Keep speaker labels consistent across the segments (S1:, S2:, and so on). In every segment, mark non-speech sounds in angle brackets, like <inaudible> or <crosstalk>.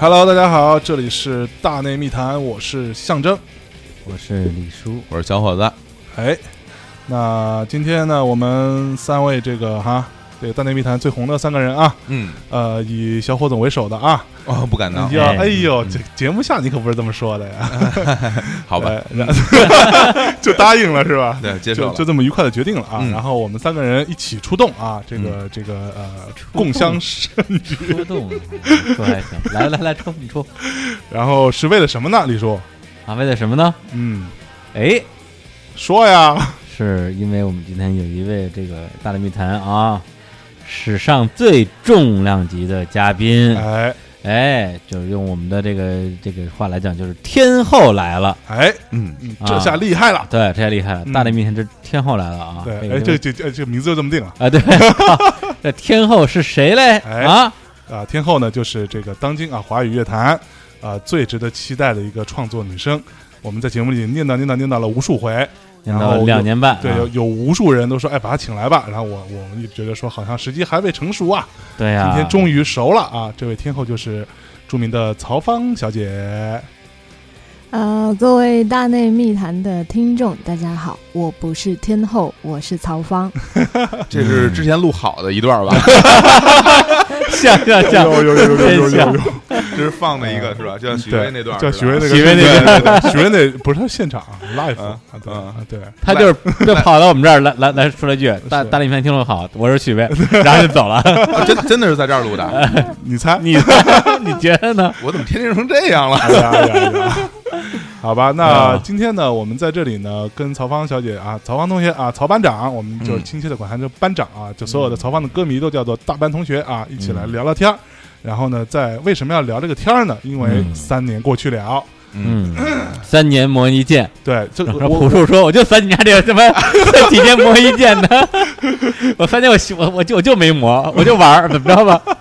S1: Hello，大家好，这里是大内密谈，我是象征。
S2: 我是李叔，
S3: 我是小伙子，
S1: 哎，那今天呢，我们三位这个哈，这个大内密谈最红的三个人啊，
S3: 嗯，
S1: 呃，以小伙总为首的啊，
S3: 哦，不敢当，
S1: 要
S2: 哎
S1: 哎呦，
S3: 嗯
S1: 这节目下你可不是这么说的呀，
S3: 好吧，
S1: 哎然后 <laughs> 就答应了是吧？
S3: 对，接受
S1: 就
S3: 了
S1: 就，这么愉快的决定了啊，
S3: 嗯
S1: 然后我们三个人一起出动啊，这个、这个呃，共襄盛，
S2: 出动了，说还行。来来来，抽你抽
S1: 然后是为了什么呢？李叔，
S2: 啊，为了什么呢？
S1: 嗯，
S2: 哎，
S1: 说呀，
S2: 是因为我们今天有一位这个大内密谈啊，史上最重量级的嘉宾，
S3: 嗯
S1: 哎
S2: 哎，就是用我们的这个这个话来讲，就是天后来了。
S1: 哎，
S3: 嗯，
S1: 嗯
S2: 啊
S1: 这下厉害了，
S2: 对，这太厉害了！
S1: 嗯
S2: 大内密谈这天后来了啊！
S1: 对，
S2: 个
S1: 哎，
S2: 就
S1: 这这这这名字就这么定了。
S2: 啊，对，这天后是谁嘞？
S1: 哎
S2: 啊，
S1: 啊，天后呢，就是这个当今啊华语乐坛啊最值得期待的一个创作女生。我们在节目里念叨念叨念叨了无数回，
S2: 念
S1: 然后
S2: 到
S1: 有
S2: 两年半啊，
S1: 对，有有无数人都说，哎，把她请来吧。然后我我们就觉得说，好像时机还未成熟啊，
S2: 对
S1: 今
S2: 呀，
S1: 天终于熟了啊。这位天后就是著名的曹芳小姐，
S4: 呃，各位大内密谈的听众，大家好，我不是天后，我是
S1: <laughs>
S4: 曹芳。
S3: 这
S1: 嗯
S3: 是之前录好的一段吧，
S2: 像像像，
S1: 有有有
S2: 真像
S1: 有，
S3: 这是放的一个是吧？就像许巍那
S1: <laughs>
S3: 段，
S1: 叫
S3: 是
S1: 许
S3: 吧
S1: 巍那个，
S2: 许巍那个
S1: 对，对对许巍那不是他现场啊 live 啊
S3: 啊，
S1: 对
S3: 啊
S1: 啊对，
S2: 他就是就跑到我们这儿来来来说了一句：“大
S1: 是
S2: 大力片听众好，我是许巍。”然后就走了。 <laughs>
S3: 啊真真的是在这儿录的，
S1: 你猜？
S2: 你 <laughs> 你觉得呢？
S3: 我怎么天天成这样了？
S1: 哎呀哎呀哎呀！好吧，那
S2: 啊
S1: 今天呢，我们在这里呢，跟曹芳小姐啊，曹芳同学啊，曹班长，我们就是
S3: 嗯
S1: 亲切的管她叫班长啊，就所有的曹芳的歌迷都叫做大班同学啊，一起
S2: 嗯
S1: 来聊聊天儿。然后呢，在为什么要聊这个天儿呢？因为
S2: 嗯
S1: 三年过去
S2: <laughs>
S1: 了，
S3: 嗯，
S2: 嗯， <clears throat> 三年磨一剑。
S1: 对，这
S2: 然后
S1: 我
S2: 朴树说：“我就三年这个
S1: <laughs>
S2: 他妈这几年磨一剑的， <laughs> 我三年我喜我我就我就没磨，我就玩儿，怎么着吧？
S3: 嗯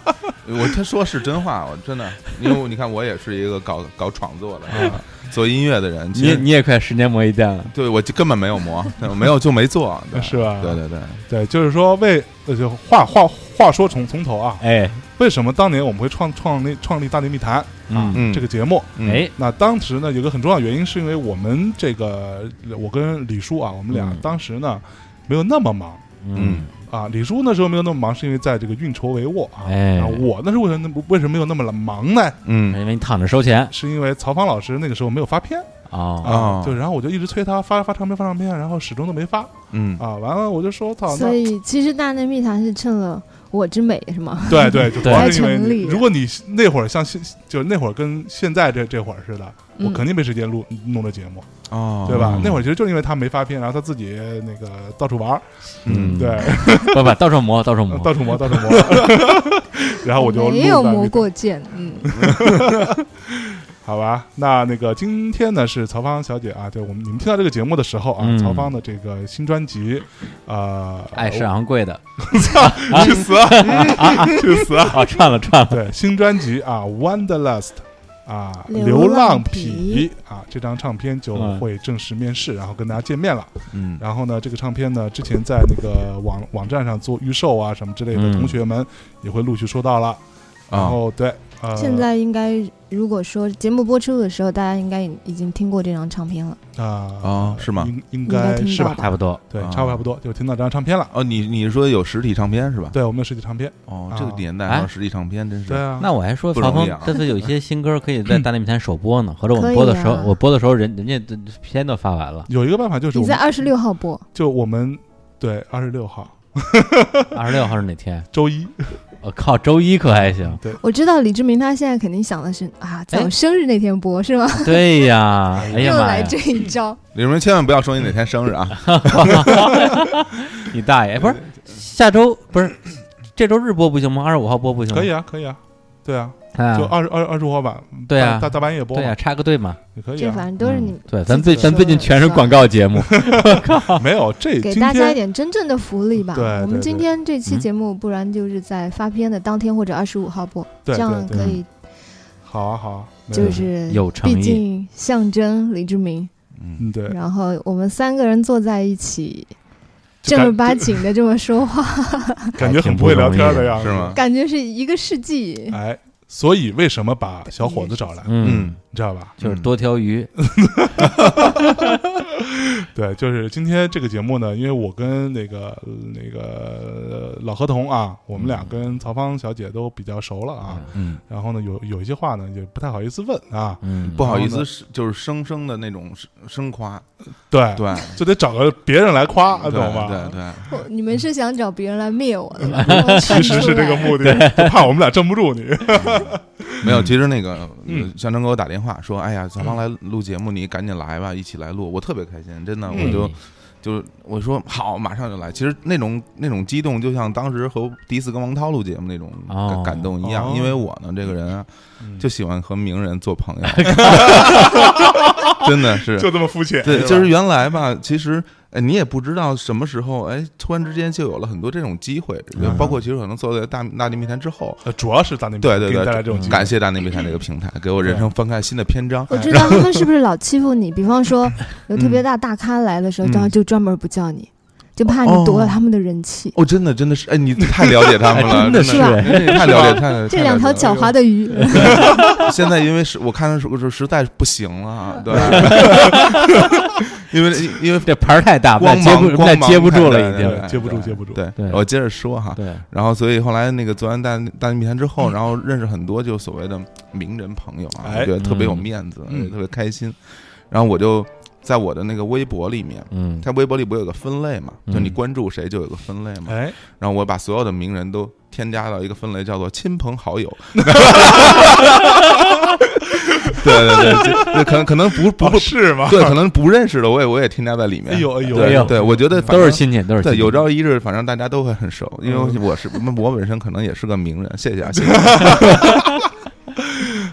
S3: 我他说是真话，我真的，因为我你看我也是一个搞搞创作的，啊做音乐的人，其
S2: 你
S3: 实
S2: 你也快十年磨一剑了。
S3: 对我就根本没有
S1: <laughs>
S3: 磨，我没有就没做，对
S1: 是吧
S3: 对对对，
S1: 对，就是说为呃，就话话话说从从头啊，
S2: 哎，
S1: 为什么当年我们会创创立创立大内密谈啊、
S2: 嗯
S3: 嗯
S1: 这个节目？
S3: 嗯
S2: 哎，
S1: 那当时呢，有个很重要的原因，是因为我们这个我跟李叔啊，我们俩
S2: 嗯
S1: 当时呢没有那么忙
S2: 嗯
S3: 嗯，
S1: 啊。李叔那时候没有那么忙，是因为在这个运筹帷幄啊。
S2: 哎
S1: 啊我那时候为什么为什么没有那么忙呢？
S3: 嗯
S2: 因为你躺着收钱
S1: 是因为曹芳老师那个时候没有发片
S2: 哦，
S1: 啊，
S3: 哦
S1: 对，然后我就一直催他发发唱片发唱片，然后始终都没发
S3: 嗯，
S1: 啊。完了我就说，操，
S4: 所
S1: 那
S4: 以其实大内密谈是趁了我之美是吗？
S1: 对对，
S4: <laughs>
S1: 就
S2: 对
S1: 光是因为
S4: 才成立
S1: 你如果你那会儿像现就那会儿跟现在这这会儿似的， <laughs> 我
S4: 嗯
S1: 肯定没时间录弄这节目。
S3: 哦，
S1: 对吧
S2: 嗯？
S1: 那会儿其实就是因为他没发片，然后他自己那个到处玩儿，
S2: 嗯
S1: 对，
S2: 不不，到处磨，到处磨，
S1: 呃到处
S4: <laughs>
S1: 磨， <laughs> 到处磨。然啊后我就
S4: 嗯没嗯有
S1: 录了
S4: 磨过剑，嗯，
S1: 呃好吧？那那个今天呢是曹芳小姐啊，就我们你们听到这个节目的时候啊，
S2: 嗯
S1: 曹芳的这个新专辑，呃，
S2: 爱是昂
S1: <laughs>
S2: 贵的。
S1: 我去死啊，去死啊！
S2: 啊，串了串了，
S1: <laughs> 对，新专辑啊，Wanderlust。啊，
S4: 流
S1: 流浪
S4: 浪
S1: 痞啊，这张唱片就
S2: 嗯
S1: 会正式面世，然后跟大家见面了。
S3: 嗯
S1: 然后呢，这个唱片呢，之前在那个网网站上做预售啊什么之类的，
S2: 嗯
S1: 同学们也会陆续收到了。然
S3: 啊
S1: 后对，呃，
S4: 现在应该如果说节目播出的时候，大家应该已经听过这张唱片了。
S1: 啊
S3: 啊是吗
S1: 应应
S4: 应该
S1: 该
S4: 听
S1: 是
S4: 到
S1: 吧？
S4: 的
S2: 差不多。
S1: 对
S3: 啊，
S1: 差不差不多，就听到这张唱片了。
S3: 哦，你你是说有实体唱片是吧？
S1: 对，我们有实体唱片。
S3: 哦
S1: 啊，
S3: 这个年代
S2: 哎
S3: 还有实体唱片，真是
S1: 对啊，，
S2: 那我还说
S3: 不
S2: 曹
S3: 容
S2: 峰
S3: 易啊
S2: 这次有一
S3: <laughs>
S2: 些新歌可以在大内密谈首播呢，合着我们
S4: 可以
S2: 播的时候
S4: 啊，
S2: 我播的时候人人家的片都发完
S3: <laughs>
S2: 了
S1: 有一个办法就是
S4: 你
S1: 我
S4: 在
S1: 们
S4: 二十六号播，
S1: 就我们对二十六号
S2: 二十六号是哪天？
S1: 周一，？
S2: 我靠，周一可还行
S3: <laughs>
S4: 我知道李志明他现在肯定想的是啊，
S1: 哎
S4: 在我生日那天播是吗？
S2: 对呀，哎
S4: <laughs>
S2: 呀
S4: 又
S2: 妈
S4: 来
S2: 呀，
S4: 这一
S1: 哎
S4: 招，
S3: 李荣千万不要说你哪天生日啊！
S2: 你大爷！不是下周不是这周日播不行吗？二十五号播不行吗？
S1: 可以啊，可以啊，对啊，
S2: 啊
S1: 就，二十二二十五号晚，
S2: 对啊
S1: 大大大半夜播
S2: 对
S1: 嘛
S2: 呀，，插个队嘛，嗯
S1: 也可以
S4: 这
S1: 啊。
S4: 反正都是你
S2: 对，
S4: 自
S2: 咱
S4: 己
S2: 最咱
S4: 说
S2: 最近
S4: 的
S2: 全是
S4: 吧
S2: 广告
S3: <laughs>
S2: 节目，
S1: 啊没
S4: <laughs>
S1: 有这
S4: 给
S1: 今
S4: 大家一
S1: 天
S4: 点真正的福利吧。
S1: 对对
S4: 我们今
S1: 对
S4: 天这期
S2: 嗯
S4: 节目，不然就是在发片的当天或者二十五号播，
S1: 对
S4: 这样
S1: 对对，
S4: 可以，
S1: 好啊好啊，没
S4: 就
S1: 问题
S4: 是
S2: 有诚
S4: 毕
S2: 意，
S4: 竟象征李志明，
S3: 嗯，
S1: 嗯对，
S4: 然后我们三个人坐在一起，
S1: 就
S4: 正儿
S1: 感
S4: 八经的这么说话，
S1: 感觉很不会聊天的样子，
S3: 是吗？
S4: 感觉是一个世
S1: <laughs>
S4: 纪。
S1: 哎，所以为什么把小伙子找来，
S2: 嗯
S3: 嗯，
S1: 你知道吧？
S2: 就是多条鱼，
S1: 对，就是今天这个节目呢，因为我跟那个呃那个呃老何童啊，我们俩
S3: 嗯
S1: 跟曹芳小姐都比较熟了啊，
S2: 嗯
S1: 然后呢，有有一些话呢也不太好意思问啊，
S2: 嗯，
S3: 不好意
S1: 然后
S3: 思，是就是生生的那种生生夸，
S1: 对，
S3: 对，
S1: 就得找个别人来夸，
S3: 对
S1: 哎懂吗？
S3: 对对，
S4: 我你们是想找别人来
S2: <laughs>
S4: 灭我的吧？我看
S1: 其实
S4: 出
S1: 是这个
S4: 来
S1: 目的，就怕我们俩镇不住你。
S3: 没有，其实那个呃
S1: 嗯
S3: 向征给我打电话说，哎呀，小芳来录节目，你赶紧来吧，一起来录，我特别开心，真的，我
S1: 嗯
S3: 就。就是我说好，马上就来。其实那种那种激动，就像当时和第一次跟王涛录节目那种
S2: 哦
S3: 感感动一样。
S1: 哦
S3: 因为我呢，这个人啊，就喜欢和名人做
S2: <laughs>
S3: 朋友，真的是。
S1: 就这么肤浅，
S3: 对，
S1: 吧
S3: 就是原来吧，其实哎，你也不知道什么时候，哎，突然之间就有了很多这种机会，就包括其实可能坐在大大地密谈之后，
S1: 呃主要是大内密
S3: 对对
S1: 给你
S3: 对
S1: 带来这种
S2: 嗯
S1: 机会
S3: 感谢大内密探这个平台，给我人生翻开新的篇章。
S1: 哎
S4: 我知道他们是
S1: <laughs>
S4: 不是老欺负你？比方说，有
S1: 嗯
S4: 特别大大咖来的时候，
S3: 嗯
S4: 然后就专门不叫你，就怕
S1: 哦
S4: 你夺了他们的人气。
S3: <laughs> 哦，真的，真的是，哎，你太了解他们
S2: 哎
S3: <laughs> 了，
S2: 真
S3: 真
S2: 的
S4: 是吧
S3: 真的哎你太了 <laughs> 解，太了解
S4: 这两条狡
S1: 哎
S4: 猾
S1: <laughs>
S4: 的鱼，
S3: 现在因为是我看的时候，实在不行了，对， <laughs> 因为因为
S2: 这牌儿太大，我
S3: 光
S2: 们俩接
S3: 芒
S2: 不，我们
S3: 光
S2: 俩
S3: 芒
S2: 接不住了，
S3: 太
S2: 已
S3: 大
S2: 经。
S1: 对接不住接不住
S3: 哎对
S2: 对，
S3: 我接着说哈，
S2: 对，
S3: 然后，所以后来那个做完大大内密谈之后，然后认识很多就所谓的名人朋友啊，
S1: 嗯哎
S3: 我觉得特别有
S2: 嗯
S3: 面子，
S1: 嗯
S3: 也特别开心。然后我就在我的那个微博里面，
S2: 嗯，
S3: 它微博里不有个分类嘛，就你
S2: 嗯
S3: 关注谁就有个分类嘛。
S1: 哎，
S3: 然后我把所有的名人都添加到一个分类，叫做亲朋
S1: <laughs>
S3: 好友。对对对就，就可能可能不不
S1: 不是吗？
S3: 对，可能不认识的我也我也添加在里面。
S1: 哎呦哎呦
S2: 哎
S3: 哦对
S2: 呦
S3: 对，我觉得反
S2: 都是
S3: 正
S2: 亲戚，都是亲
S3: 对，
S2: 戚
S3: 有朝一日，反正大家都会很熟，因为
S1: 嗯
S3: 我是我本身可能也是个名人。谢谢啊，谢谢。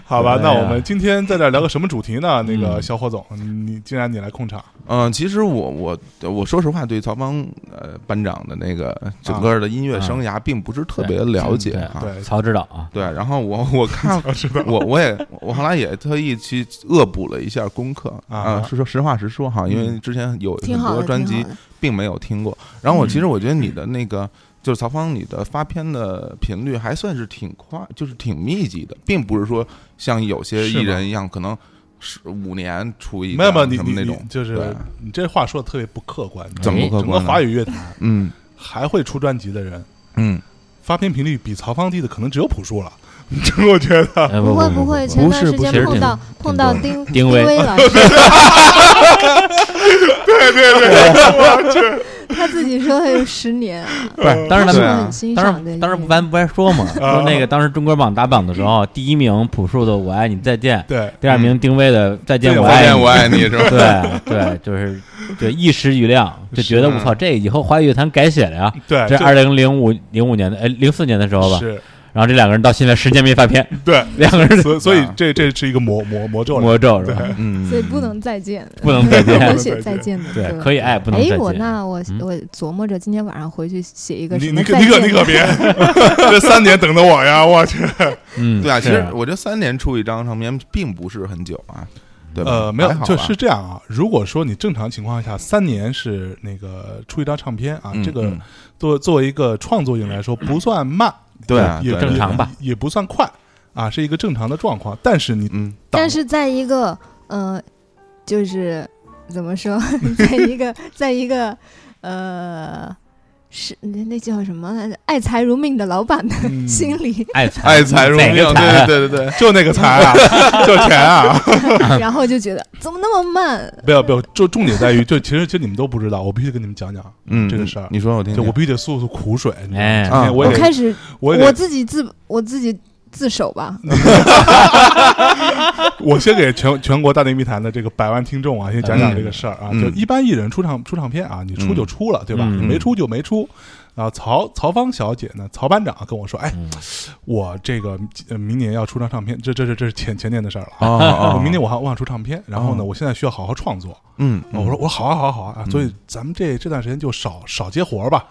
S1: 好吧，
S2: 哎呀
S1: 那我们今天在这儿聊个什么主题呢？那个
S2: 嗯
S1: 小霍总，你既然你来控场，
S3: 嗯，其实我我我说实话，对曹芳呃班长的那个整个的音乐生涯并不是特别了解
S2: 对
S3: 啊。
S1: 对哦
S2: 曹指导
S3: <laughs>
S2: 啊，
S3: 对，然后我我看
S1: 我知道
S3: 我我也我后来也特意去恶补了一下功课
S1: 啊
S3: 啊，是说实话实说哈，因为之前有
S4: 挺
S3: 很
S4: 好
S3: 多
S4: 的，
S3: 专
S4: 挺
S3: 辑
S4: 好的。
S3: 并没有听过。然
S1: 嗯
S3: 后我其实我觉得你的那个。就是曹芳，你的发片的频率还算是挺快，就是挺密集的，并不是说像有些
S1: 是吗
S3: 艺人一样，可能是五年出一
S1: 没有没有
S3: 个
S1: 你
S3: 啊什么
S1: 你
S3: 那
S1: 你
S3: 种，
S1: 就是
S3: 对
S1: 你这话说的特别不客观，你知道
S3: 怎
S1: 吗
S3: 么不客
S1: 哎整个
S3: 观呢
S1: 华语乐坛
S3: 嗯
S1: 还会出专辑的人，
S3: 嗯，
S1: 发片频率比曹芳低的可能只有朴树了， <laughs> 我觉得。
S2: 哎
S4: 不
S2: 不
S4: 会不会，前段
S3: 不是
S4: 时
S3: 不
S4: 间
S2: 是
S4: 碰
S2: 挺
S4: 到碰到
S2: 多的
S4: 丁
S2: 丁
S4: 威
S2: 薇 <laughs>
S4: 老师，对对对， <laughs> 他自己说他有十年啊，
S2: 不是，当时咱
S4: 他是
S3: 对
S2: 们
S3: 啊
S4: 我很欣
S2: 当
S4: 赏的一
S2: 时
S4: 个
S2: 当时
S4: 人
S2: 不咱不还说
S4: <laughs>
S2: 嘛，说那个当时中国榜打榜的时候，第一名朴树的《我爱你再见》，
S1: 对，
S2: 第二名丁薇的《再见
S1: 对
S2: 我
S1: 再
S3: 发
S2: 爱
S3: 现
S2: 你
S3: 我》，爱你是 <laughs> 吧？
S2: <laughs> 对对，就是对一时瑜亮，就觉得
S3: 是
S2: 我操，这以后华语乐坛改写了呀。
S1: 对，
S2: 这
S1: 哎就
S2: 二零零五零五年的哎零四年的时候吧，
S1: 是，
S2: 然后这两个人到现在十年没发片，
S1: 对，
S2: 两个人
S1: 所以所以
S3: 啊
S1: 这这是一个魔魔魔咒来的，
S2: 魔咒是吧？
S3: 嗯，
S4: 所以不能再见，
S2: 不能再
S4: <laughs>
S2: 见
S4: 没有写再见的
S2: 对，
S4: 歌
S2: 可以爱不能再
S4: 哎，
S2: 见。
S4: 我那我
S2: 嗯
S4: 我琢磨着今天晚上回去写一个
S1: 你
S4: 什
S1: 你
S4: 么
S1: 可
S4: 再
S1: 你
S4: 见
S1: 可你可
S4: <laughs>
S1: 别，这三年等着我呀！我去，
S2: 嗯，
S3: 对啊，其
S2: 是
S3: 实我觉得三年出一张唱片并不是很久啊，对吧？
S1: 呃，没有
S3: 还，好吧
S1: 就是这样啊。如果说你正常情况下三年是那个出一张唱片啊，
S3: 嗯
S1: 这个
S3: 嗯
S1: 作作为一个创作营来说不算慢，
S3: 对啊，
S1: 也
S3: 对啊
S2: 正常吧，
S1: 也也不算快啊，是一个正常的状况。但是你
S3: 嗯，
S1: 挡
S4: 但是在一个呃，就是怎么说， <laughs> 在一个在一个呃，是那那叫什么来着？爱财如命的老板的
S1: 嗯
S4: 心里，
S2: 爱财
S3: 爱财
S1: <laughs>
S3: 如
S2: 哪
S3: 命，对
S2: 个财啊
S3: 对对对对，
S1: 就那个财啊， <laughs> 就钱啊，
S4: 然后就觉得怎么那么慢？
S1: 不要不要，就重点在于，就其实其实你们都不知道，我必须得跟你们讲讲，
S3: 嗯，
S1: 这个事儿
S3: 你说我听
S1: 就
S3: 听，嗯
S1: 我必须得诉诉苦水，你知道吗
S2: 哎
S1: 今天我
S4: 我
S1: 也得
S4: 开始
S1: 我也
S4: 我
S1: 得
S4: 自己自我自己自首吧。
S1: <laughs> 我先给全全国大内密谈的这个百万听众啊，先讲讲这个事儿啊。
S3: 嗯
S1: 就一般艺人出场出唱片啊，你出就出了，对吧？
S2: 嗯
S1: 你没出就没出。然后曹曹芳小姐呢，曹班长跟我说：“哎，
S2: 嗯
S1: 我这个呃明年要出张唱片，这这这这是前前年的事儿了。
S3: 啊啊
S1: 我明年我还我想出唱片，然后呢，
S3: 哦
S1: 我现在需要好好创作。
S3: 嗯，
S1: 我说我说好啊好啊好啊，啊
S3: 嗯
S1: 所以咱们这这段时间就少少接活儿吧，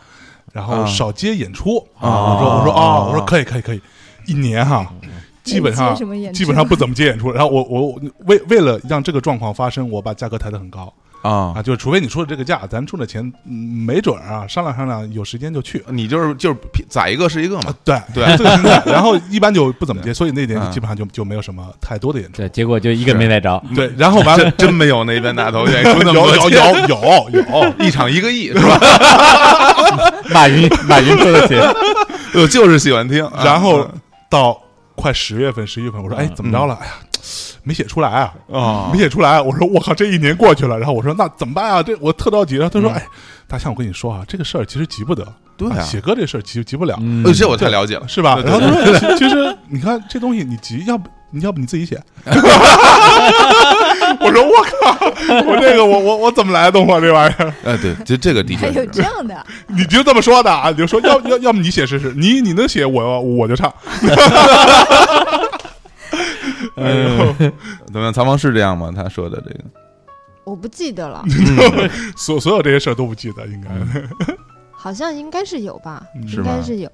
S1: 然后
S3: 啊
S1: 少接演出。
S3: 啊
S1: 我说我说
S3: 啊
S1: 啊，我说可以可以可以，一年哈， <laughs> 基本
S4: 你
S1: 上
S4: 嗯接什么演出
S1: 基本上不怎么接演出。然后我我为为了让这个状况发生，我把价格抬得很高
S3: 啊
S1: <laughs> 啊，，就是除非你出了这个价，咱出了钱，嗯没准儿啊商量商量，有时间就去。
S3: 你就是就是宰一个是一个嘛
S1: 啊，对
S3: 对
S1: 这个心态。然后一般就不怎么接，所以那年
S3: 嗯
S1: 基本上就就没有什么太多的演出。
S2: 对，结果就一个没逮着，
S1: 对，然
S3: <laughs>
S1: 后完了，
S3: 真没有那边大头
S1: <laughs>
S3: 愿意
S1: 有
S3: 出那么多
S1: 有
S3: 钱哦
S1: 有有有，
S3: 一场一个亿是
S1: <laughs>
S3: 吧？
S2: 马云马云说的行，
S3: 我就是喜欢听，啊
S1: 然后到快十月份、十一月份，我说：“哎，怎么着了？哎呀，没写出来啊，
S3: 嗯啊
S1: 没写出来。”我说：“我靠，这一年过去了。”然后我说：“那怎么办啊？这我特着急。”然后他说：“
S3: 嗯
S1: 哎，大象，我跟你说啊，这个事儿其实急不得，
S3: 对啊
S1: 写歌这事儿急急不了，
S2: 嗯
S3: 呃，这我太了解了，
S1: 是吧？”
S3: 对
S1: 然
S3: 对
S1: 后他说哎其：“其实你看这东西，你急，要不你要不你自己写。”嗯我说：“我靠，我这个我我我怎么来得动啊？这玩意儿，
S3: <laughs> 哎，对，就这个的
S4: 还
S3: 确
S4: 有
S3: 是
S4: 这样的啊，
S1: 你就这么说的啊？你就说要要要么你写试试，你你能写我我就唱。”哎呦。
S3: 怎么样？曹芳是这样吗？他说的这
S1: <laughs>
S3: 个，
S4: 我不记得了，
S1: 嗯所所有这些事儿都不记得，应该
S3: 嗯
S4: 好像应该是有吧，
S1: 嗯
S3: 是
S4: 应
S3: 吗
S4: 该是有，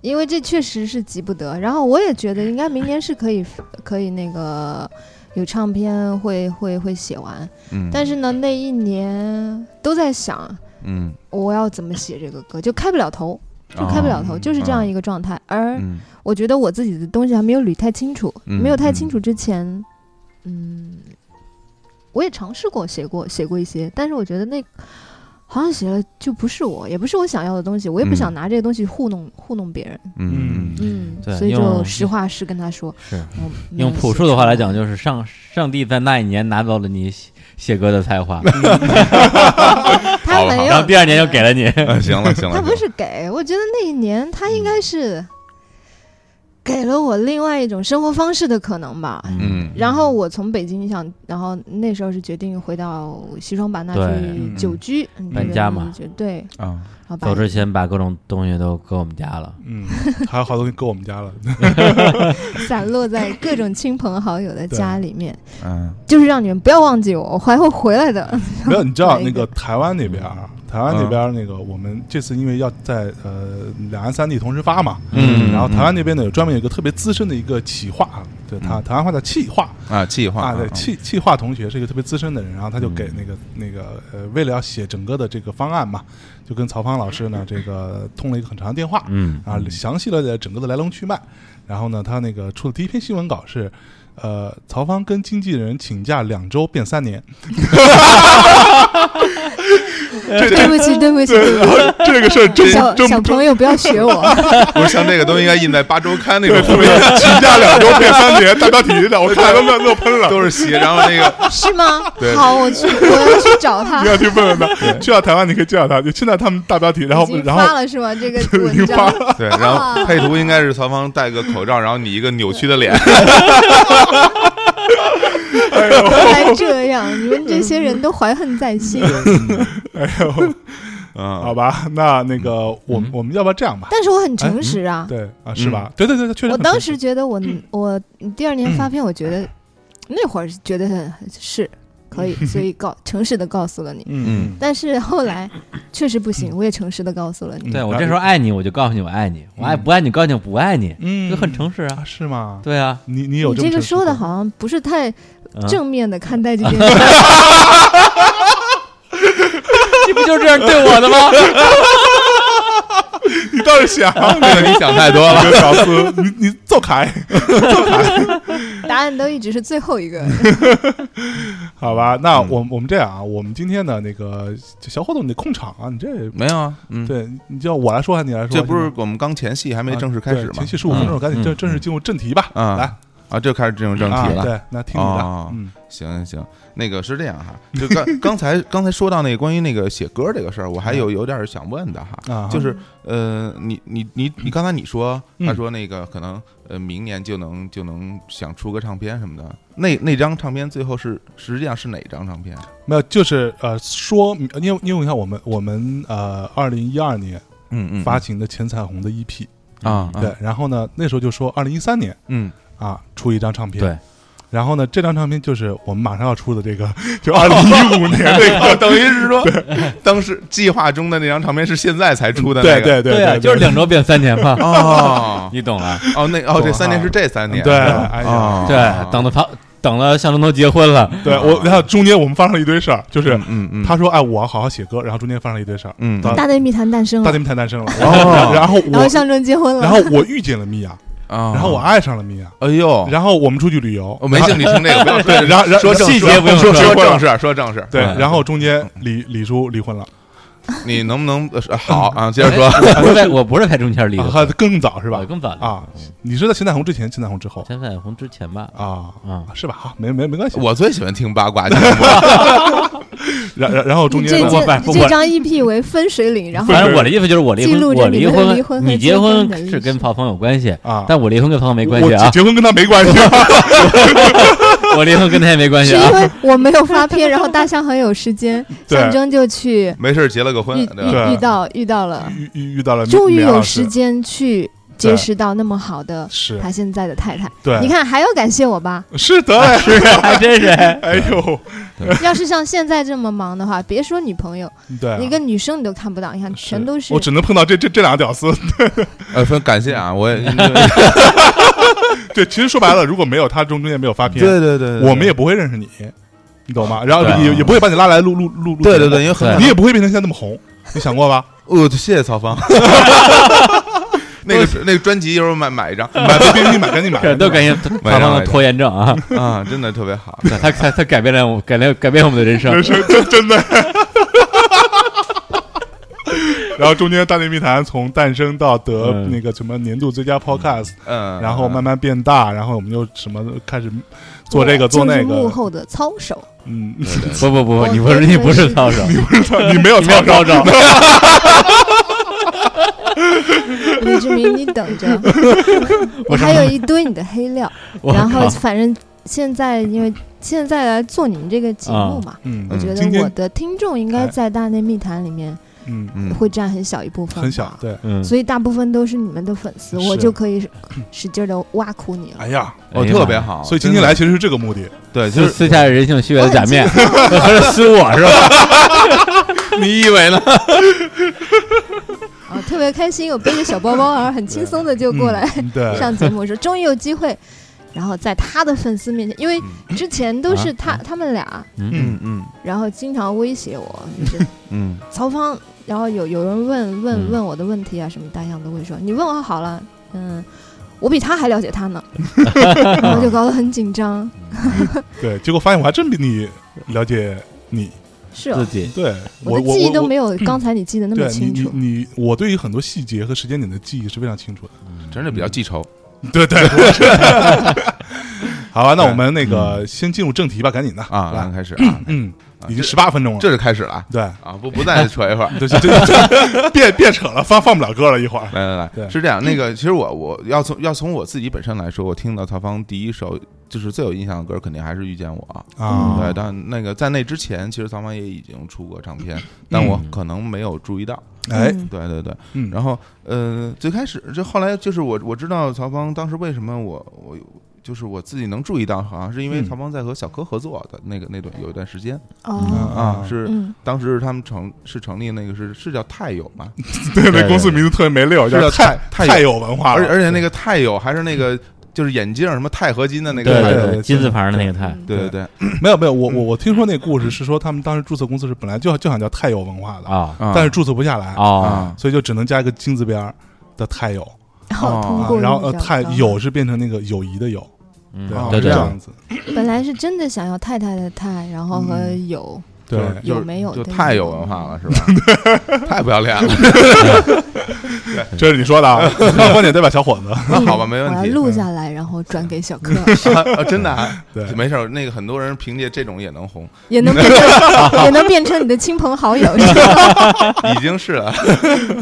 S4: 因为这确实是急不得。然后我也觉得应该明年是可以可以那个有唱片会会会写完，
S3: 嗯，
S4: 但
S3: 是
S4: 是呢那一年都在想
S3: 嗯，
S4: 我要怎么写这个歌，就开不了头，就
S3: 哦
S4: 开不了头，就是这样一
S3: 个，
S4: 个状态。而
S3: 嗯
S4: 我觉得我自己的东西还没有捋太清楚，
S3: 嗯
S4: 没有太清楚之前，嗯，我也尝试过写过写过一些，但是我觉得那好像写了就不是我，也不是我想要的东西，我也不
S3: 嗯
S4: 想拿这个东西糊弄糊弄别人，
S3: 嗯嗯
S4: 嗯，
S2: 对
S4: 所以就
S2: 用
S4: 实话实跟他说，嗯
S2: 是
S4: 我没有
S2: 嗯用朴
S4: 写
S2: 树的话
S4: 出
S2: 来讲，就是上上帝在那一年拿走了你写写歌的才华，
S4: 他没有，
S2: 然后第二年又给了嗯你。
S3: 嗯，哎行了行了，
S4: 他
S3: 行
S4: 不
S3: 了
S4: 是给，我觉得那一年他应该是给了我另外一种生活方式的可能吧，
S3: 嗯
S4: 然后我从北京想，然后那时候是决定回到西双版纳
S2: 对
S4: 去久居，嗯
S2: 搬家嘛，
S4: 这个就对，
S3: 啊，
S4: 然后把
S2: 走之前把各种东西都搁我们家了，
S1: 嗯，还有好多东西搁我们家了，
S4: 散落在各种亲朋好友的家里面，
S3: 嗯
S4: 就是让你们不要忘记我，我还会回
S1: <laughs>
S4: 来的。
S1: 没有，你知道
S4: 哪
S1: 那
S4: 一
S1: 个
S4: 个
S1: 台湾那边啊，台湾那边那个我们这次因为要在呃两岸三地同时发嘛，
S3: 嗯
S1: 然后台湾那边呢有专门有一个特别资深的一个企划，对他
S3: 嗯
S1: 台湾话叫企划
S3: 啊，计划
S1: 啊，对
S3: 啊
S1: 企企划同学是一个特别资深的人，然后他就给
S2: 嗯
S1: 那个那个呃为了要写整个的这个方案嘛，就跟曹芳老师呢这个通了一个很长的电话，
S2: 嗯
S1: 啊，详细了解整个的来龙去脉。然后呢，他那个出的第一篇新闻稿是，呃，曹芳跟经纪人请假两周变三年，
S4: 对不起，对
S1: <laughs>
S4: 不起，对不
S1: 这个事儿真
S4: 起，小
S1: 真
S4: 小
S1: 不
S4: 朋友不要学
S1: <laughs>
S4: 我。
S3: 不是像这个都应该印在八周刊那种
S1: 对，特别请假两周变三年，大标题的，我看都乐乐喷了。
S3: <laughs> 都是写，然后那个
S1: <laughs>
S4: 是吗
S3: 对？
S4: 好，我去，我要去找他
S1: 你。要去问问他，去到台湾你可以见到他，就现在他们大标 <laughs> 题，然后
S4: 已经
S1: 然
S4: 发
S1: <laughs> 后
S4: 了是吗？这个
S1: 已经
S4: 文
S1: 发
S4: 章
S1: 了，
S3: 对，然后配图应该是曹芳戴个口罩，然后你一个扭曲
S1: <laughs>
S3: 的脸，
S1: 哎呦，
S4: 原来这样，你们这些人都怀恨在心。
S1: 哎呦，
S3: 嗯，
S1: 好，吧，那那个我们
S2: 嗯
S1: 我们要不要这样吧？
S4: 但是我很诚实啊，
S1: 对啊，是吧？对对对，对确实嗯
S4: 我
S1: 很
S4: 当
S1: 诚
S4: 时
S1: 实，
S4: 觉得我我第二年发片，我觉得那会儿是觉得很是可以，所以告诚实的告诉了你。
S1: 嗯
S4: 但是后来确实不行，我也诚实的告诉了你。
S1: 嗯
S2: 对我这时候爱你，我就告诉你我爱你，我爱
S1: 嗯
S2: 不爱你，告诉你我不爱你，
S1: 嗯，
S2: 就很诚实啊
S1: 啊，。是吗？
S2: 对啊，
S1: 你你有
S4: 你这
S1: 么
S4: 个
S1: 诚实
S4: 说的
S1: 过，
S4: 好像不是太
S2: 嗯
S4: 正面的看待这件事，
S2: 你不就这样对我的吗？
S1: 你倒是
S4: <laughs>
S1: 想。
S3: 这个你想太多了，
S1: 这个屌丝，你你走开，嗯
S4: <laughs> 答案都一直是最后一个。
S1: 好吧？那
S3: 嗯
S1: 我们我们这样啊，我们今天的那个小伙子，你得控场啊，你这
S3: 没有啊，嗯，
S1: 对，你叫我来说还是你来说？
S3: 这不是我们刚前戏还没正式开始
S1: 啊对
S3: 吗
S1: 前期？十五分钟，赶紧
S2: 嗯
S1: 正
S2: 嗯
S1: 正式进入正题吧。
S3: 嗯
S1: 来，
S3: 啊，这开始进入正
S1: 啊
S3: 题了。
S1: 对，那听你的，
S3: 哦
S1: 嗯
S3: 行行行，那个是这样哈，就刚刚才刚才说到那个关于那个写歌这个事儿，我还
S1: 嗯
S3: 有有点儿想问的哈，
S1: 啊，
S3: 就是呃，你你你你刚才你说，
S1: 嗯
S3: 他说那个可能呃明年就能就能想出个唱片什么的，那那张唱片最后是实际上是哪张唱片？
S1: 没有，就是呃，说明因为因为你看我们我们呃，二零一二年
S3: 嗯嗯
S1: 发行的《浅彩虹》的 EP，、
S3: 啊啊
S1: 对，然后呢，那时候就说二零一三年
S3: 嗯
S1: <laughs> 啊出一张唱片，
S2: 对。
S1: 然后呢，这张唱片就是我们马上要出的这个， <laughs> 就二零一五年这个，
S3: 哦等于是说，当时计划中的那张唱片是现在才出的那
S1: <laughs> 对
S3: 个，
S1: 对
S2: 对啊，
S1: 对，
S2: 就是两周变三年嘛，
S3: 哦
S2: 你懂了。
S3: 哦，那哦，这三年是这三年，
S1: 对，
S3: 啊
S1: 哎呀，
S3: 哦
S2: 对，等到他等到向东都结婚了，
S1: 对我，然后中间我们发生了一堆事儿，就是
S3: 嗯嗯嗯，
S1: 他说哎，我要好好写歌，然后中间发生了一堆事儿，
S3: 嗯
S1: 到
S4: 大内密谈诞生
S1: 大内
S4: 了，
S1: 密谈诞生了，
S3: 哦
S1: 然后
S4: 嗯然后
S1: 我，
S4: 象征结婚了，
S1: 然后我遇见了米娅，
S3: 啊
S1: 然后我爱上了米娅，
S3: 哎呦，
S1: 然后我们出去旅游，
S3: 我哦没兴趣听这个，不要
S1: <laughs>
S3: 说
S1: 对，然后然后
S3: 说正
S2: 细节不用
S3: 说
S2: 说
S3: 说正事，说正事。
S1: 对，
S2: 嗯
S1: 然后中间李李叔离婚了，
S3: 你能不能呃好啊？接着说，
S2: 哎我不是 <laughs> 在我不是在中间离的，
S1: 啊还更早是吧
S2: 我？更早离的
S1: 啊，你是在秦彩虹之前，秦彩虹之后
S2: 先在红之前吧，
S1: 啊？
S2: 啊，
S1: 是吧？好，没没没关系。
S3: 我最喜欢听八卦节目了。
S1: 然然然后中
S4: 你
S1: 间
S4: 这
S2: 我反
S4: 这
S2: 我
S4: 这张 EP 为分水岭，然后
S2: 反正我的意思就是我离
S4: 记录
S2: 婚，
S4: 着
S2: 我
S4: 你
S2: 离
S4: 们的
S2: 婚，
S4: 离婚和
S2: 你
S4: 结
S2: 结
S4: 婚的
S2: 婚是
S4: 历史
S2: 跟泡芙有关系，
S1: 啊，
S2: 但我离婚跟泡芙没关系
S1: 我
S2: 啊，
S1: 结婚跟他没关系。
S2: <laughs> 我离婚跟他也没
S1: <laughs>
S2: 关系
S4: 是因
S2: 啊。
S4: 为我没有发片，然后大象很有时间，
S1: 对
S4: 象征就去
S3: 没事儿结了个婚
S4: 遇，
S3: 对吧？
S1: 对呃
S4: 遇遇到遇到了，
S1: 遇遇遇到了米，
S4: 终于
S1: 米娅
S4: 有
S1: 老师
S4: 时间去结识到那么好的
S1: 是，
S4: 他现在的太太。
S1: 对，
S4: 你看还要感谢我吧，
S1: 是的，
S2: <laughs> 是，啊还真是。
S1: 哎呦，
S4: 要是像现在这么忙的话，别说女朋友，
S1: 对啊，
S4: 你跟女生你都看不到，你看
S1: 是
S4: 全都是
S1: 我只能碰到这这这俩屌丝。
S3: 呃，分感谢啊，我也
S1: <laughs> 对，其实说白了，如果没有他中中间没有发片，
S3: <laughs> 对对
S1: 我们也不会认识你，你懂吗？然后
S2: 对啊
S1: 也也不会把你拉来录录录录，
S3: 对对对，，因为很
S2: 对
S1: 你也不会变成现在那么红，你想过吧？
S3: 哦，谢谢曹芳。 <laughs> 那个那个专辑，一会儿买买一张
S1: 买赶紧买，赶紧买，
S2: 都感谢
S3: 晚
S2: 他
S3: 上
S2: 方的拖延症
S3: <laughs>
S2: 啊，
S3: 啊，真的特别好。
S2: 他他他改变了我，改变改变我们的人生
S1: 人。生真真的。 <laughs> 然后中间《大内密谈》从诞生到得
S2: 嗯
S1: 那个什么年度最佳 Podcast，、
S3: 嗯，
S1: 然后慢
S3: 慢
S1: 慢变大，然后我们又什么开始做这个做那
S4: 就是幕
S1: 个，
S4: 后的操守，
S1: 嗯，
S2: 不不不不，
S4: 我
S2: 你不是
S4: 我
S2: 你不是操守，
S1: <laughs> 你没有
S2: 你没有
S1: 操
S2: 操
S1: 守，
S2: 守，
S4: 李志明，你等
S1: <laughs>
S4: 着，我
S2: 我
S4: 还有一堆你的黑料。
S2: 我
S4: 然后
S2: 靠
S4: 反正现在因为现在来做你们这个节目嘛，
S1: 嗯，
S4: 我觉
S1: 今
S4: 得
S1: 天
S4: 我
S1: 哎
S4: 的听众应该在大内密谈里面
S1: 嗯
S3: 嗯，
S4: 会占很小一部分，
S1: 很小，，对，
S2: 嗯，
S4: 所以大部分都是你们的粉丝，
S1: 是
S4: 我就可以使劲的挖苦你了。
S1: 哎呀，
S3: 哦，
S2: 哎呀妈
S3: 特
S2: 呀
S3: 别好。
S1: 所以今天来其实是这个目的，
S3: 对，
S2: <laughs>
S3: 就
S2: 私
S3: 是
S2: 私下人性虚伪的假
S4: <laughs>
S2: 面，合着撕我是吧？
S3: 你以为呢？
S1: <laughs>
S4: 啊，特别开心，我背着小包包，然后很轻松的就过来
S1: 嗯，对，
S4: <laughs> 上节目，说终于有机会。然后在他的粉丝面前，因为之前都是他他们俩，
S1: 嗯
S3: 嗯
S4: 然后经常威胁我，
S1: <laughs>
S4: 就是
S3: 嗯
S4: 曹芳，然后有有人问问
S2: 嗯
S4: 问我的问题啊，什么大象都会说，你问我好了，嗯，我比他还了解他呢，
S1: 啊
S4: 然后就搞得很紧张，
S1: <laughs> 对，结果发现我还真比你了解你，
S4: 是
S2: 自
S4: 哦，
S2: 己
S1: 对我
S4: 的记忆都
S1: 我
S4: 没有刚才你记得那么
S1: 对你
S4: 清
S1: 你
S4: 楚，
S1: 你，我对于很多细节和时间点的记忆是非常清楚的。
S3: 嗯，真是比较记仇。
S1: 对对，我是 <laughs> 好吧，那
S3: 对
S1: 我们那个先进入正题吧，赶紧的
S3: 啊，
S1: 来
S3: 来开始啊，
S1: 嗯，
S3: 啊
S1: 已经
S3: 这
S1: 十八分钟了，
S3: 这就开始了啊
S1: 对，
S3: 啊，不不再扯一会儿。
S1: 对，这这 <laughs> 别别扯了，放放不了歌了，一会儿
S3: 来来
S1: 对
S3: 来，是这样，那个其实我我要从要从我自己本身来说，我听到曹芳第一首就是最有印象的歌，肯定还是《遇见我》
S1: 啊，
S3: 对，但那个在那之前，其实曹芳也已经出过唱片，但我可能没有注意到。
S1: 哎，
S4: 嗯
S3: 对对对，
S1: 嗯，
S3: 然后呃，最开始就后来就是我我知道曹芳当时为什么我我就是我自己能注意到，好像是因为
S1: 嗯
S3: 曹芳在和小柯合作的那个那段有一段时间
S4: 哦，
S1: 啊
S3: 啊，是
S4: 嗯，
S3: 当时他们成是成立那个是是叫泰友嘛，
S1: <laughs> 对，
S2: 对
S1: 那
S2: 对
S1: 公司名字特别没溜，
S3: 是
S1: 叫
S3: 叫
S1: 太太
S3: 太太
S1: 有文化了，
S3: 而而且那个泰友还是那个就是眼镜儿什么钛合金的那
S2: 对
S3: 个钛友
S1: 对
S2: 对
S1: 对
S2: 对，金字旁的那个太，
S4: 嗯
S3: 对对对
S1: <laughs> 没有没有，我我我听说那故事是说他们当时注册公司是本来就就想叫太有文
S4: 嗯
S1: 化的，
S2: 啊
S3: 啊
S1: 但是注册不下来，
S2: 哦，
S3: 啊
S1: 所以就只能加一个金字边儿的太有
S4: 然后通
S1: 啊，
S4: 过
S1: 然后呃
S4: 比较
S1: 太
S4: 高
S1: 友是变成那个友谊的友，
S2: 嗯
S1: 对，好
S3: 啊
S1: 像
S2: 对
S1: 是这
S2: 对
S1: 样子，
S4: 本来是真的想要太太的太，然后和
S1: 嗯
S4: 有
S1: 对，
S3: 就是
S4: 有没有
S3: 就
S4: 对
S3: 太有文化了，
S1: <laughs>
S3: 是吧？太不要脸了，
S1: 这是你说的 <laughs> 啊，观点对吧，小伙子？
S3: 那好吧，没问
S4: 哎我要
S3: 题。
S4: 录下来，然后转给小柯，
S3: 啊啊真的啊，
S1: 对，
S3: 没事儿，那个很多人凭借这种也能红，
S4: 也能变成也能变成你的亲朋好友，是吧？
S3: 已经是
S1: <laughs>
S3: 了。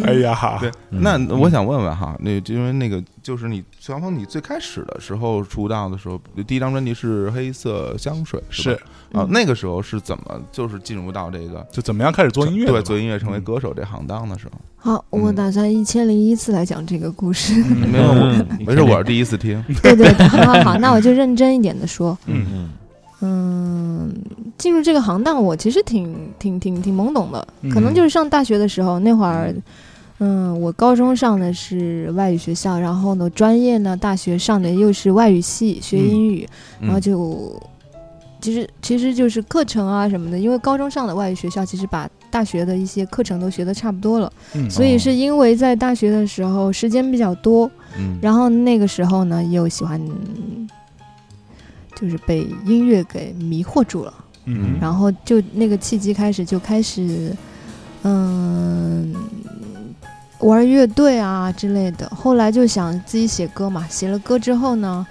S1: 哎呀，
S3: 对，
S2: 嗯
S3: 那我想问问哈，那因为那个就是你，小芳，你最开始的时候出道的时候，第一张专辑是《黑色香水》，
S1: 是
S3: 吧啊，
S4: 嗯
S3: 那个时候是怎么就是进入到这个
S1: 就怎么样开始做音乐的
S3: 对，
S1: 吧？
S3: 做音乐成为
S1: 嗯
S3: 歌手这行当的时候，
S4: 好，我
S3: 嗯
S4: 打算一千零一次来讲这个
S1: <laughs>
S4: 故事。
S1: 嗯
S3: 没有
S2: 嗯
S3: 我，没事，我是第一次听，
S4: 对对对，好好好，那我就认真一点的说，
S1: 嗯，
S2: 嗯
S4: 嗯，进入这个行当，我其实挺挺挺挺懵懂的，可能
S1: 嗯
S4: 就是上大学的时候那会儿，嗯，我高中上的是外语学校，然后呢，专业呢，大学上的又是外语系，学英语，然后
S3: 嗯
S4: 就其实其实就是课程啊什么的，因为高中上的外语学校，其实把大学的一些课程都学的差不多了，
S1: 嗯
S4: 所以是因为在大学的时候时间比较多，
S1: <laughs>
S3: 嗯
S4: 然后那个时候呢，又喜欢，就是被音乐给迷惑住了，
S1: 嗯
S4: 然后就那个契机开始就开始，嗯，玩乐队啊之类的。后来就想自己写歌嘛，写了歌之后呢，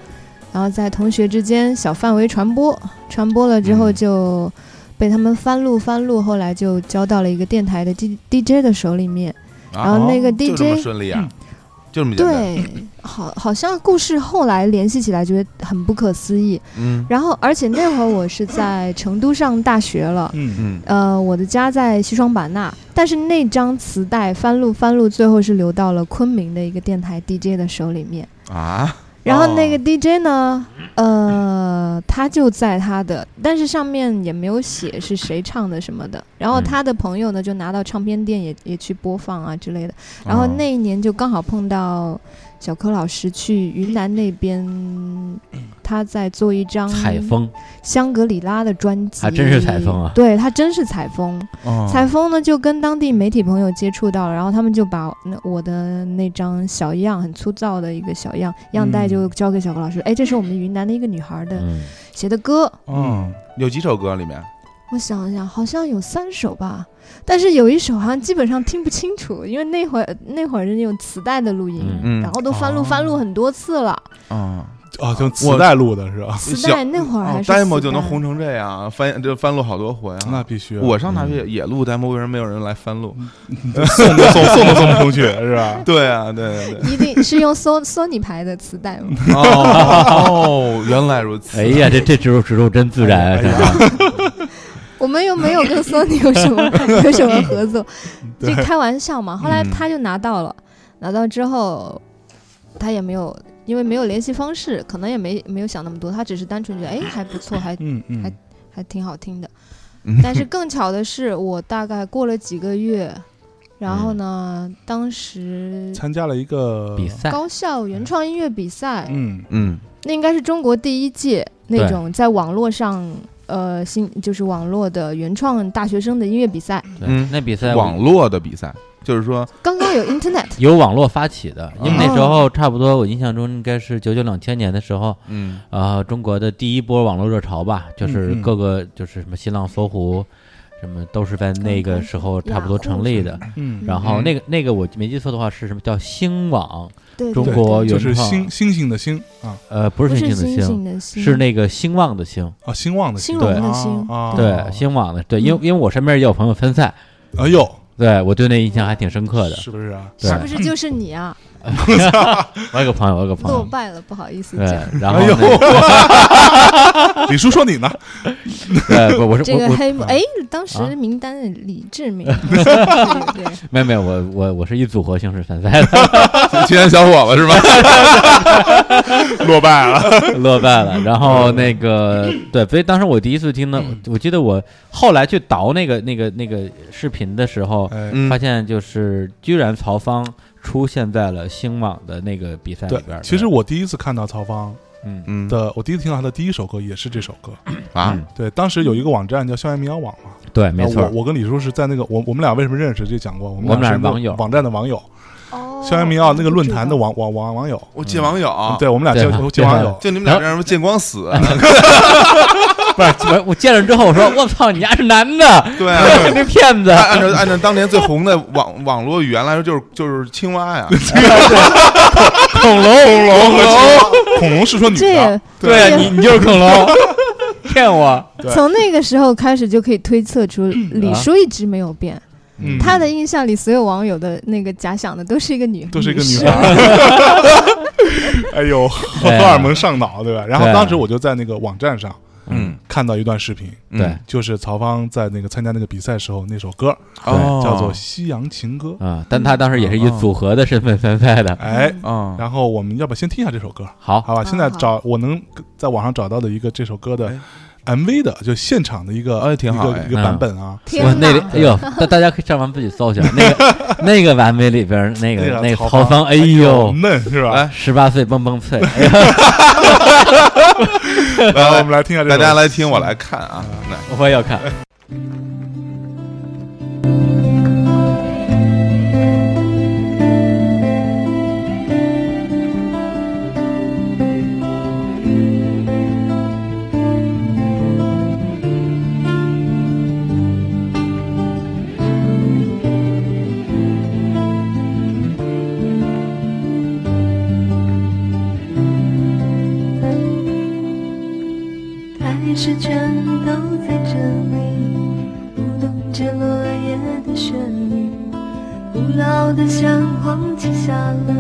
S4: 然后在同学之间小范围传播，传播了之后
S3: 嗯
S4: 就被他们翻录翻录，后来就交到了一个电台的 D D J 的手里面，然后哦那个
S3: 啊哦就
S4: DJ
S3: 这么顺利啊，就这么简单，
S4: 对，好，好像故事后来联系起来，觉得很不可思议。
S3: 嗯
S4: 然后，而且那会儿我是在成都上大学了，
S1: 嗯
S3: 嗯
S4: 呃，我的家在西双版纳，但是那张磁带翻录翻录，最后是流到了昆明的一个电台 DJ 的手里面。
S3: 啊，
S4: 然后
S2: 哦
S4: 那个 DJ 呢，呃，他就在他的，但是上面也没有写是谁唱的什么的。然后
S3: 嗯
S4: 他的朋友呢，就拿到唱片店也也去播放啊之类
S2: 哦
S4: 的。然后那一年就刚好碰到小柯老师去云南那边，他在做一张
S2: 嗯采风，
S4: 香格里拉的专辑，
S2: 还真是采风啊
S4: 对他真是采风，
S3: 哦
S4: 采风呢就跟当地媒体朋友接触到了，然后他们就把那我的那张小样很粗糙的一个小样样带就交给小柯老
S3: 嗯
S4: 师，哎，这是我们云南的一个女孩的
S2: 嗯，
S4: 写的歌，
S1: 嗯
S3: 有几首歌里面，
S4: 我想一想，好像有三首吧，但是有一首好像基本上听不清楚，因为那会儿那会儿是用磁带的录音，
S2: 嗯
S3: 嗯
S4: 然后都翻录翻录很多次了。
S3: 啊，
S1: 哦，就磁带录的是吧？
S4: 磁
S3: 小
S4: 带那会儿还
S3: 哦
S4: 是、
S3: demo 就能红。成这样，翻这翻录好多回
S1: 那
S3: 啊。
S1: 必须，
S3: 我上大学也录 demo，为什么没有人来翻录？
S1: 送都送送都送不出去是吧？
S3: 对啊，对
S4: <laughs>
S3: 对
S4: 一定是用索索尼牌的磁带吗？
S3: 对。哦，原来如此。
S2: 哎呀，这这植入植入真自然啊，
S1: 哎
S2: 真
S1: 呀
S2: 的，
S4: 我们又没有跟索尼有什么有什么合作，就
S1: 对
S4: 开玩笑嘛。后来
S3: 嗯
S4: 他就拿到了，拿到之后，他也没有因为没有联系方式，可能也没没有想那么多，他只是单纯觉得哎还不错，还
S1: 嗯嗯
S4: 还挺好听的
S3: 嗯。
S4: 但是更巧的是，我大概过了几个月，然后呢，当时
S1: 参加了一个
S2: 比，赛，
S4: 高校原创音乐比赛，
S1: 嗯
S3: 嗯
S4: 那应该是中国第一届那
S2: 对
S4: 种在网络上，呃，新就是网络的原创大学生的音乐比赛，
S2: 对
S3: 嗯
S2: 那比赛
S3: 网络的比赛，就是说，
S4: 刚刚有 Internet，
S2: 由网络发起的，因为那
S4: 哦
S2: 时候差不多，我印象中应该是九九两千年的时候，
S3: 嗯
S2: 呃，中国的第一波网络热潮吧，就是
S1: 嗯嗯
S2: 各个就是什么新浪、搜狐，什么都是在那个时候 <laughs> 差不多成立的。
S1: 嗯，
S2: 然后
S3: 嗯
S2: 那个那个我没记错的话是什么叫星网？
S4: 对，
S2: 中
S4: 对
S2: 国
S4: 对
S2: 有
S1: 就是星星星的星啊
S2: 呃，不
S4: 不
S2: 是
S4: 是
S2: 星星的
S4: 星
S2: 星，
S4: 的星，
S2: 是那个兴旺的兴。
S1: 啊，兴旺的
S4: 兴
S1: 对
S4: 隆的兴
S1: 啊，
S2: 对，兴旺的对，因为因为我身边也有朋友参赛，
S1: 哎呦，
S2: 对我对那印象还挺深刻的。
S1: 是不是啊？
S2: 对
S4: 是，不是就是你啊？
S2: 我有个朋友，我有个朋
S4: 落
S2: 友，
S4: 败了，不好意思
S2: 对
S4: 讲。，
S2: 然后
S1: 哎呦
S2: 那，
S1: 李叔说你呢？
S2: 对，不我是
S4: 这
S2: 我
S4: 个
S2: 我嗯
S4: 黑幕，
S1: 啊
S4: 哎，当时
S2: 啊
S4: 名单的李
S2: <laughs>
S4: 志明，对对对
S2: 没有没有我我我是一组合形式参赛的，
S3: 青年嗯小伙子是吧？
S1: 落败了，
S2: <laughs> 落败了。然后那个对，所以当时我第一次听到，我记得我后来去倒那个那个那个视频的时候，
S1: 哎，
S3: 嗯
S2: 发现就是居然曹芳出现在了星网的那个比赛里
S1: 对
S2: 边儿。，
S1: 其实我第一次看到曹芳
S2: 嗯
S3: 嗯
S1: 的，我第一次听到他的第一首歌也是这首歌。
S3: 啊，
S2: 嗯
S1: 对，当时有一个网站叫校园民谣网嘛，
S2: 对，没错
S1: 我
S2: 儿，
S1: 我跟李叔是在那个我我们俩为什么认识就讲过，我
S2: 我们
S1: 俩是
S2: 俩是
S1: 那个
S2: 网友
S1: 网站的网友，
S4: 哦，
S1: 校园民谣那个论坛的
S4: 我
S1: 网网网网友，
S3: 我见网友，
S1: 嗯对我们俩
S2: 对
S1: 见
S2: 吧
S1: 见网友，
S3: 啊就你们俩这人见光死，
S2: 不是我我见了之后我说我操你丫是男
S3: <laughs>
S2: 的，
S3: 对啊
S2: 这骗子，
S3: 按按照按照当年最红的网 <laughs> 网络语言来说，就是就是青蛙呀，
S2: 恐龙恐
S1: 恐龙，恐龙是说女
S4: 这
S1: 的，
S4: 也
S2: 对啊，你你就是恐龙，骗我，
S1: 对
S4: 从那个时候开始就可以推测出
S2: 嗯啊
S4: 李叔一直没有变。
S1: 嗯
S4: 他的印象里，所有网友的那个假想的都是一个女，
S1: 都是一个女
S4: 士
S1: 孩。 <laughs> 哎呦，荷
S2: <laughs> 对啊
S1: 尔蒙上脑，对吧？然后
S2: 对啊
S1: 当时我就在那个网站上
S3: 嗯，
S1: 看到一段视频，
S3: 嗯
S2: 对
S1: 就是曹芳在那个参加那个比赛时候那首歌
S3: 哦，
S1: 叫做《西洋情歌》。
S2: 啊，但他当时也是
S1: 哦
S2: 以组合的身份参赛的，
S1: 哎，
S3: 啊，
S1: 然后我们要不要先听一下这首歌？
S2: 好，
S1: 好吧，
S4: 好哎
S1: 现在找我能在网上找到的一个这首歌的 MV 的，就现场的一个，
S3: 哎挺好
S1: 一个
S3: 哎
S1: 一个版本啊。
S4: 天
S2: 我
S4: 哪！
S2: 那里哎呦，大大家可以上网自己搜一下，那
S1: <laughs>
S2: 个那个完美里边那
S1: 那
S2: 个那个
S1: 曹
S2: 曹芳，哎呦，哎
S1: 嫩是吧？
S3: 来
S2: 十八岁蹦
S1: <laughs>
S2: 蹦脆，
S1: 来，我们来听一下这
S3: 大
S1: 首。
S3: 家来听我
S2: 嗯
S3: 来看啊，来，
S2: 我也要看，啊
S5: 爱是全都在这里，舞动着落叶的旋律，古老的像黄旗下了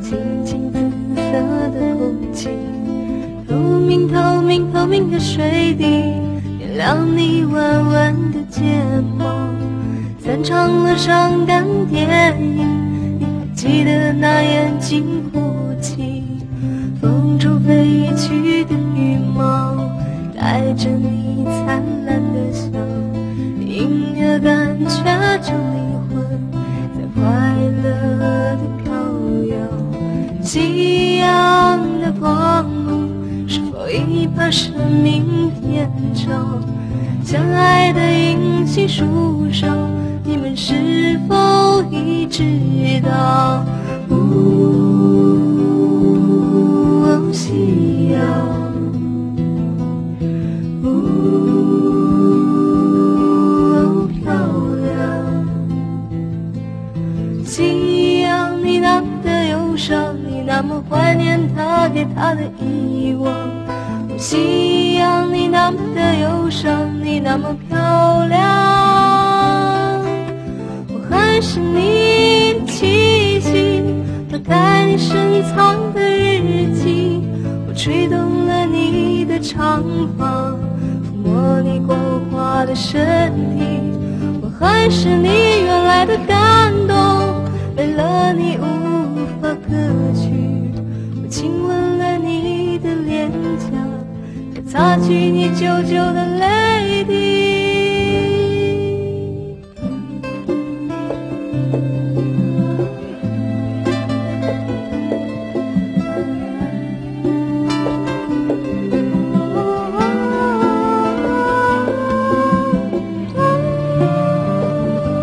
S5: 青青紫色的雾气，透明透明透明的水滴，原谅你弯弯的睫毛，散场了伤感电影，你还记得那眼睛哭泣。风中飞去的羽毛，带着你灿烂的笑，音乐感觉着灵魂在快乐的飘摇。夕阳的光芒是否已把生命点着？相爱的银杏树上，你们是否已知道？哦，夕阳，哦，漂亮。夕阳，你那么的忧伤，你那么怀念他给他的遗忘。哦，夕阳，你那么的忧伤，你那么漂亮。我还是你的气息，我带你深藏的日记，我吹动了你的长发，抚摸你光滑的身体，我还是你原来的感动，为了你无法割去，我亲吻了你的脸颊，还擦去你久久的泪滴。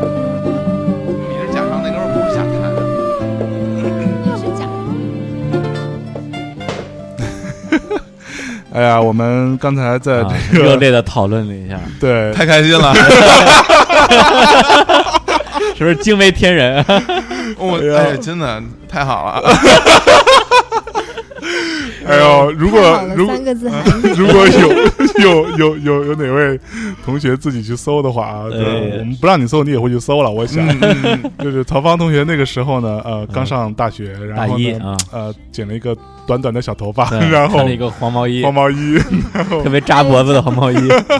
S3: 你是假唱，那哥们不是假啊弹，
S1: 哎呀，我们刚才在
S2: 啊
S1: 这
S2: 热
S1: 个
S2: 烈的讨论了一下，
S1: 对
S3: 太开心了，
S2: 是不是惊为天人？
S3: <laughs> 我
S1: 哎呀
S2: 啊
S3: 哎呀，真的太
S2: <laughs>
S3: 好了，
S1: 哎呦，如
S4: 太
S1: 果
S4: 好了
S1: 如果嗯
S4: 三个字含义。
S1: <laughs> 如果有有有有有哪位同学自己去搜的话啊，对，
S2: 哎
S1: 我们不让你搜，你也会去搜了。我想，
S3: 嗯
S1: 就是曹芳同学那个时候呢，呃，刚上大学， <laughs> 然后
S2: 嗯大一
S1: 呢
S2: 啊，
S1: 呃，剪了一个短短的小头发，
S2: 对
S1: 然后
S2: 穿了一个黄毛衣，
S1: 黄毛衣， <laughs> 然后
S2: 特别扎脖子的黄
S1: <laughs>
S2: 毛衣，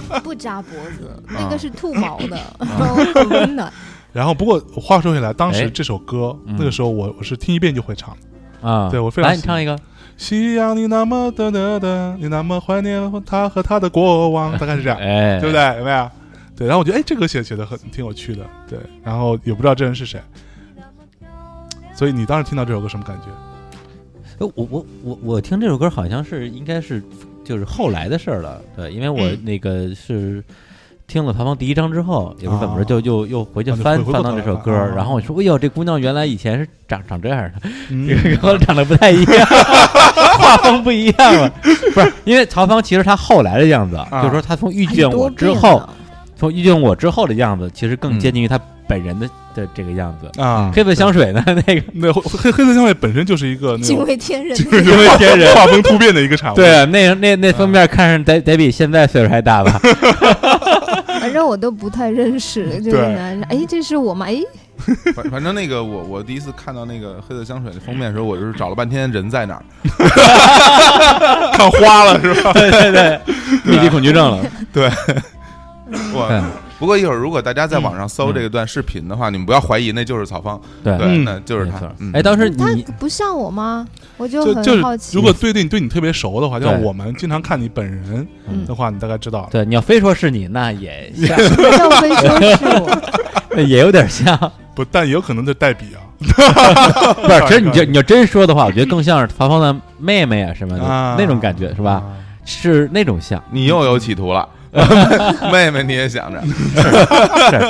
S2: 啊
S4: <laughs> 不扎脖子，
S3: 啊
S4: 哎那个是兔毛的，
S2: 嗯
S4: <laughs> 很温暖。
S1: 然后不过话说回来，当时
S2: 哎
S1: 这首歌
S2: 嗯
S1: 那个时候我我是听一遍就会唱。
S2: 啊，
S1: 对我非常
S2: 来，
S1: 喜
S2: 你
S1: 欢
S2: 唱一个，
S1: 夕阳，你那么的的的，你那么怀念他和他的过往，大概是这样。
S2: 哎，
S1: 对不？对？有没有？对，然后我觉得哎，这个写写的很挺有趣的，对，然后也不知道这人是谁，所以你当时听到这首歌什么感觉？
S2: 哎我我我我听这首
S1: 嗯
S2: 歌好像是应该是就是后来的事儿了，对，因为我那个是听了盘芳第一章之后，也不知道怎么着，
S1: 啊
S2: 就又又回去
S1: 啊就
S2: 翻
S1: 回回
S2: 翻
S1: 过
S2: 到
S1: 头
S2: 这首
S1: 来
S2: 歌，
S1: 了啊
S2: 然后我说：“哎呦，这姑娘原来以前是长长这样
S1: <laughs>
S2: 的，
S1: 嗯
S2: 这个跟我长得不太一样，画风不一样了。” <laughs> 不是，因为曹芳其实她后来的样子，
S1: 啊
S2: 就是说她从遇
S4: 很
S2: 见
S4: 哎多
S2: 我之
S4: 变啊
S2: 后，
S4: 了
S2: 从遇见我之后的样子，其实更
S3: 嗯
S2: 接近于她本人的的这个样子。
S1: 啊，
S2: 黑色香水呢？ <laughs> 那个
S1: 那黑黑色香味本身就是一个那
S4: 惊
S1: 种
S4: 为
S1: <laughs>
S4: 天人，
S1: 就是
S2: 惊为天人
S1: 画风突变的一个产物。
S2: 对，啊那那那封面看上得得比现在岁数还大
S3: <laughs>
S2: 吧？
S4: 反正我都不太
S1: <laughs>
S4: 认识，就是
S1: 对
S4: 男人，哎，这是我吗？哎，
S3: 嗯反反正那个我我第一次看到那个黑色香水的封面的时候，我就是找了半天人在哪儿，
S1: 看花了是吧？
S2: 对对对，密集恐惧症了。
S3: <laughs>
S2: 嗯
S3: 我。不过一会儿如果大家在网上搜这段视频的话，你们不要怀疑那就是曹芳，
S2: 对
S3: 对，
S1: 嗯
S3: 那就是
S2: 没
S3: 他
S2: 错。
S3: 嗯
S2: 哎，当时
S4: 他
S2: 你
S4: 不像我吗？我就
S1: 就就
S4: 很好
S1: 是，
S4: 奇
S1: 如。果对对你对你特别熟的话，就像
S2: 对
S1: 我们经常看你本人
S4: 嗯
S1: 的，话，你大概知道了。
S2: 对你要非说是你，那
S4: <laughs>
S2: 也像
S4: 要非说是
S1: <laughs>
S4: 我，
S2: <laughs> 那也有点
S3: <laughs>
S2: 像。
S1: 不，但也有可能是代笔啊。
S2: 不是，其实你这你要真说的话，我觉得更像是曹芳的妹妹啊什么的
S1: 啊
S2: 那种感觉，是吧？？是那种
S3: <laughs>
S2: 像，
S3: 你又有企图
S2: <laughs>
S3: 了，妹妹你也想着
S2: 是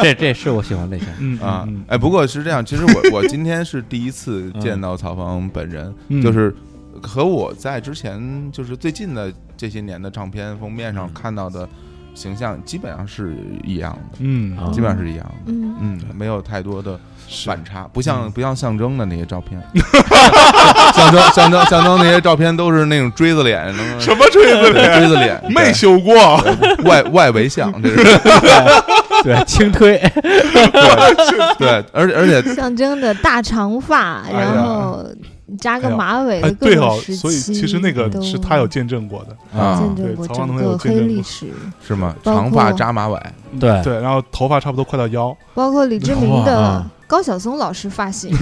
S2: 这这是我喜欢类型。
S1: 嗯
S3: 啊
S1: 嗯，
S3: 哎，不过是这样，其实我我今天是第一次见到曹芳本人，
S1: 嗯
S3: 就是和我在之前就是最近的这些年的唱片封面上
S2: 嗯
S3: 看到的形象基本上是一样的，
S1: 嗯
S2: 啊
S1: 嗯，
S3: 基本上是一样的，
S4: 嗯，
S3: 嗯，没有太多的
S1: 是
S3: 反差，不像
S1: 嗯
S3: 不像象征的那些照
S1: <laughs>
S3: 片，象征象征象征那些照片都是那种锥子脸，能
S1: 什么锥子
S3: 对锥
S1: 脸？
S3: 子脸，
S1: 没修过，
S3: 对外外围像，这
S1: <laughs>
S3: 是
S2: 对，轻
S3: <laughs>
S2: 推，
S3: 对对，而且而且
S4: 象征的大长发，
S1: 哎呀
S4: 然后扎个马尾
S1: 哎
S4: 的，各
S1: 对哦
S4: 种时，期，
S1: 所以其实那个
S4: 都
S1: 是他有见证过的，
S3: 啊
S4: 见
S1: 对
S4: 证过
S1: 曹芳
S4: 整
S1: 同学有
S4: 个
S1: 见
S4: 黑
S1: 证
S4: 历
S1: 过
S4: 史，
S3: 是吗？
S4: 包
S3: 长发
S4: 括
S3: 扎马尾，
S2: 对
S1: 对，然后头发差不多快到腰，
S4: 包括李志明的
S1: 啊
S2: 哇
S4: 高晓松老师
S1: <laughs>
S4: 发型，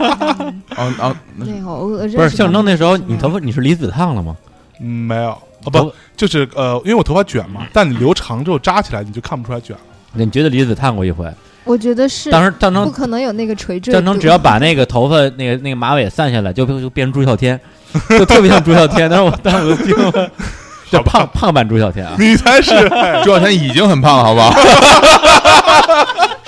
S3: <laughs> 哦哦，那
S4: 那会儿我认识
S2: 不是象征那时候
S4: 他
S2: 你头发你是离子烫了吗？
S1: 嗯，没有
S3: 哦
S1: 啊，不，就是呃，因为我头发卷嘛，但你留长之后扎起来，你就看不出来卷了。
S2: 你觉得离子烫过一回？
S4: 我觉得是，
S2: 当时象
S4: 不
S2: 征
S4: 可能有那个垂坠度。
S2: 象征只要把那个头发那个那个马尾散下来，就就变成朱孝天，就特别像朱孝天。当时我当时我就惊了，就胖胖版朱孝天啊。
S1: <laughs> 你才是哎
S3: 朱小天已经很胖了，好不好？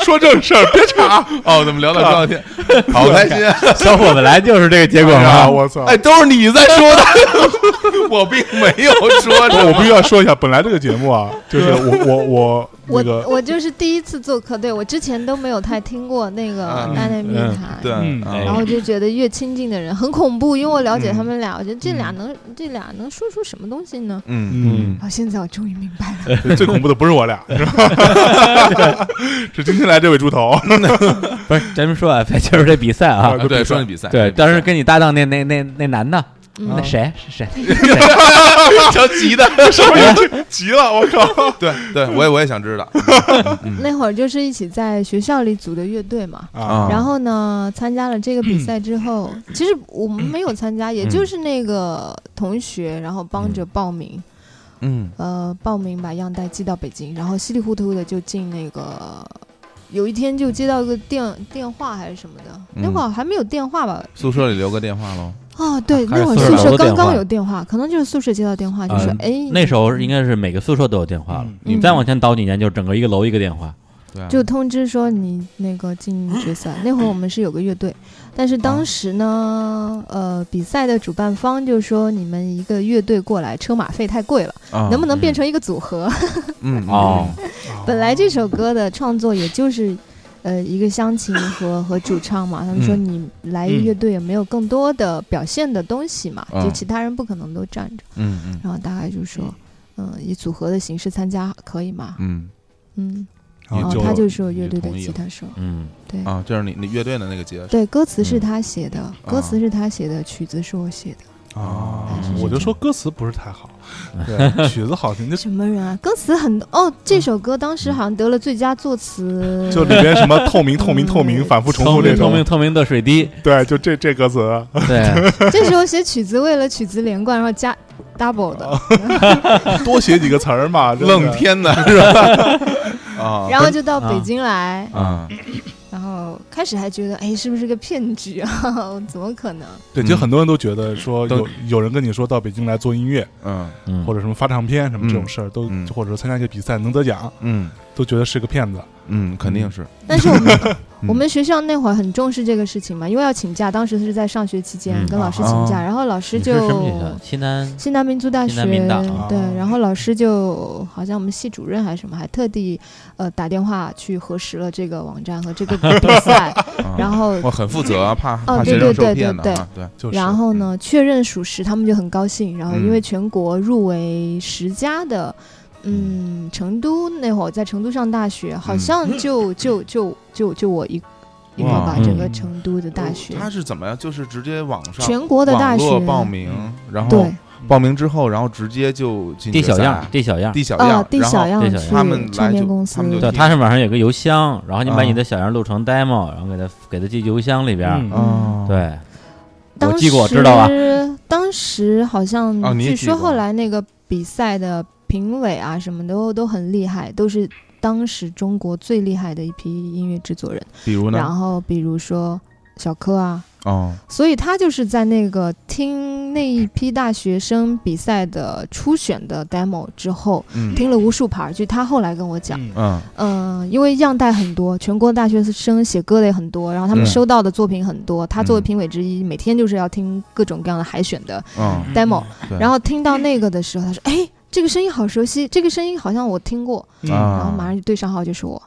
S1: 说正事儿，别查
S3: 哦，怎么聊到朱小天？好开心啊！
S2: 小伙子来就是这个结果
S1: 啊！
S2: 嘛。
S1: 我操！
S3: 哎，都是你在说的，我并没有说
S1: 不我必须
S3: 这。
S1: 要说一下，本来这个节目啊，就是我我我
S4: <laughs> 我
S1: 那个，
S4: 我就是第一次做客，对我之前都没有太听过那个
S3: 嗯
S4: 安娜密
S2: 嗯
S4: 谈，
S3: 对，
S1: 嗯
S3: 啊
S2: 哎
S4: 然后就觉得越亲近的人很恐怖，因为我了解他们俩，我觉得这
S1: 嗯
S4: 俩能这俩能说出什么东西呢？
S3: 嗯，
S1: 嗯，
S4: 哦，现在我终于明白了，
S1: 最恐怖的不是我俩，是吧 <laughs> 是今天来这位猪头，
S2: 不是，咱们说啊， <laughs> 再接着这比赛啊
S1: <laughs> 啊。
S3: 啊对，说那比赛，
S2: 对，当时
S3: <laughs> 跟
S2: 跟你搭档那那那那男的，那
S4: 嗯，
S2: 谁是谁？
S3: 着急的，
S1: <laughs> 什么人这急了，我靠！
S3: 对对，我也我也想知道
S4: 那会儿就是一起在学校里组的乐队嘛。
S1: 啊，
S4: 然后呢，参加了这个比赛之后，其实我们没有参加，也
S2: 嗯
S4: 就是那个同学，然后帮着报名，
S3: 嗯
S4: 呃，报名把样带寄到北京，然后稀里糊涂的就进那个，有一天就接到一个电电话还是什么的，那
S3: 嗯
S4: 会儿还没有电话吧？
S3: 宿舍里留个电话喽。
S4: 哦，对，
S2: 啊还是
S4: 那会儿
S2: 宿舍楼
S4: 宿舍
S2: 的电
S4: 刚刚
S2: 话
S4: 有电话，可能就是宿舍接到电话，就
S2: 啊
S4: 说哎，
S2: 那时候应该是每个宿舍都有电话了。
S1: 嗯
S4: 嗯
S2: 你再往前倒几年，就整个一个楼一个电话。
S3: 对啊，
S4: 就通知说你那个进决赛。 <laughs> 那会儿我们是有个乐队，但是当时呢，
S2: 啊
S4: 呃，比赛的主办方就说你们一个乐队过来，车马费太贵了，
S3: 啊
S4: 能不能变
S2: 嗯
S4: 成一个组合？
S3: 嗯嗯
S2: 哦
S4: 本来这首歌的创作也就是。呃，一个乡情和和主唱嘛，他们说
S1: 嗯
S4: 你来
S1: 嗯
S4: 乐队有没有更多的表现的东西嘛？
S3: 啊
S4: 就其他人不可能都站着，
S3: 嗯嗯
S4: 然后大概就说，嗯、以组合的形式参加可以吗？
S3: 嗯
S4: 嗯，
S1: 然
S4: 然
S1: 后
S4: 后
S1: 就
S4: 他就是我乐队
S3: 你
S4: 的
S3: 同意
S4: 吉
S3: 了
S4: 他手，
S2: 嗯，
S4: 对
S3: 嗯啊，这是你你乐队的那个结
S4: 对，歌词是
S3: 嗯
S4: 他写的，歌词是他写的，曲子是我写的。
S1: 啊
S4: 嗯还是，
S1: 我就说歌词不是太好，对，曲子好 <laughs> 听，就
S4: 什么人啊？歌词很多哦，这首歌当时好像得了最佳作词，
S1: 就里 <laughs> 边什么透明、透明、透明，反复重
S2: 透
S1: 复这
S2: 明透
S1: 种
S2: 明，透明的
S1: <laughs>
S2: 水滴，
S1: 对，就这这歌词， <laughs>
S2: 对，
S4: 这时候写曲子为了曲子连贯，然后加 double 的，
S1: 多写几个词儿
S3: <laughs>
S1: 嘛，真的
S3: 愣天的是吧？啊，
S4: 然后就到
S2: 啊
S4: 北京来，
S3: 啊，
S4: 然后哦，开始还觉得哎，是不是个骗局啊？ <laughs> 怎么可能？
S1: 对，
S3: 嗯
S1: 其实很多人都觉得说
S3: 都
S1: 有有人跟你说到北京来做音乐，
S3: 嗯
S2: 嗯，
S1: 或者什么发唱片什么这种
S3: 嗯
S1: 事儿，都
S3: 嗯
S1: 或者说参加一些比赛能得奖，
S3: 嗯
S1: 都觉得是个骗子。
S3: 嗯，肯定是，
S4: 但是我们、
S2: <laughs>
S3: 嗯
S4: 我们学校那会儿很重视这个事情嘛，因为要请假，当时是在上学期间
S2: 嗯
S4: 跟老师请假，
S3: 啊
S4: 然后老
S2: 你
S4: 师
S2: 是
S4: 就
S2: 什么学校？西南
S4: 西南民族大
S2: 西
S4: 学
S2: 南民大
S1: 啊
S4: 对，然后老师就好像我们系主任还是什么，还特地呃打电话去核实了这个网站和这个比
S2: <laughs>
S4: 赛，
S3: 啊
S4: 然后
S3: 我很负责啊，怕
S4: 哦
S3: 怕学
S4: 对
S3: 生
S4: 对
S3: 受
S4: 对
S3: 骗的
S4: 对
S3: 啊，对，
S1: 就是，
S4: 然后呢确认属实，他们就很高兴。然后
S3: 嗯
S4: 因为全国入围十佳的，嗯，成都那会儿我在成都上大学，
S3: 嗯
S4: 好像就就就就就我一一个吧
S2: 哇，
S4: 整个
S1: 嗯
S4: 成都的大学，
S3: 他是怎么样？就是直接网上
S4: 全国的大
S3: 网
S4: 学嗯
S3: 络报名，然后
S4: 对
S3: 报名之后，然后直接就进
S2: 地
S3: 决
S2: 小
S3: 赛
S2: 样，地小样。
S3: 地小
S4: 啊，
S3: 样，
S4: 递小样
S2: 地
S4: 去
S2: 小样
S3: 他们来
S4: 唱片
S3: 就
S4: 公司
S3: 他，们就
S2: 对，
S3: 地
S2: 它上面上有个邮箱，然后你把
S3: 啊
S2: 你的小样录成 demo，然后给它给它寄邮箱里边儿。
S1: 嗯
S3: 然后，哦
S2: 对，
S4: 当
S2: 我
S4: 时
S2: 记过知道啊
S4: 当时好像、
S3: 哦你也
S4: 据
S3: 记过
S4: 说后来那个比赛的评委啊什么都都很厉害，都是当时中国最厉害的一批音乐制作人。
S3: 比如
S4: 然
S3: 呢？
S4: 后比如说小柯啊，
S3: 哦，
S4: 所以他就是在那个听那一批大学生比赛的初选的 demo 之后，
S3: 嗯
S4: 听了无数盘儿。据他后来跟我讲。
S1: 嗯
S3: 嗯
S4: 嗯，因为样带很多，全国大学生写歌的也很多，然后他们
S3: 嗯
S4: 收到的作品很多。他作为
S3: 嗯
S4: 评委之一，每天就是要听各种各样的海选的。
S3: 嗯，
S4: demo，
S3: 对
S4: 然后听到那个的时候，他说：“哎，这个声音好熟悉，这个声音好像我听过。”
S1: 啊，
S3: 啊
S4: 然后马上就对上号就是我，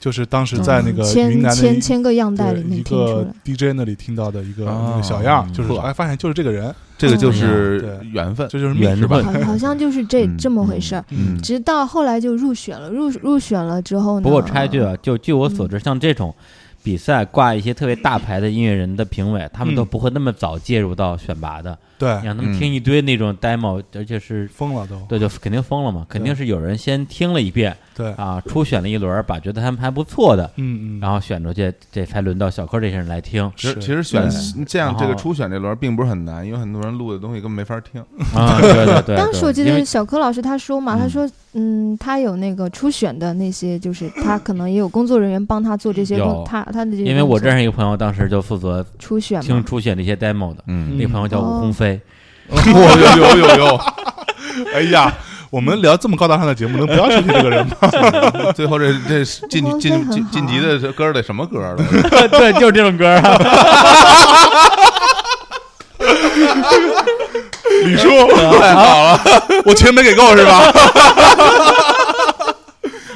S1: 就是当时在那个云
S4: 千
S1: 南的一
S4: 千千个样带里
S1: 对
S4: 面
S1: 一
S4: 听出
S1: 个
S4: 来。
S1: DJ 那里听到的一个
S3: 哦
S1: 那个小样，就是
S3: 呵
S1: 哎发现就是这个人，
S3: 这个就
S4: 嗯
S3: 是
S1: 对
S3: 缘分，
S1: 这就是命
S2: 缘
S1: 是吧？
S2: 分。
S4: 好，好像就是这
S3: 嗯
S4: 这么回事儿。
S3: 嗯
S4: 直到后来就入选了，入入选了之后呢？
S2: 不过我插一句
S1: 嗯
S2: 啊，就据我所知，像这种比赛挂一些特别大牌的音乐人的评委，他们都
S1: 嗯
S2: 不会那么早介入到选拔的，你
S1: 对，
S2: 让他们
S3: 嗯
S2: 听一堆那种 demo，而且是。
S1: 疯了都，
S2: 对，就肯定疯了嘛，肯定是有人先听了一遍
S1: 对，
S2: 啊，初选了一轮儿，把觉得他们还不错的，
S1: 嗯嗯，
S2: 然后选出去，这才轮到小柯这些人来听
S1: <laughs>
S3: 其实
S1: 是
S3: 其实选
S4: 对
S3: 这样
S2: 然
S3: 这个
S2: 后
S3: 初选这轮并不是很难，因为很多人录的东西根本没法听。
S2: 啊。对对对对，
S4: 当时我记得
S2: 因为
S4: 是小柯老师他说嘛，
S2: 嗯
S4: 他说，嗯，他有那个初选的那些，就是他可能也有工作人员帮他做这些
S2: 有
S4: 工，他他的这些
S2: 因为我
S4: 工作
S2: 认识一个朋友，当时就负责
S4: 初选
S2: 听
S4: 嘛，
S2: 初选这些 demo 的，
S3: 嗯
S2: 那个朋友叫武
S4: 哦
S2: 鸿飞，
S1: <laughs>
S3: 有有有有，
S1: 哎呀，我们聊这么高大上的节目，能不要提起这个人吗？
S3: 最后这
S4: <laughs>
S3: 这晋
S4: 汪
S3: 晋
S4: 峰嗯很
S3: 晋
S4: 好啊
S3: 晋级的这歌儿得什么歌儿了？
S2: <laughs> 对，就是这种歌儿啊。
S1: <laughs>
S2: <laughs>
S1: 李叔，太好啊了，我钱没给够是吧？
S3: <laughs>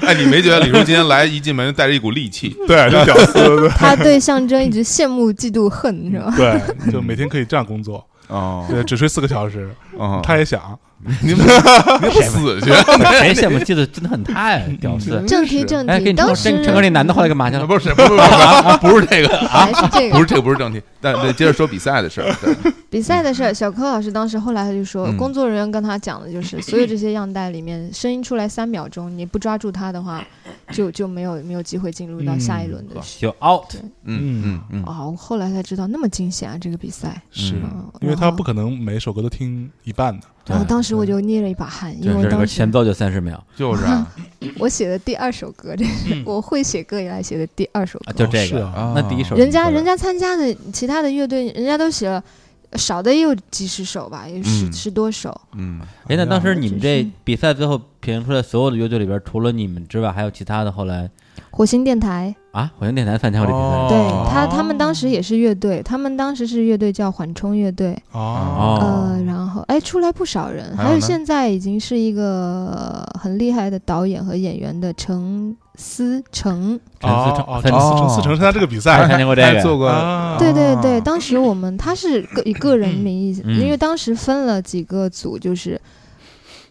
S3: 哎，你没觉得李叔今天来一进门带着一股戾气？
S1: <laughs> 对，就屌丝，对对
S2: <laughs>
S4: 他对象征一直羡慕、嫉妒、恨，是吧？
S1: 对，就每天可以这样工作，
S3: 哦
S1: 对，只睡四个小时，
S3: 哦，
S1: 他也想，
S3: 你们你们死去！
S2: 谁哎 <laughs> 羡慕？记得真的很太屌丝。
S4: 正题正
S2: 哎，给
S4: 题，
S2: 你说，
S4: 当时
S2: 陈陈哥那男的后来干嘛去了？
S3: 不是不是不是不是这个啊，
S4: <laughs> 还是
S2: <laughs>
S4: 这
S3: 不
S4: 个
S3: 是这个不是正题。但对，接着说比赛的事儿。对
S4: 比赛的事儿。小柯老师当时后来他就说
S3: 嗯，
S4: 工作人员跟他讲的就是，所有这些样带里面，声音出来三秒钟，你不抓住它的话，就就没有没有机会进入到下一轮的
S2: 哇
S4: 选。
S2: 就 out，
S3: 嗯嗯嗯，
S4: 哦，我后来才知道那么惊险啊！这个比赛，
S1: 是
S3: 嗯
S4: 嗯，
S1: 因为他
S4: 然后
S1: 不可能每首歌都听一半的，
S4: 然后
S2: 对
S4: 当时我就捏了一把汗，因
S2: 就
S4: 为
S2: 是个
S4: 当
S2: 前
S4: 时
S2: 奏就三十秒，
S3: 就是啊
S4: 我写的第二首歌，这是我会写歌以来写的第二首
S2: 啊
S4: 歌。
S2: 就这
S1: 哦是
S2: 个。
S1: 啊
S3: 啊
S2: 那第一首
S4: 人家
S2: 是
S4: 人家参加的其他的乐队，人家都写了少的也有几十首吧，有十
S3: 嗯
S4: 十多首。
S3: 嗯
S2: 哎，那当时
S4: 就
S2: 你们
S4: 是
S2: 这比赛最后评出来所有的乐队里边，除了你们之外，还有其他的后来
S4: 火星电台，
S2: 啊，火星电台参加过这比赛
S3: 哦
S4: 对他，他们当时也是乐队，他们当时是乐队叫缓冲乐队，
S1: 哦，
S4: 呃，然后哎，出来不少人，
S3: 还
S4: 还
S3: 有
S4: 有
S3: 呢
S4: 现在已经是一个很厉害的导演和演员的陈思诚，
S2: 陈思哎诚
S1: 哦哦
S2: 陈
S1: 陈
S3: 思
S1: 思
S3: 诚
S1: 陈思诚参加这个比
S2: 还
S4: 呃
S1: 赛
S2: 参加过这
S3: 还
S2: 个
S3: 做过
S1: 啊，
S4: 对对对，当时我们他是个以个人名义，
S2: 嗯
S4: 因为当时分了几个组，就是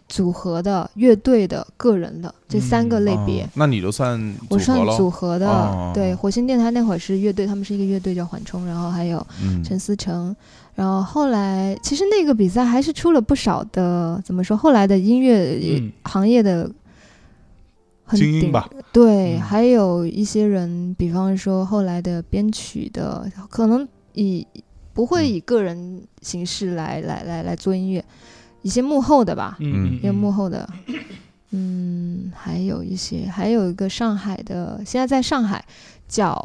S4: 组合的、乐队的、个人的这三个类别。
S3: 哦那你就算组
S4: 我
S3: 合
S4: 算
S3: 喽
S4: 组合的，
S3: 哦
S4: 对，火星电台那会儿是乐队，他们是一个乐队叫缓冲，然后还有
S3: 嗯
S4: 陈思诚。然后后来，其实那个比赛还是出了不少的，怎么说？后来的音乐
S1: 嗯
S4: 行业的很
S1: 精英
S4: 顶
S1: 吧，
S4: 对，
S1: 嗯
S4: 还有一些人，比方说后来的编曲的，可能以不会
S2: 嗯
S4: 以个人形式来、来来来做音乐，一些幕后的吧，
S1: 嗯，
S4: 一些幕后的，嗯，还有一些，还有一个上海的，现在在上海叫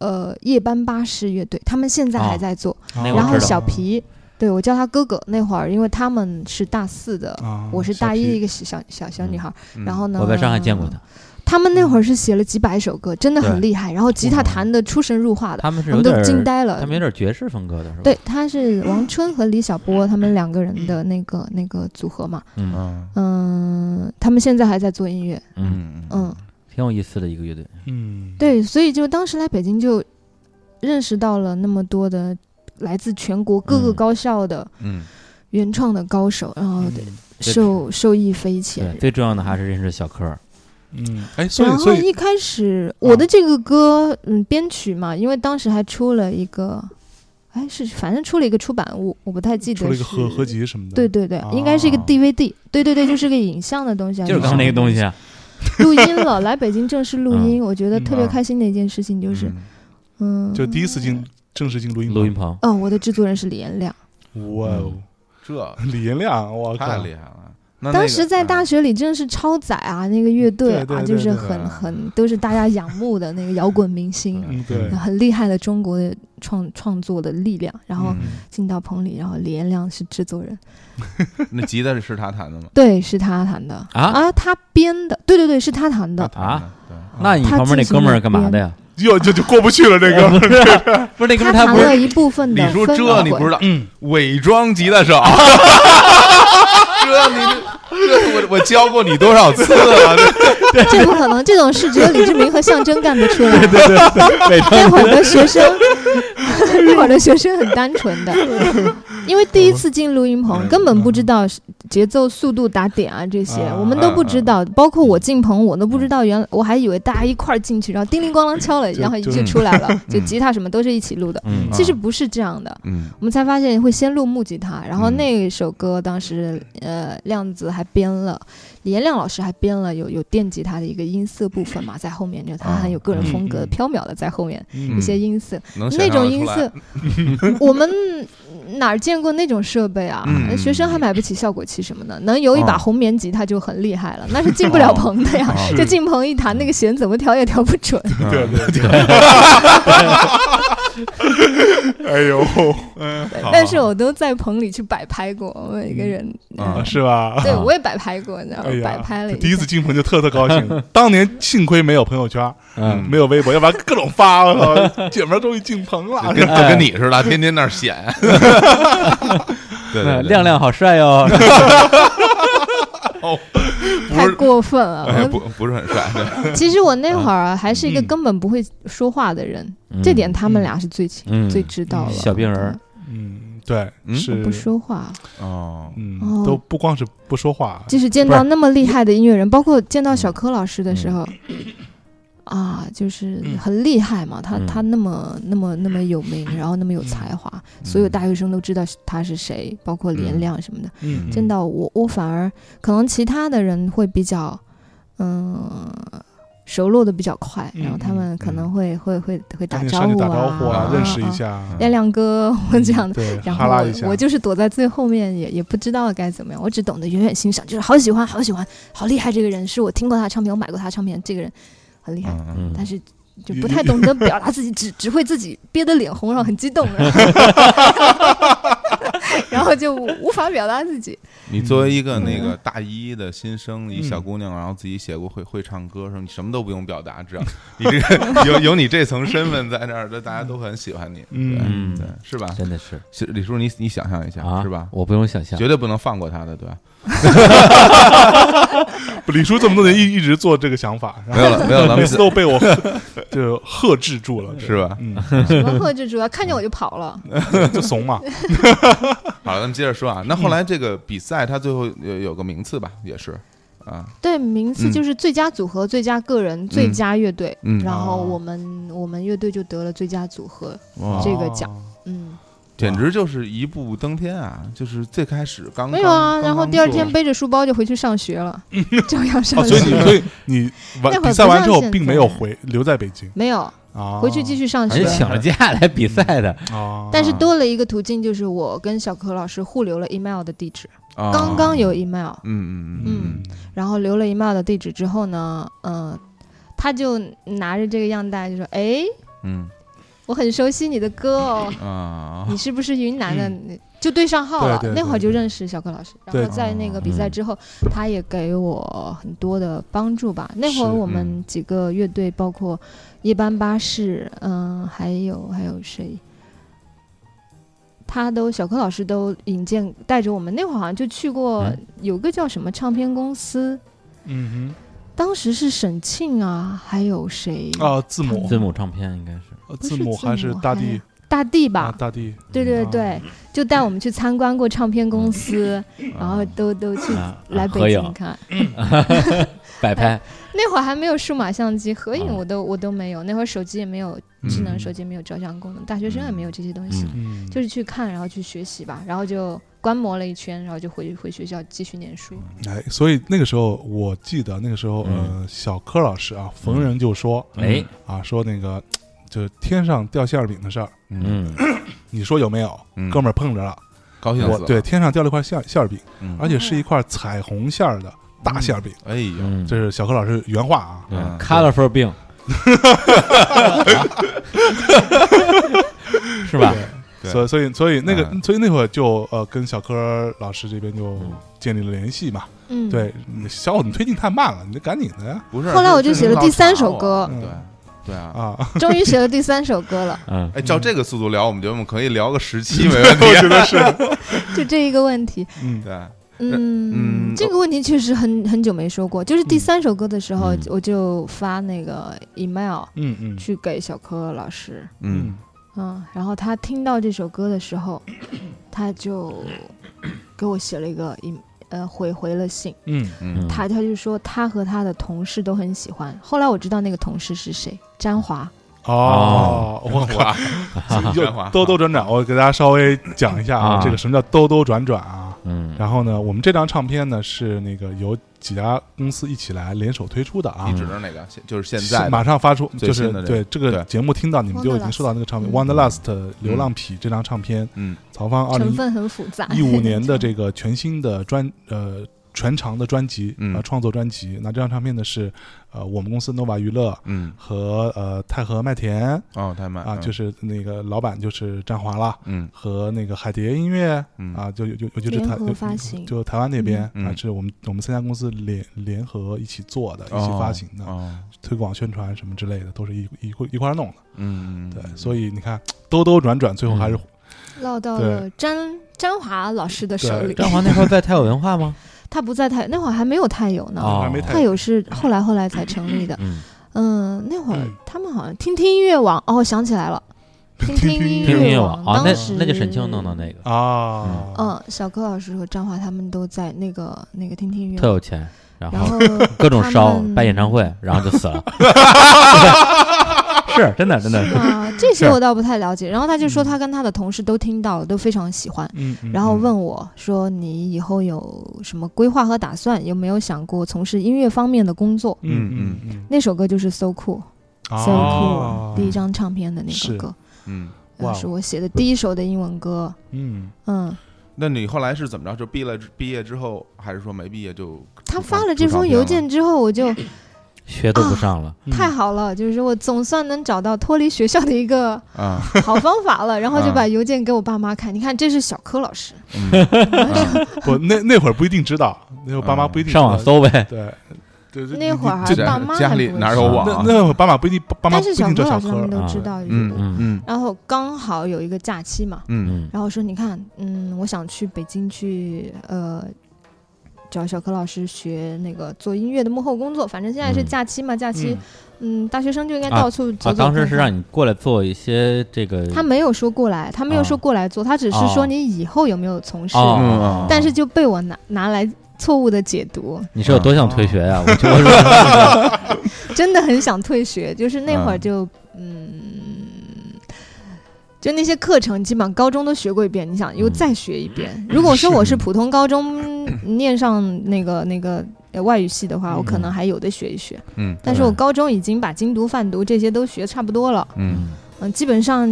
S4: 呃夜班巴士乐队，他们现在还
S2: 哦
S4: 在做。
S1: 啊
S2: 那我
S4: 然后
S2: 知道
S4: 小皮，对我叫他哥哥那会儿，因为他们是大四的，
S1: 啊，
S4: 我是
S1: 小
S4: 大一的一
S1: 皮，
S4: 个小小小小女
S2: 哦嗯
S4: 孩儿。
S3: 嗯
S4: 然后呢，
S2: 我在上海见过他，
S4: 他们那
S2: 嗯
S4: 会儿是写了几百首歌，真的很厉害。然后吉他
S1: 哇
S4: 弹的出神入化的，
S2: 他们是
S4: 我
S2: 有
S4: 们
S2: 点
S4: 都
S2: 儿，
S4: 惊呆了。
S2: 他们有点爵士风格的是吧？
S4: 对，他是王春和李小波他们两个人的那个那个组合嘛。
S2: 嗯
S3: 嗯
S4: 嗯，他们现在还在做音乐。
S2: 嗯，
S3: 嗯
S4: 嗯，
S2: 挺有意思的一个乐队。
S1: 嗯，
S4: 对，所以就当时来北京就认识到了那么多的来自全国各个
S2: 嗯
S4: 高校的
S3: 嗯
S4: 原创的高手，然后
S1: 嗯，
S2: 对
S4: 受受益匪浅
S2: 对，。最重要的还是认识小柯儿，
S1: 嗯，哎，所以
S4: 然后
S1: 所以啊
S4: 一开始我的这个歌，嗯，编曲嘛，因为当时还出了一个，哎，是反正出了一个出版物，我不太记得
S1: 出了一个
S4: 是
S1: 合合。集什么的，
S4: 对，对对，应该是一个
S1: 啊
S4: DVD，
S1: <laughs>
S4: 对对对，就是个影像的东西啊，
S2: 就是刚刚那个东西啊，
S4: 录音了， <laughs> 来北京正式录音，我觉得
S1: 嗯
S4: 特别
S3: 啊
S4: 开心的一件事情就是，嗯，
S1: 就第一次进正式进录音
S2: 录音
S1: 棚，
S2: 棚。
S4: 哦，我的制作人是李延亮，
S1: 哇哦，
S3: 这
S1: <laughs> 李延亮，我靠
S3: 嗯太，厉害了。那那
S4: 当
S3: 个
S4: 时在大
S3: 啊
S4: 学里真是超载啊，那个乐队
S1: 对
S4: 啊，
S1: 对
S4: 就是
S1: 对
S4: 很
S3: 对
S4: 很都是大家仰慕的那个摇滚明星，
S1: 嗯，对，
S4: 很厉害的中国的创创作的力量。然后
S3: 嗯
S4: 进到棚里，然后李延亮是制作人，
S3: 那吉他是他弹的吗？
S4: 对，是他弹的
S2: 啊
S4: 他编的，对对对，是他弹的。
S3: 他弹的，对
S2: 啊那你
S4: 他
S2: 旁边那
S4: 进行
S2: 哥们
S4: 了
S2: 儿干嘛
S4: 编
S2: 的呀？
S1: <laughs> 又就就过不去了，这
S2: 哎
S1: 个，
S2: 不是不是那哥们儿，
S4: 弹
S2: 不
S4: 了
S2: 是
S4: 一部分的
S3: 李叔，
S4: 分
S3: 这你不知道，
S1: 嗯，
S3: 伪装吉他手， <laughs> 这你这我我教过你多少次了？啊
S4: 这不可能，这种事只有李志明和象征干得出来。
S2: 对对对，伪装
S4: 那会儿的学生， <laughs> 那会儿的学生很单纯的，因为第一次进录音棚，根本不知道是节奏、速度、打点啊这些，
S1: 啊
S4: 我们都不知道。包括我进棚，我都不知道，原来我还以为大家一块儿进去，然后叮铃咣啷敲了，
S1: 就
S4: 然后
S1: 就
S4: 就出来了，就吉他什么都是一起录的。
S2: 嗯
S3: 啊
S4: 其实不是这样的，
S3: 嗯
S4: 我们才发现会先录木吉他，然后
S3: 嗯
S4: 那首歌当时呃亮子还编了，李延亮老师还编了有有电吉他的一个音色部分嘛，在后面就他
S3: 啊
S4: 很有个人风格
S1: 嗯嗯，
S4: 飘渺的在后面
S1: <laughs> 嗯
S4: 一些音色，
S3: 能想
S4: 那
S3: 象
S4: 种
S3: 得
S4: 音
S3: 出来
S4: 色，
S3: <laughs>
S4: 我们哪儿见过那种设备啊？
S3: 嗯
S4: 学生还买不起效果器什么的，能有一把
S3: 哦
S4: 红棉吉他就很厉害了，
S3: <laughs>
S4: 那是进不了棚的呀
S3: 哦。
S4: <laughs> 就进棚一弹，那个弦怎么调也调不
S3: <laughs>
S4: 准。
S1: <laughs> 对
S3: 嗯
S1: 对对， <laughs> 哎呦，
S4: 对但是我都在棚里去摆拍过，我有一个人，
S1: <laughs>
S3: 啊
S1: 啊是吧？
S4: <laughs> 对我也摆拍过，你知道吗
S1: 哎？呀
S4: 摆拍了
S1: 第一
S4: 下
S1: 次进棚就特特高
S3: <laughs>
S1: 兴，当年幸亏没有朋友圈，
S2: 嗯，
S1: 没有微博，要不然各种发，我操，姐们儿终于进棚了
S3: <laughs> 就，跟就跟你似
S4: 哎
S3: 的，天天那儿
S4: <laughs>
S3: 显。对对对，
S4: 嗯
S2: 亮亮好帅哟，
S3: 不
S4: 太
S3: 是，
S4: 过分了。
S3: 哎，
S4: 我
S3: 不不是很帅。对
S4: 其实我那会儿啊还是一个
S1: 嗯
S4: 根本不会说话的人， <laughs> 这点他们俩是最清
S2: 嗯
S4: 最知道了。
S2: 小病人儿
S1: <laughs> 嗯，对，
S3: 嗯
S1: 是
S4: 不，说话，
S3: 哦，
S1: 嗯，
S4: 哦
S1: 都不光是不说话，
S4: 即使见到那么厉害的音乐人，包括见到小柯老师的时候，
S2: 嗯
S4: 啊，就是很厉害嘛。他
S2: 嗯
S4: 他那么那么那么有名，然后那么有才华，
S2: 嗯
S4: 所有大学生都知道他是谁，包括连亮什么的。
S1: 嗯，
S4: 见到我，我反而可能其他的人会比较，嗯。熟络的比较快，
S1: 嗯
S4: 然后他们可能会、会会会
S1: 赶
S4: 打
S1: 紧
S4: 招
S1: 上去
S4: 呼
S1: 打招呼
S4: 啊
S1: 啊，，认识一
S4: 啊，
S1: 下，嗯
S4: 亮亮哥，我这样的。
S1: 对，
S4: 然
S1: 哈
S4: 后
S1: 拉一下，
S4: 我我就是躲在最后面也，也不知道该怎么样，我只懂得远远欣赏，就是好喜欢，好喜欢，好厉害这个人，是我听过他的唱片，我买过他的唱片，这个人很厉害，
S3: 嗯嗯，
S2: 嗯
S4: 但是就不太懂得表达自己，只只会自己憋得脸红，然后很激动，然后 <laughs> 然后就无法表达自己。
S3: 你作为一个
S4: 嗯
S3: 那个大一的新生，一小姑娘，然后自己写过会会唱歌的时候，你什么都不用表达，只要你这个 <laughs> 有有你这层身份在那儿，这大家都很喜欢你。
S1: 嗯
S3: 对对，是吧？
S2: 真的是
S3: 是李叔，你你想象一下，
S2: 啊，
S3: 是吧？
S2: 我不用想象
S3: 绝，对不能放过他的，对吧？
S1: 李叔这么多年
S4: <laughs>
S1: 一一直做这个想法，然
S3: 没有了，没有了，
S1: 后 <laughs> 每
S3: 没事
S1: 次都被我呵就呵制住了，
S3: 是吧？
S1: 嗯，
S4: <laughs> 什么贺志主要看见我就跑了，
S1: 就怂嘛，
S3: 好了，咱们接着说啊。那后来这个比赛，他最后有有个名次吧，也是啊，
S4: 对，名次
S3: 嗯
S4: 就是最佳组合、最佳个人、最佳乐队，
S3: 嗯
S4: 然后
S1: 哦
S4: 我们我们乐队就得了最佳组合，
S3: 哇，
S4: <laughs> 这个奖嗯。
S3: 啊简直就是一步登天啊！就是最开始刚
S4: 没有啊，
S3: 刚
S4: 然后
S3: 刚
S4: 第二
S3: 做
S4: 天背着书包就回去上学了，照样
S1: 哦，
S4: 上
S1: 所以你
S4: <laughs> 学。
S1: 所以你
S4: 那
S1: 完
S4: 会儿
S1: 比赛完之后
S4: 不像现在
S1: 并没有回留在北京
S4: 没有
S1: 啊，
S4: 回去继续上
S2: 人
S4: 学
S2: 家，请了假来比赛的，
S1: 啊，
S4: 但是多了一个途径，就是我跟小柯老师互留了 email 的地址，
S3: 啊
S4: 刚刚有 email，
S3: 嗯嗯嗯
S1: 嗯
S4: 然后留了 email 的地呃址之后呢，嗯，他就拿着这个样带就说：“哎，
S3: 嗯
S4: 我很熟悉你的歌哦，
S3: 啊
S4: 你，是不是云南的？就对上号了，
S1: 嗯对对对
S4: 那会儿就认识小柯老师。
S1: 对嗯
S4: 然后在那个比赛之后，他也给我很多的帮助吧。那会儿
S1: 是
S4: 我们几个乐队，包括夜班巴士，嗯，还有还有谁，他都小柯老师都引荐带着我们。那会儿好像就去过
S2: 嗯
S4: 有个叫什么唱片公司，
S1: 嗯
S4: 当时是沈庆啊，还有谁？
S1: 哼，啊，字母
S2: 字母唱片应该是
S1: 呃
S4: 不
S1: 字
S4: 是
S1: 母还是大地
S4: 大地
S1: 啊
S4: 吧？
S1: 大地，
S4: 对对
S1: 啊
S4: 对，
S2: 嗯
S4: 就带我们去参观过唱片公司。然后
S3: 啊
S4: 都都去
S2: 嗯啊
S4: 嗯来
S2: 合
S4: 北
S2: 影
S4: 京看。
S2: 摆拍，
S4: 那会儿还没有数码相机，合影
S2: 啊
S4: 我都我都没有，那会儿手机也没有，智能
S1: 嗯
S4: 手机没有照相功能，大学生也没有这些东西，
S2: 嗯，
S1: 嗯，
S4: 就是去看，然后去学习吧，然后就观摩了一圈，然后就回回学校继续念书。
S1: 哎，所以那个时候我记得那个时候，
S3: 嗯
S1: 呃，小柯老师啊，逢人就说
S2: 哎，
S1: 啊，说那个就是天上掉馅儿饼的事儿，
S2: 嗯，
S1: 你说有没有？
S3: 嗯
S1: 哥们儿碰着了，
S3: 高兴死
S1: 我
S3: 了，
S1: 对，天上掉了一块馅儿馅儿饼，
S3: 嗯
S1: 而且是一块彩虹馅儿的大馅儿饼，
S3: 哎呦，
S2: 嗯，
S1: 这是小柯老师原话啊。
S2: 对
S3: 嗯
S2: colorful 病， <laughs> 是吧？
S3: 对
S1: 所以所以所以那个、
S3: 嗯
S1: 所以那会儿就呃跟小柯老师这边就
S2: 嗯
S1: 建立了联系嘛。
S4: 嗯，
S1: 对，你小伙子你推进太慢了，你得赶紧的呀
S3: 不是。
S4: 后来我就
S3: 这是
S4: 写了
S3: 老
S4: 第三
S3: 查
S4: 首
S3: 我
S4: 歌
S3: 对对啊。
S1: 啊！
S4: 终于写了第三首歌
S2: <laughs>
S4: 了，
S2: 嗯，
S3: 哎，照这个速度聊，我们觉得我们可以聊个十期没问题。
S1: 我觉得是，
S4: 就这一个问题。
S1: 嗯，
S3: 对，啊
S2: 呃
S4: 嗯，
S3: 嗯
S4: 这个问题确实很很久没说过，就是第
S1: 嗯
S4: 三首歌的时候
S2: 嗯，
S4: 我就发那个 email
S1: 嗯嗯
S4: 去给小柯老师，
S3: 嗯，
S4: 嗯，然后他听到这首歌的时候，他就给我写了一个一呃回回了信，
S1: 嗯
S3: 嗯
S4: 他他就说他和他的同事都很喜欢。后来我知道那个同事是谁，詹华。
S1: 哦
S2: 哦，
S1: 我 <laughs> 靠，
S3: 哇，
S1: 又
S3: 变化
S1: 兜兜转
S3: 嗯
S1: 转，我给大家稍微讲一下啊，
S2: 啊
S1: 这个什么叫兜兜转转啊？
S2: 嗯，
S1: 然后呢，我们这张唱片呢是那个由几家公司一起来联手推出的啊
S3: 你，指的是哪个？现就是现在的
S1: 马上发出，
S3: 最
S1: 就是
S3: 新的这
S1: 对这个
S3: 对
S1: 节目听到你们就已经收到那个唱片《Wanderlust》流呃浪痞这张唱片，
S3: 嗯
S1: 曹芳二
S4: 嗯成
S1: 零
S4: 分啊很复杂。
S1: 啊一五年
S4: <laughs>
S1: 的这个全新的专呃全长的专辑
S3: 嗯
S1: 啊、创作专辑，那这张唱片呢是呃我们公司 nova 娱乐
S3: 嗯，
S1: 和呃太和麦田
S3: 哦，太慢
S1: 啊，就是是那个老板就是张华啦，
S3: 嗯
S1: 和那个海蝶音乐
S3: 嗯
S1: 啊，就就就就是
S4: 联
S1: 台
S4: 合
S1: 就
S4: 发行
S1: 就台湾那边
S3: 嗯
S1: 啊，是我们我们三家公司联联合一起做的，一起
S3: 哦
S1: 发行的，
S3: 哦，
S1: 推广宣传什么之类的，都是一一块一块儿弄的。
S3: 嗯，
S1: 对，所以你看兜兜转转，最后还是
S4: 落到
S1: 对
S4: 了詹詹华老师的手
S1: 对
S4: 里。
S2: 张华那会儿在太有文化吗？
S4: 他不在太那会儿还没有太友呢，
S3: 嗯
S2: 哦
S1: 还没太
S4: 太友是后来后来才成立的。
S2: 嗯，
S4: 嗯，那会儿
S1: 嗯
S4: 他们好像听听音乐网哦，想起来了，听
S1: 听听
S4: 音
S1: 音乐
S2: 听音乐
S4: 网
S2: 网啊，那
S4: 当时
S2: 那就沈庆弄的那个，
S1: 啊，
S4: 嗯，小柯老师和张华他们都在那个那个听听音乐
S2: 特
S4: 网，
S2: 有钱，然
S1: 啊
S4: 然
S2: 后
S4: 后
S1: <laughs>
S2: 各种
S4: 他
S2: 烧
S4: 们
S2: 办演唱会，然后就死了， <laughs> 是真的真的，
S4: 啊，这些
S2: 是
S4: 我倒不太了解。然后他就说他跟他的同事都听到了，都非常喜欢。
S1: 嗯，嗯
S4: 然后问我说：“你以后有什么规划和打算？有没有想过从事音乐方面的工作
S1: 嗯嗯
S3: 嗯哦
S1: 嗯？”，
S4: 那首歌就是《So Cool》
S1: 啊
S4: So Cool 第一张唱片的那
S1: 是
S4: 首歌，
S3: 嗯，
S4: 呃
S1: 哇哦
S4: 是我写的第一首的英文歌。
S1: 嗯，
S4: 嗯，
S3: 那你后来是怎么着？就毕了毕业之后，还是说没毕业就？
S4: 他发了这封邮件之后，我就
S2: 学都不上了，
S1: 嗯
S4: 太好了，就是我总算能找到脱离学校的一个
S3: 啊，
S4: 好方法了，然后就
S3: 啊
S4: 把邮件给我爸妈看，你看这是小柯老师，
S1: <laughs>
S3: 嗯啊
S1: 不，那那会儿不一定知道，那会儿爸
S3: 嗯
S1: 妈不一定知道
S2: 上网，搜呗，
S1: 对对，对
S4: 那会儿
S1: 你
S4: 还
S1: 这
S3: 这
S4: 爸妈
S3: 家里
S4: 还不会
S3: 哪
S4: 知
S3: 有
S4: 道
S3: 网
S1: 那
S3: 啊？
S1: 那会儿爸妈不一定，爸妈
S4: 但
S1: 不一
S4: 是小
S1: 定
S4: 柯
S1: 知道
S4: 老
S1: 小
S4: 师
S1: 柯
S4: 他们
S1: 儿，
S4: 都
S2: 啊
S4: 知道，就是
S3: 嗯
S4: 我
S3: 嗯
S4: 然后刚好有一个假期嘛，
S3: 嗯
S2: 嗯
S4: 然后说你看，嗯，我想去北京去呃找小柯老师学那个做音乐的幕后工作，反正现在是
S2: 嗯
S4: 假期嘛，假期
S1: 嗯
S4: 嗯大学生就应该
S2: 啊
S4: 到处走
S2: 啊，
S4: 走看
S2: 当
S4: 看。
S2: 时是让你过来做一些这个，
S4: 他没有说过来，他没有说
S2: 啊
S4: 过来做，他只是说
S2: 哦
S4: 你以后有没有从事，
S2: 哦
S3: 嗯，
S4: 但是就被我拿拿来错误的解读。
S2: 你是有多想退学呀？我觉
S4: 哦
S2: 得
S4: <laughs> 真的很想退学，就是那会儿
S3: 嗯
S4: 就嗯。就那些课程，基本上高中都学过一遍，你想又
S2: 嗯
S4: 再学一遍。如果说我是普通高中念上那个那个呃外语系的话，我可能还有的学一学。
S3: 嗯
S4: 但是我
S2: 嗯对
S4: 高中已经把精读、泛读这些都学差不多了，
S3: 嗯
S4: 嗯，基本上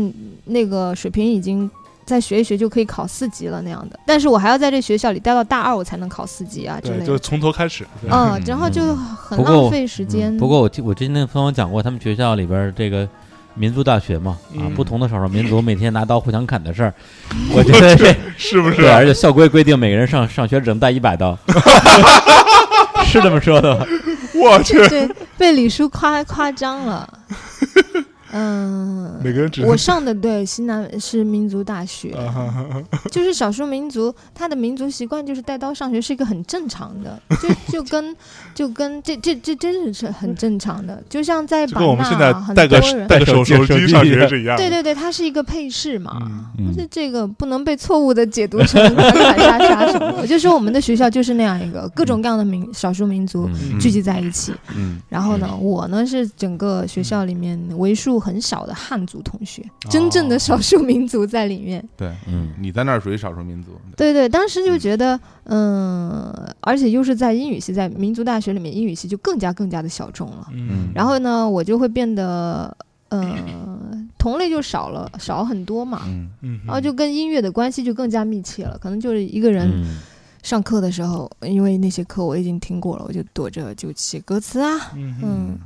S4: 那个水平已经再学一学就可以考四级了那样的。但是我还要在这学校里待到大二，我才能考四级啊之
S1: 对，
S4: 类
S1: 就
S4: 的。
S1: 从头开始，对
S4: 嗯，然后就
S2: 嗯
S4: 很
S2: 不过
S4: 浪
S2: 我嗯
S4: 费时间。
S2: 不过我记我之前那朋友讲过，他们学校里边儿这个民族大学嘛，啊，
S1: 嗯
S2: 不同的少数民族每天拿刀互相砍的事儿，我觉得这
S1: <laughs> 是不是
S2: 对，？而且校规规定每个人上上学只能带一
S1: <laughs>
S2: 百刀， <laughs> 是这么说的吗？
S1: 我去，
S4: 对，被李叔夸夸张
S1: <laughs>
S4: 了。嗯，
S1: 每个人只
S4: 我上的对西南是民族大学，
S1: 啊哈哈哈
S4: 就是少数民族，他的民族习惯就是带刀上学是一个很正常的，就就跟就跟这这这真是是很正常的，就像在
S1: 就
S4: 版
S1: 跟我们
S4: 纳
S1: 现在
S4: 啊很
S1: 带个
S4: 多人
S1: 带个手
S2: 手机
S1: 机上学是一样的。
S4: 对对对，它是一个配饰嘛。
S1: 嗯，
S4: 这这个不能被错误的解读成砍砍杀杀什么的。我就说我们的学校就是那样一个各种各样的民少数民族
S2: 嗯
S4: 聚集在一起。
S3: 嗯，
S4: 然后呢，我呢是整个学校里面为数很少的汉族同学，真正的少数民族在里面。
S3: 对，
S2: 嗯，
S3: 你在那儿属于少数民
S1: 嗯
S3: 族，
S4: 对对，当时就觉得，嗯，而且又是在英语系，在民族大学里面，英语系就更加更加的小众了。
S1: 嗯，
S4: 然后呢，我就会变得，呃，同类就少了，少很多嘛。
S3: 嗯
S1: 嗯，
S4: 然后就跟音乐的关系就更加密切了，可能就是一个人
S2: 嗯
S4: 上课的时候，因为那些课我已经听过了，我就躲着就写歌词啊，
S1: 嗯，
S4: 嗯，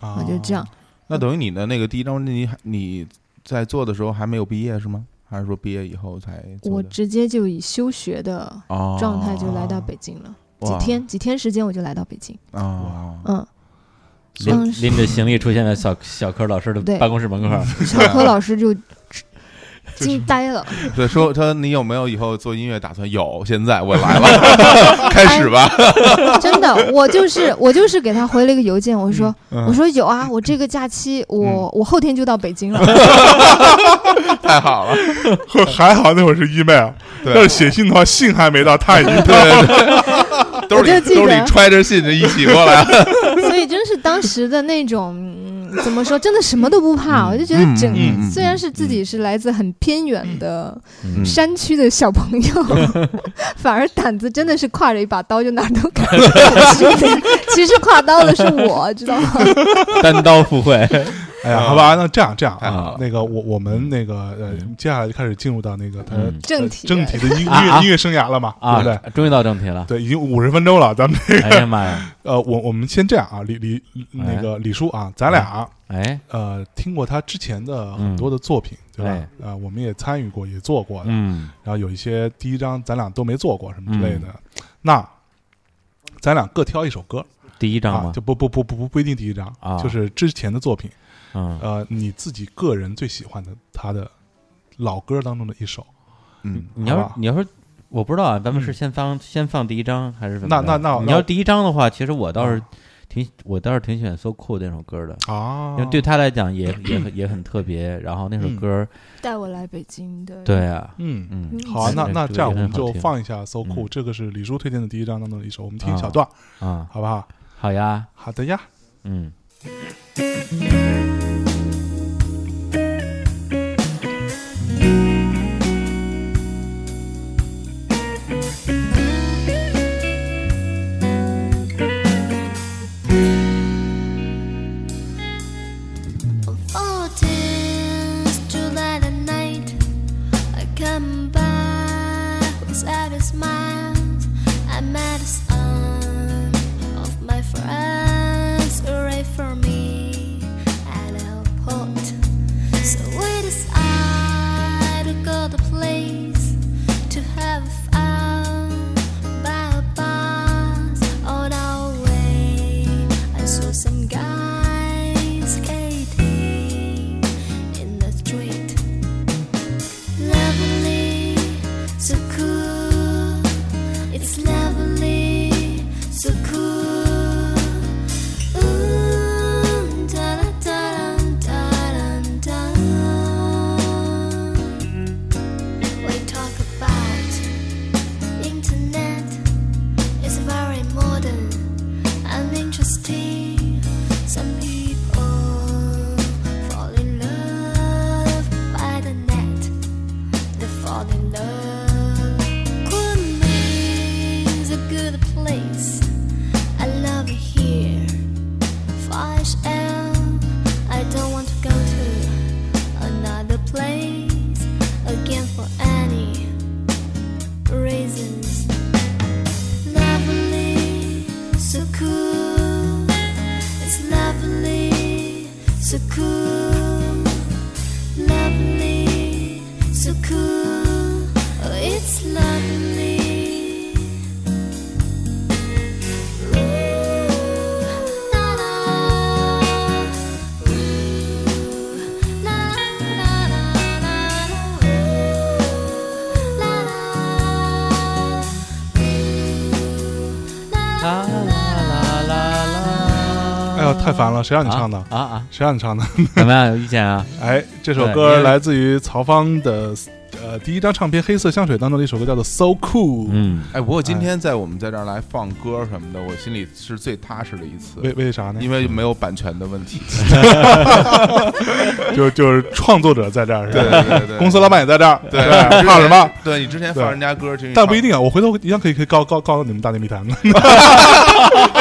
S1: 啊
S4: 我就这样。。
S3: 那等于你的那个第一张专辑，你在做的时候还没有毕业是吗？还是说毕业以后才做
S4: 我
S3: 的？
S4: 直接就以休学的
S3: 哦
S4: 状态就来到北京了，
S3: 哇
S4: 几天几天时间我就来到北京，
S3: 啊，
S4: 嗯，
S3: 所以
S4: 当
S2: 拎
S4: 时
S2: 拎着行李出现在小小柯老师的
S4: 对
S2: 办公室门口，
S4: 小柯老师
S3: <laughs>
S4: 就惊呆了，
S3: 对，说说你有没有以后做音乐打算？有，现在我来了，
S4: <laughs>
S3: 开始吧。
S4: 真的，我就是我就是给他回了一个邮件，我说
S3: 嗯
S4: 我说有啊，我这个假期我我后天就到
S3: <laughs>
S4: 北京了，哎
S3: 太好了，
S1: 呵啊还好那会儿是 email，
S3: 对
S1: 要是写信的话，信还没到，他已经
S3: 对对
S4: <laughs>
S3: 对，兜
S4: 我就
S3: 里
S4: 记
S3: 兜里
S4: 着
S3: 揣着信就一起过来了。
S4: 所以真是当时的那种，嗯，怎么说，真的什么都不怕。
S3: 嗯
S4: 我就觉得整
S3: 嗯嗯嗯，嗯
S4: 虽然是自己是来自很偏远的
S2: 嗯
S4: 山区的小朋
S1: <laughs>
S4: 友，反而胆子真的是挎着一把刀就哪儿都
S1: <laughs>
S4: 敢。 <laughs> 其实其实挎刀的是我，知道
S1: <laughs>
S4: 吗？
S2: 单刀赴会，
S1: 哎呀，好吧，那这样这样
S3: 太好
S1: 啊
S3: 了，
S1: 那个我我们那个呃，接下来就开始进入到那个他
S2: 嗯
S4: 正
S1: 呃
S4: 题
S1: 正
S4: <laughs>
S1: 题的音
S2: 啊
S1: 乐
S2: 啊
S1: 音乐生涯了嘛，对
S2: 啊
S1: 不对？，
S2: 终于到正题
S1: <laughs>
S2: 了。
S1: 对，已经五十分钟了，咱们
S2: 哎呀妈呀！
S1: 呃，我我们先这样啊，李李那个李叔啊，咱俩
S2: 哎，
S1: 呃听过他之前的很多的作品，对吧
S2: 哎？
S1: 呃，我们也参与过，也做过的，
S2: 嗯
S1: 然后有一些第一张咱俩都没做过什么之类的，
S2: 嗯
S1: 那咱俩各挑一首歌
S2: 第一章
S1: 啊，
S2: 吗
S1: 就？不不不不不不一定第一张
S2: 啊
S1: 就是之前的作品，
S2: 嗯，
S1: 呃，你自己个人最喜欢的他的老歌当中的一首，
S3: 嗯，
S2: 你要
S1: 好
S2: 是
S1: 吧
S2: 你要是我不知道啊，咱们是
S1: 嗯
S2: 先放先放第一章还是怎么
S1: 那
S2: 着？
S1: 那那
S2: 你
S1: 那
S2: 要是第一章的话，其实我倒是
S1: 啊
S2: 挺我倒是挺喜欢 So Cool 那首歌的，
S1: 啊
S2: 因为对他来讲也也很也很特别。然后那首
S1: 嗯
S2: 歌，
S4: 带我来北京的，
S2: 对啊，
S1: 嗯。
S2: 嗯，
S4: 嗯
S1: 好啊，那那这样我们就
S2: 也很好听
S1: 放一下《So Cool》，
S2: 嗯
S1: 这个是李叔推荐的第一张当中的一首，我们听
S2: 啊
S1: 一小段，
S2: 啊，
S1: 好不好？
S2: 好呀，
S1: 好的呀，
S2: 嗯。
S5: Oh, tis July the night. I come back with sad smiles. I met a son of my friends who wait for me at the airport. So we decide to go to place to have fun by a bus on our way. I saw some guys skating in the street. Lovely, so cool. It's lovely, so cool. Ooh, da da da da da da. We talk about internet. It's very modern and interesting. Some people fall in love by the net. They fall in love. Kunming is a good place. I love it here. Flash L. I don't want to go to another place again for any reasons. Lovely, so cool. It's lovely, so cool. Oh,
S2: 啦啦啦啦啦。
S1: 哎呦，太烦了，谁让你唱的？
S2: 啊啊！
S1: 谁让你唱的？
S2: 怎么样？有意见啊？
S1: 哎，这首
S2: 对因
S1: 歌
S2: 为
S1: 来自于曹芳的呃第一张唱片《黑色香水》当中的一首歌，叫做《So Cool》。
S2: 嗯，
S3: 哎，不过今天在我们在这儿来放歌什么的，我心里是最踏实的一次，
S1: 为为啥呢？
S3: 因为没有版权的问题。
S1: 就就是创作者在这儿，是吧
S3: 对对对，
S1: 公司老板也在这儿，
S3: 对
S1: 对怕什么？？
S3: 对你之前放人家歌，其实你
S1: 但不
S3: 放
S1: 一定啊，我回头一样可以可以告告告诉你们大内密谈的。 <laughs>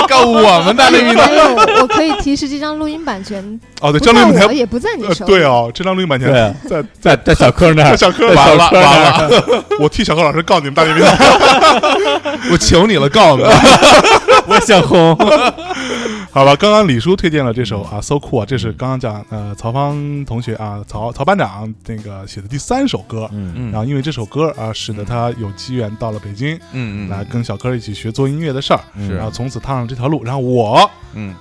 S3: 告我们大内密
S4: 还有，我可以提示这张录音
S1: <laughs>
S4: 版权
S1: 哦，对，
S4: 不
S1: 张
S4: 在
S1: 录音版
S4: 我，
S1: 权，
S4: 也不在你
S1: 呃
S4: 手里。
S1: 对哦，这张录音版权
S2: 对啊
S1: 在
S2: 在在小柯那
S1: 在
S2: 儿，
S1: 小柯
S2: 完了
S1: 完了， <laughs> 我替小柯老师告你们大内密谈。
S3: <laughs> 我求你了，告我 <laughs> 们。
S2: 我想红。
S1: <laughs> 好吧，刚刚李叔推荐了这首啊，So Cool 啊，这是刚刚讲呃曹芳同学啊，曹曹班长那个写的第三首歌。
S2: 嗯，
S1: 然后因为这首歌啊，使得他有机缘到了北京，
S3: 嗯
S1: 来跟小柯一起学做音乐的事儿，
S3: 是
S1: 然后从此踏上这条路。然后我
S3: 嗯，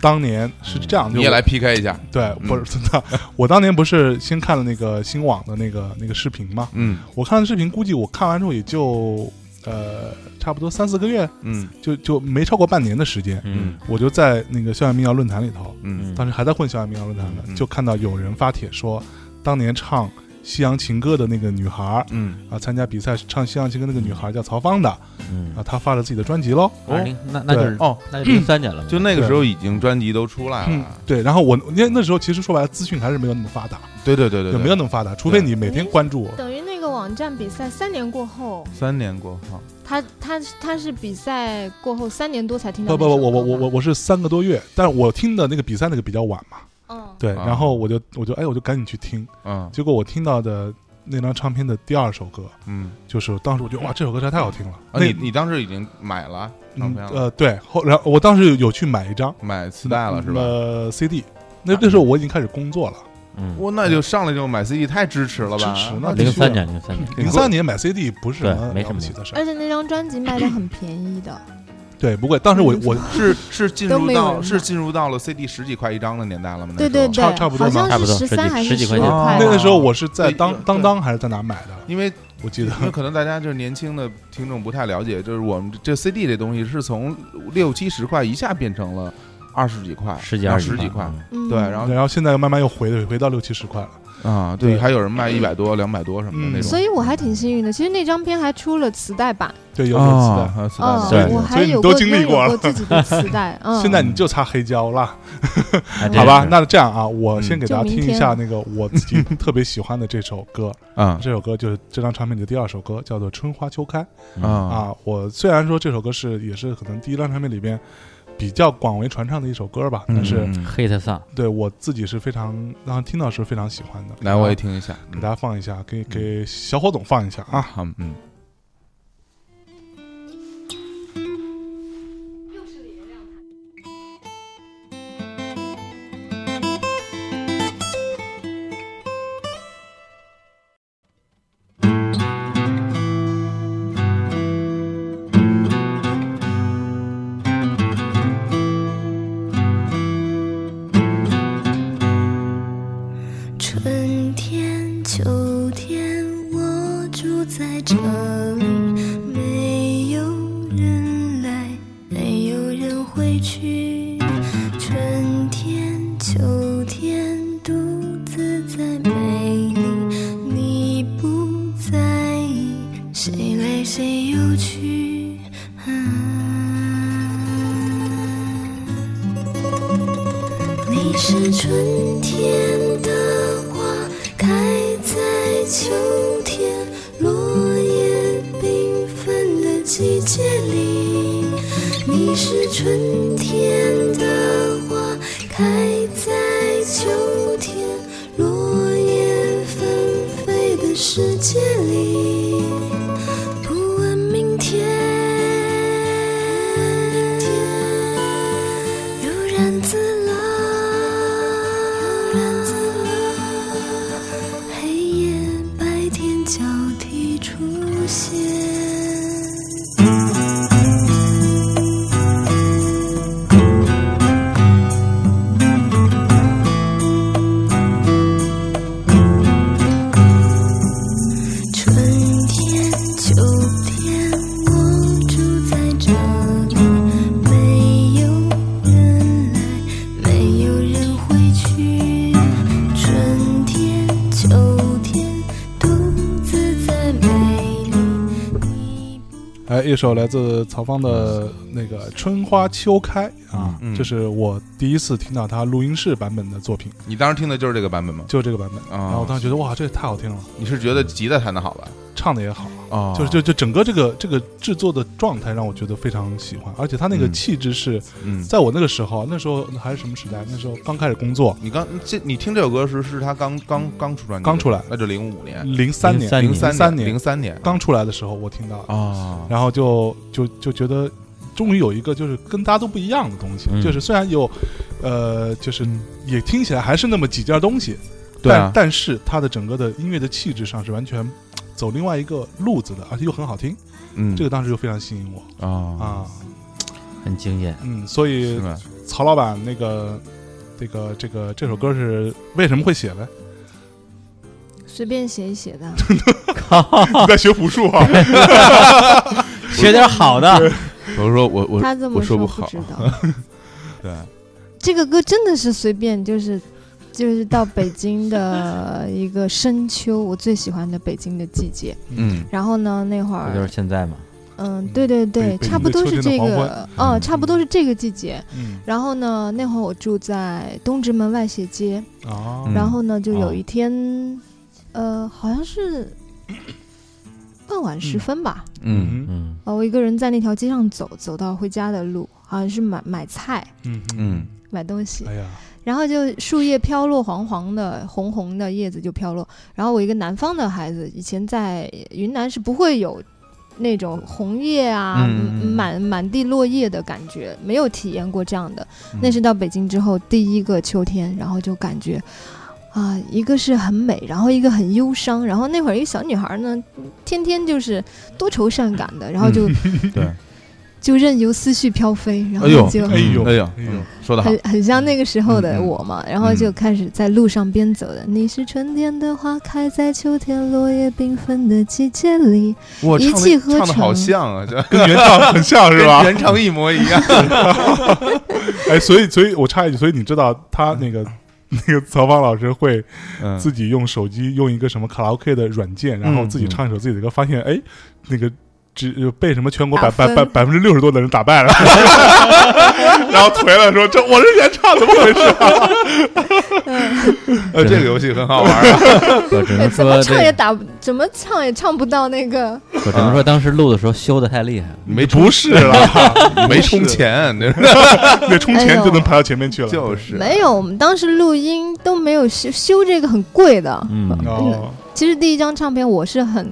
S1: 当年是这样，就
S3: 你也来 PK 一下。
S1: 对，
S3: 嗯
S1: 不是真的，我当年不是先看了那个新网的那个那个视频吗？
S3: 嗯
S1: 我看了视频，估计我看完之后也就呃差不多三四个月，
S3: 嗯
S1: 就就没超过半年的时间，
S2: 嗯
S1: 我就在那个校园民谣论坛里头，
S3: 嗯
S1: 当时还在混校园民谣论坛呢，
S3: 嗯嗯
S1: 就看到有人发帖说，当年唱西洋情歌的那个女孩儿
S3: 嗯，
S1: 啊，参加比赛唱西洋情歌那个女孩儿叫曹芳的啊，
S2: 嗯，
S1: 她发了自己的专辑喽。
S2: 二零那那就是
S3: 哦，
S2: 那就零三年了嘛，
S3: 就那个时候已经专辑都出来
S1: 嗯
S3: 了。，
S1: 对，然后我因为那时候其实说白了，资讯还是没有那么发达，
S3: 对对对对
S1: 也
S3: 对，
S1: 没有那么发达，除非
S3: 对
S1: 你每天关注我。
S4: 等于那个网站比赛三年过后，
S3: 三年过后，
S4: 他他他是比赛过后三年多才听到
S1: 不
S4: 那
S1: 不
S4: 首
S1: 不，
S4: 歌吧。
S1: 我我我我我是三个多月，但是我听的那个比赛那个比较晚嘛，
S4: 嗯，
S1: 对，
S3: 啊
S1: 然后我就我就哎我就赶紧去听，
S3: 嗯
S1: 结果我听到的那张唱片的第二首歌，
S3: 嗯，
S1: 就是当时我觉得哇这首歌实在太好听了，
S3: 啊
S1: 那
S3: 你你当时已经买了唱
S1: 嗯
S3: 片了，
S1: 呃对，后然后我当时有去买一张
S3: 买磁带了是吧？啊
S1: 呃 CD，那那时候我已经开始工作了，
S2: 嗯，
S3: 我那就上来就买 CD，太支持了吧？
S1: 支持那
S2: 零
S1: 必须的
S2: 三年零三年，
S1: 零三年买 CD 不是
S2: 对
S1: 什么
S2: 没
S1: 了不
S2: 什么
S1: 起的事儿，
S4: 而且那张专辑卖的很便宜的，
S1: 对，不过当时我我
S3: 是是进
S4: 都
S3: 入
S4: 没有人
S3: 到
S4: 买
S3: 是进入到了 CD 十几块一张的年代了吗？那时
S4: 对
S3: 候
S4: 对
S1: 差
S4: 对，
S1: 差不多
S4: 好
S1: 吧
S4: 像
S2: 差不
S4: 是
S2: 多
S4: 十
S2: 十
S4: 三
S2: 几
S4: 还
S2: 十
S4: 是
S2: 几
S4: 十
S2: 块
S4: 五
S2: 钱
S4: 块
S1: 那
S4: 吧？
S1: 个时候我是在
S3: 对
S1: 当
S3: 对
S1: 当当还是在哪买的，
S3: 因为
S1: 我记得
S3: 因为可能大家就是年轻的听众不太了解，就是我们这这 CD 这东西是从六七十块一下变成了二十几块，
S2: 十几
S3: 然
S2: 二
S3: 后十几块，，
S4: 嗯
S3: 对，然后
S1: 然后现在慢慢又回回到六七十块了，
S3: 啊，对，
S1: 对
S3: 还有人卖一百多、两百多什么的
S1: 嗯
S3: 那种，
S4: 所以我还挺幸运的。其实那张片还出了磁带版，
S1: 对，有时候磁带
S3: 啊，。还有磁带
S4: 哦
S3: 的
S2: 对，
S1: 所
S4: 我还
S1: 以你
S4: 有
S1: 都
S4: 过
S1: 经历
S4: 拥有
S1: 过
S4: 过
S1: 了
S4: 自己的磁带。
S2: 啊
S4: 嗯，
S1: <laughs> 现在你就差黑胶了，
S2: 嗯还真
S1: 好吧
S2: 是？
S1: 那这样啊，我先
S3: 嗯
S1: 给大家
S4: 就明
S1: 听一
S4: 天
S1: 下
S4: 了
S1: 那个我自己 <laughs> 特别喜欢的这首歌，
S3: 啊
S1: 这首歌就是这张唱片里的第二首歌，叫做《春花秋开》
S2: 嗯
S3: 啊
S1: 啊。我虽然说这首歌是也是可能第一张唱片里边比较广为传唱的一首歌吧，但是
S3: 嗯
S2: 黑特丧，
S1: 对我自己是非常当时听到是非常喜欢的。
S3: 来我也听一下，嗯
S1: 给大家放一下，给给小伙总放一下
S3: 啊，
S1: 啊。
S3: 好，嗯，
S5: 春天、秋天，我住在这里，没有人来，没有人回去。春天、秋天，独自在美丽，你不在意，谁来谁又去。啊你是春天的花，开在秋天，落叶缤纷的季节里。你是春天的花，开在秋天，落叶纷飞的世界里。不问明天。悠然自乐，悠然自乐，黑夜白天交替出现。春
S3: 嗯
S1: 哎一首来自曹芳的那个《春花秋开》啊，
S3: 嗯
S1: 这是我第一次听到他录音室版本的作品，
S3: 你当时听的就是这个版本吗？
S1: 就这个版本。
S3: 啊
S1: 然后我当时觉得哇，这也太好听了，
S3: 你是觉得吉他弹的好吧？
S1: 唱的也好，
S3: 哦
S1: 就是就就整个这个这个制作的状态让我觉得非常喜欢，而且他那个
S3: 嗯
S1: 气质是
S3: 嗯，
S1: 在我那个时候，那时候还是什么时代？那时候刚开始工作，
S3: 你刚这你听这首歌时是他刚刚嗯刚出专辑，
S1: 刚出来
S3: 那就零五年、
S1: 零三年
S2: 03
S3: 哎零
S2: 年
S1: 03
S3: 三
S1: 年
S3: 零三年
S1: 刚出来的时候我听到，
S3: 啊，
S1: 然后就就就觉得终于有一个就是跟大家都不一样的东西，
S2: 嗯
S1: 就是虽然有呃，就是也听起来还是那么几件东西，
S3: 对啊
S1: 但但是它的整个的音乐的气质上是完全。走另外一个路子的，而且又很好听，
S3: 嗯，
S1: 这个当时就非常吸引我
S3: 个
S1: 啊，
S3: 啊
S2: 很惊艳。
S1: 嗯，所以
S3: 是吧？
S1: 曹老板那个这个这个这首歌
S3: 嗯
S1: 是为什么会写呢？
S4: 随便写一写
S1: <laughs>
S4: 的。
S1: 你在学朴树啊？
S2: 学点好的，
S3: 我说我我
S4: 他这么
S3: 我说不
S4: 不
S3: 好
S4: 知道，
S1: <laughs>
S3: 对
S4: 这个歌真的是随便，就是就是到北京的一个深秋，我最喜欢的北京的季节。
S3: 嗯
S4: 然后呢，那会
S2: 不就是
S4: 儿，
S2: 现在嘛？
S4: 嗯，对对对，
S1: 北
S4: 差不多是这
S1: 北京的秋天的
S4: 个，
S3: 嗯
S4: 哦，差不多是这个季节。
S1: 嗯
S4: 然后呢，那会儿我住在东直门外斜街，
S1: 啊，
S3: 嗯
S4: 然后呢，就有
S3: 哦
S4: 一天，呃，好像是傍晚时
S1: 嗯
S4: 分吧，
S3: 嗯
S2: 嗯，
S4: 啊，我一个人在那条街上走，走到回家的路，好像是买买菜、
S1: 嗯
S3: 嗯，
S4: 买东西，
S1: 哎呀，
S4: 然后就树叶飘落，黄黄的、红红的叶子就飘落。然后我一个南方的孩子，以前在云南是不会有那种红叶啊、
S3: 嗯嗯嗯
S4: 满满地落叶的感觉，没有体验过这样的。
S3: 嗯
S4: 那是到北京之后第一个秋天，然后就感觉。啊，一个是很美，然后一个很忧伤，然后那会儿一个小女孩呢，天天就是多愁善感的，然后就、
S3: 对，
S4: 就任由思绪飘飞，然
S3: 嗯
S4: 后
S3: 哎呦
S4: 就
S1: 哎呦
S3: 哎呦
S1: 哎呦，
S3: 说的好
S4: 很，很像那个时候的
S3: 嗯嗯
S4: 我嘛，然后就开始在路上边走的。你是春天的花，开在秋天落叶缤纷的季节里。
S3: 我
S4: 一
S3: 唱
S4: 气
S3: 的
S4: 呵
S3: 唱的好
S4: 成
S3: 像啊，这
S1: 跟原唱很像是吧？
S3: <laughs> 原唱一模一样，
S1: 哎，所以，所以我插一句，所以你知道他那个。那个曹芳老师会
S3: 嗯
S1: 自己用手机用一个什么卡拉 OK 的软件，然后自己唱一首自己的歌，发现哎，那个只被什么全国百
S4: 打
S1: 百
S4: 分
S1: 百百分之六十多的人打败了， <laughs> 然后颓了，说这我是原唱，怎么回事啊？
S3: 呃，这个游戏很好玩啊，
S2: 我只能
S4: 哎 <laughs> 怎么
S2: 说
S4: 唱也
S2: 这，
S4: 打，怎么唱也唱不到那个。
S2: 我只能说当时录的时候修的太厉害了。
S3: 没充
S1: 不是啦，
S3: <laughs> 没充钱，那
S1: 得充钱就能排到前面去了，
S3: 就是啊
S4: 没有，我们当时录音都没有修修这个很贵的。
S2: 嗯
S1: 哦，
S4: 其实第一张唱片我是很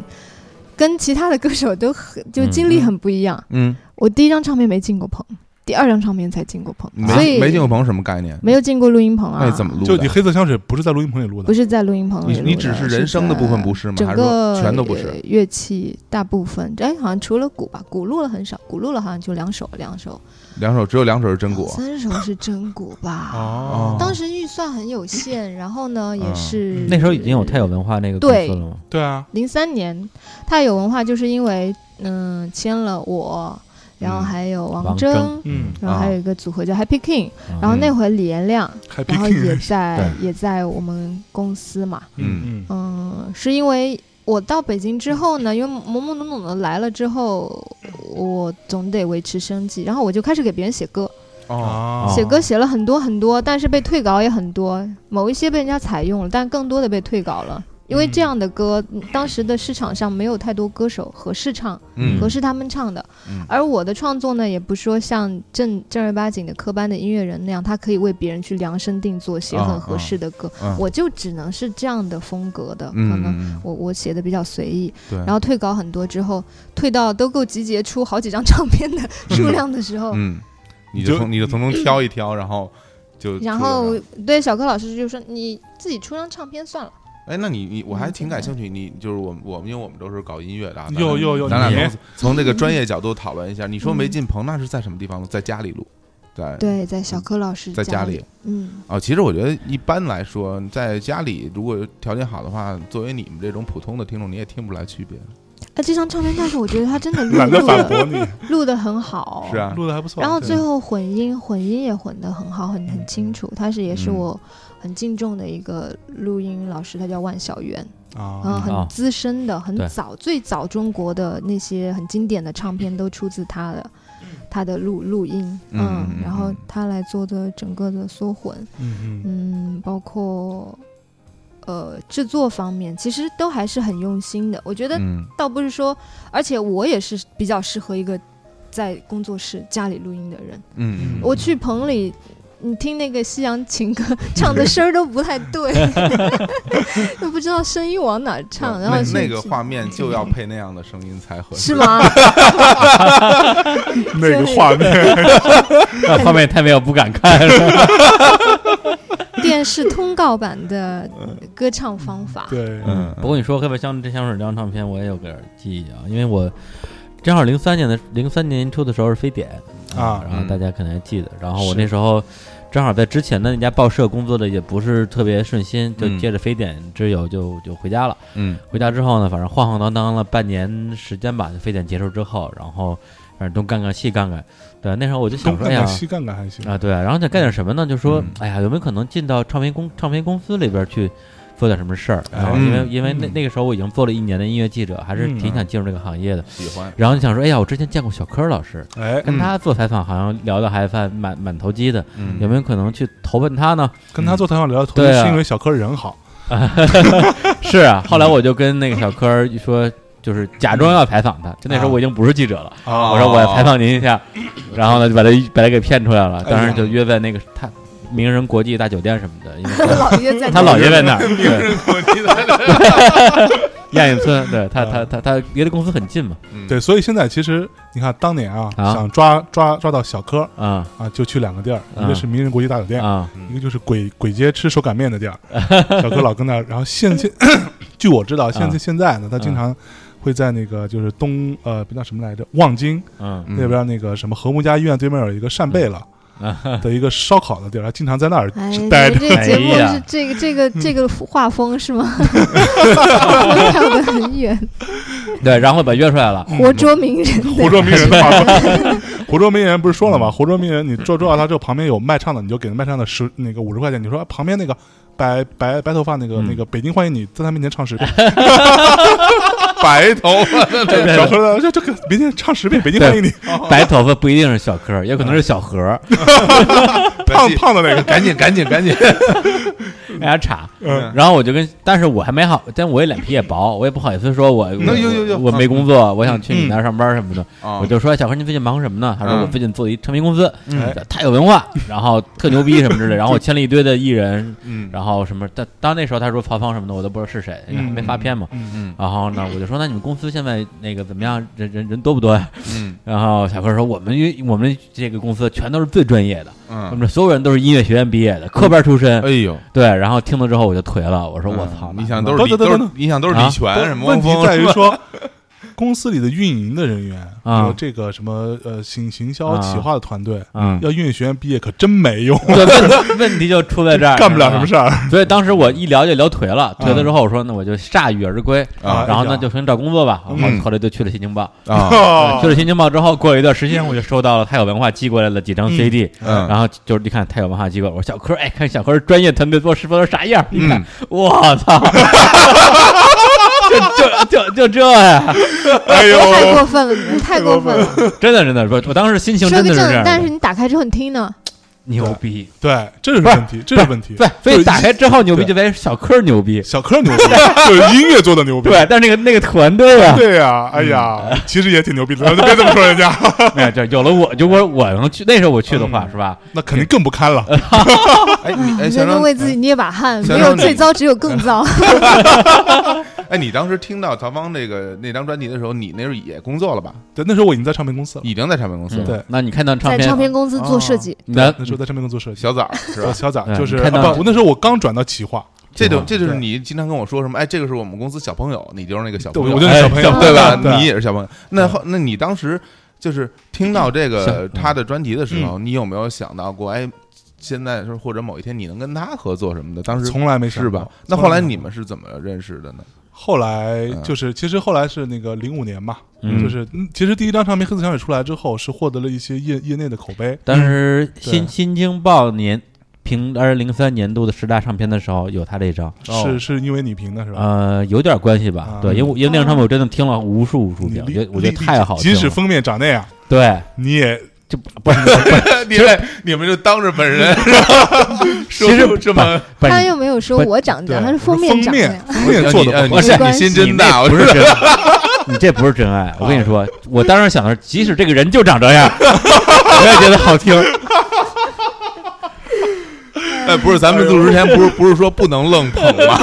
S4: 跟其他的歌手都很就经历很不一样。
S3: 嗯，
S4: 我第一张唱片没进过棚，第二张唱片才进过棚，所
S3: 没
S4: 以
S3: 没进过棚什么概念？
S4: 没有进过录音棚啊。
S3: 那你怎么录的？
S1: 就你黑色香水不是在录音棚里录的
S4: 不，是在录音棚里
S3: 你
S4: 录
S3: 你
S4: 的
S3: 只是人声的部分不是吗？
S4: 整
S3: 还是
S4: 个
S3: 说全都不是
S4: 呃？乐器大部分，哎，好像除了鼓吧，鼓录了很少，鼓录了好像就两首，两首，
S3: 两首只有两首是真鼓啊
S4: 三首是真鼓吧。
S1: 哦
S4: 当时预算很有限，然后呢，也
S3: 嗯
S4: 是
S2: 那时候已经有太有文化那个公司了吗？
S1: 对啊，
S4: 零三年，太有文化就是因为嗯签了我，然后
S3: 嗯
S4: 还有
S2: 王
S4: 王
S2: 铮啊
S1: 嗯
S4: 然后还有一个组合叫 Happy King，、
S2: 嗯
S4: 然后那会李延亮，
S1: ，Happy
S4: 然
S1: <laughs>
S4: 后
S1: King，
S4: 哦
S2: <laughs>
S4: 也在也在我们公司嘛，
S1: 嗯嗯
S4: 嗯，是因为我到北京之后呢，因为懵懵懂懂的来了之后，我总得维持生计，然后我就开始给别人写歌，
S3: 哦，
S1: 啊，
S4: 写歌写了很多很多，但是被退稿也很多，某一些被人家采用了，但更多的被退稿了。
S3: 嗯
S4: 因为这样的歌，嗯当时的市场上没有太多歌手合适唱，
S3: 嗯
S4: 合适他们唱的。
S3: 嗯
S4: 而我的创作呢，也不说像正正儿八经的科班的音乐人那样，他可以为别人去量身定做写
S3: 啊
S4: 很合
S3: 啊
S4: 适的歌。
S3: 嗯
S4: 我就只能是这样的风格的，可能
S3: 嗯，
S4: 我我写的比较随意，
S3: 对，
S4: 然后退稿很多之后，退到都够集结出好几张唱片的 <laughs> 数量的时候，
S3: 嗯，你就
S1: 就
S3: 从你就从中挑一挑，然后就
S4: 然
S3: 出
S4: 后
S3: 了
S4: 对小柯老师就说你自己出张唱片算了，
S3: 哎，那你你我还挺感兴趣，你就是我们我们因为我们都是搞音乐的啊，
S1: 哟哟哟，
S3: 咱俩咱俩
S1: 你
S3: 从从这个专业角度讨论一下，你说没
S4: 嗯
S3: 进棚，那是在什么地方录？在家里录，对。
S4: 对，在小柯老师
S3: 在
S4: 家
S3: 家里，
S4: 嗯，
S3: 啊、其实我觉得一般来说，在家里如果条件好的话，作为你们这种普通的听众，你也听不出来区别，
S4: 哎，这张唱片，但是我觉得他真
S1: <laughs>
S4: 的录
S1: 懒得
S4: 录
S1: 反驳
S4: 的
S1: 你，
S4: 录的很好，
S3: 是啊，
S1: 录的还不错。
S4: 然后
S1: 对
S4: 最后混音，混音也混得很好，很很清楚。他是也是
S3: 嗯
S4: 我很敬重的一个录音老师，他叫万小源。嗯，
S1: 啊，
S2: 啊
S4: 很资深的，很
S2: 对
S4: 早，最早中国的那些很经典的唱片都出自他的，他的录录音，
S3: 嗯嗯嗯
S4: 然后
S3: 嗯
S4: 他来做的整个的缩混，
S1: 嗯嗯
S4: 嗯，包括呃制作方面，其实都还是很用心的。我觉得
S3: 嗯
S4: 倒不是说，而且我也是比较适合一个在工作室家里录音的人。
S3: 嗯，
S4: 我去棚里，你听那个西洋情歌，唱的声儿都不
S3: <laughs>
S4: 太对，都不知道声音往哪儿唱。然
S3: 嗯
S4: 后
S3: 那
S4: 是
S3: 那个画面就要配那样的声音才合适，
S4: 是？
S3: <laughs>
S4: 吗？
S1: 那个画面，
S2: <laughs> 那画面太没有不敢看了。
S4: 电视通告版的歌唱方法，
S1: <laughs> 对，
S3: 嗯，
S2: 不过你说黑白相这香水这张唱片，我也有点记忆啊，因为我正好零三年的零三年出的时候是非典
S1: 啊
S2: 然后
S3: 嗯
S2: 大家可能还记得，然后我
S1: 是
S2: 那时候正好在之前的那家报社工作的也不是特别顺心，就
S3: 嗯
S2: 借着非典之友就就回家了。
S3: 嗯
S2: 回家之后呢，反正晃晃荡荡了半年时间吧，就非典结束之后，然后反正东干干西干干，对，那时候我就想
S1: 东
S2: 说，
S1: 干
S2: 哎呀
S1: 干。西干干还行
S2: 啊，对啊，然后想干点什么呢？就说
S3: 嗯，
S2: 哎呀，有没有可能进到唱片公唱片公司里边去做点什么事儿？然后因为
S3: 嗯
S2: 因为那
S1: 嗯
S2: 那个时候我已经做了一年的音乐记者，还是
S1: 嗯
S2: 挺想进入这个行业的。
S3: 喜欢，
S2: 然后就想说，哎呀，我之前见过小柯老师，
S1: 哎，
S2: 跟他做采访好像聊的还算满满头肌的，
S3: 嗯
S2: 有没有可能去投奔他呢？ <laughs>
S1: 跟他做采访聊的头
S2: 对啊
S1: 是因为小柯人好，
S2: 是啊，后来我就跟那个小柯儿说，就是假装要采访他，就那时候我已经不是记者了，
S3: 哦
S1: 啊
S2: 我说我要采访您一下，然后呢就把他把他给骗出来了，
S1: 哎呀
S2: 当时就约在那个他名人国际大酒店什么的，因为
S4: <laughs> 老爷在
S2: <laughs> 他老
S4: 那
S2: 爷在那儿，
S3: <laughs>
S2: 对，
S3: 我记
S2: <laughs>
S3: 得，
S2: 亚运村，对他他
S1: 啊
S2: 他他离得公司很近嘛，
S3: 嗯
S1: 对，，所以现在其实你看，当年啊，
S2: 啊
S1: 想抓抓抓到小柯
S2: 啊
S1: 啊，就去两个地儿，一
S2: 啊
S1: 个是名人国际大酒店，
S2: 啊
S1: 一个就是鬼鬼街吃手擀面的地儿。小柯老跟那儿，然后现现， <coughs> 据我知道，现在
S2: 啊
S1: 现在呢，他经常会在那个就是东呃，不叫什么来着，望京
S2: 嗯
S1: 那边那个什么和睦家医院对面有一个扇贝
S2: <laughs>
S1: 勒
S2: 啊，
S1: 的一个烧烤的地儿，他经常在那儿
S4: 哎，
S1: 待
S4: 你
S1: 着
S4: 们。这个节目
S2: 哎呀
S4: 是这个这个这个画风是吗？ <laughs> 我跳得很远，
S2: 对，然后把他约出来了，
S4: 活捉名人
S1: 湖州名人的话
S4: <laughs>
S1: 说，湖州名人不是说了
S2: 嗯
S1: 吗？湖州名人，你捉捉到他之后，旁边有卖唱的，你就给他卖唱的十那个五十块钱。你说啊旁边那个白白白头发那个
S2: 嗯
S1: 那个北京欢迎你，在他面前唱十遍。
S3: 白头啊发的那
S2: <laughs> 对
S1: 小何说这个明天唱十遍北京欢迎你，
S2: 白头发不一定是小柯儿，也可能是小何
S3: 啊
S2: 儿，
S1: 胖胖的那个。
S3: 嗯赶紧赶
S2: <laughs>
S3: 紧赶紧，
S2: 大家查。
S1: 嗯
S2: 然后我就跟，但是我还没好，但我也脸皮也薄，我也不好意思说我
S3: 那
S2: 我
S3: 有有有
S2: 我没工作，我想去你那儿上班什么的，
S3: 啊
S2: 我就说哎小何，你最近忙什么呢？他说
S3: 嗯
S2: 我最近做了一唱片公司，
S1: 哎
S2: 太有文化，然后特牛逼什么之类的，然后我签了一堆的艺人，
S3: 嗯
S2: 然后什么，但当那时候他说曹芳什么的，我都不知道是谁，因为还没发片嘛。
S1: 嗯
S3: 嗯
S2: 然后呢，我就说那你们公司现在那个怎么样？人人人多不多呀？ <laughs>
S3: 嗯
S2: 然后小柯说我们我们这个公司全都是最专业的，我
S3: 嗯，
S2: 们所有人都是音乐学院毕业的，科班出身
S3: 哎。呦，
S2: 对，然后听了之后我就颓了，我说我
S3: 嗯
S2: 操，
S3: 你想
S2: 那
S3: 都是李
S1: 等等
S3: 都是
S1: 等
S3: 你想都是
S2: 啊
S3: 李泉什么
S1: 问
S3: 汪
S1: 题
S3: 峰
S1: 在于
S3: 是吧
S1: 说，公司里的运营的人员
S2: 啊
S1: 还有这个什么呃行行销
S2: 啊
S1: 企划的团队， <laughs>
S2: 嗯，
S1: 要音乐学院毕业可真没用，
S2: 对问问题就出在
S3: 啊
S2: 这
S1: <laughs>
S2: 儿，
S1: 干不了什么
S2: 事。
S1: 事儿
S2: 所以当时我一聊就聊颓了，颓了之后我说那我就铩羽而归，
S1: 啊
S2: 然后呢就重新找工作吧。然后
S3: 嗯
S2: 后来就去了新京报，
S3: 啊，
S1: 哦嗯
S2: 对去了新京报之后，过了一段时间我就收到了太有文化寄过来了几张
S1: 嗯
S2: CD，
S3: 嗯
S2: 然后就是一看太有文化机构，我说小柯，哎，看小柯专业团队做直播都啥样？你看
S3: 嗯，
S2: 我操， <laughs> 就就就就这呀，
S1: 哎呦，
S4: 太过分了，你们太过分了。
S2: 真的真的，我我当时心情
S4: 说
S2: 真的
S4: 个
S2: 是
S4: 正
S2: 这，样
S4: 但是
S2: 的，
S4: 你打开之后你听呢？
S2: 牛逼，
S1: 对，这是问题，这是问题。
S2: 对，所以
S1: 对
S2: 打开之后牛逼
S1: 对
S2: 就为小柯牛逼，
S1: 小柯牛逼，就是音乐做的牛逼。
S2: 对，但是那个那个团队啊，
S1: 对呀、哎
S3: 嗯
S1: 呀，其实也挺牛逼的，咱们别这么说人家，
S3: <laughs>
S2: 哎，这有了我，如果我能去，那时候我去的话，是吧？
S1: 那肯定更不堪了。
S3: 哎你哎，
S4: 啊你
S3: 小
S4: 真的
S3: 张，
S4: 为自己捏把汗，
S3: 小
S4: 没
S3: 张
S4: 有
S3: 你
S4: 最糟，只有更糟。
S3: 哎，你当时听到曹芳这个那张专辑的时候，你那时候也工作了吧？
S1: 对，那时候我已经在唱片公司了，
S3: 已经在唱片公司
S2: 嗯
S3: 了，
S1: 呃对
S2: 那你看到唱
S4: 在
S2: 片，
S4: 唱片公司做设计，
S2: 你的
S1: 那时候在唱片公司做设计。
S3: 小崽嗯儿是
S1: 小
S3: 吧？
S1: 小
S2: 对
S1: 崽就是
S2: 你看到
S1: 啊不，我那时候我刚转到企划，
S3: 这种
S2: 挺好
S3: 这就是
S1: 对
S3: 你经常跟我说什么？哎，这个是我们公司小朋友，你就是那个小
S1: 对
S3: 朋友，啊
S1: 我就是小朋友，啊
S4: 哎
S3: 对吧？
S1: 对
S3: 你也是小朋友。那后，那你当时就是听到这个
S2: 是
S3: 他的专辑的时
S1: 嗯
S3: 候，你有没有想到过？哎，现在是或者某一天你能跟他合作什么的？当时
S1: 从来没想
S3: 是
S1: 过
S3: 吧？那后来你，
S1: 从没想过
S3: 们是怎么认识的呢？
S1: 后来就是其实后来是那个零五年嘛，
S2: 嗯
S1: 就是嗯其实第一张唱片《黑色香嗯水》出来之后，是获得了一些业业内的口碑。
S2: 当时新
S1: 对
S2: 新京报年评二零零三年度的十大唱片的时候，有他这张，
S1: 是是因为你评的是吧？
S2: 呃，有点关系
S1: 啊？
S2: 吧对，因为我因为那张唱片我真的听了无数无数
S1: 你
S2: 遍，我
S1: 立
S2: 觉得我觉
S1: 立
S2: 得太好听
S1: 即
S2: 了。
S1: 使封面长那样， <laughs>
S2: 对，
S1: 你也
S2: 这不不是
S1: 呃
S3: 你们你们就当着本人，然后说
S2: 其实
S3: 出这么
S2: 不
S4: 他
S2: 是，
S4: 又没有说
S2: 哦不是
S4: 我长这样，
S1: 对
S4: 他是
S1: 封
S4: 封面长这
S1: 面
S4: 样。
S1: 封面做的
S2: 不是
S4: 没
S3: <laughs> 你
S4: 关系
S3: 心真大，我
S2: 不
S3: 说
S2: 是真爱，你这不是真爱。我跟你说，我当时想的是，即使这个人就长这样， <laughs> 我也觉得
S1: <laughs>
S2: 好听。
S3: <laughs> 哎，不是，咱们录之前不是不是说不能愣捧吗？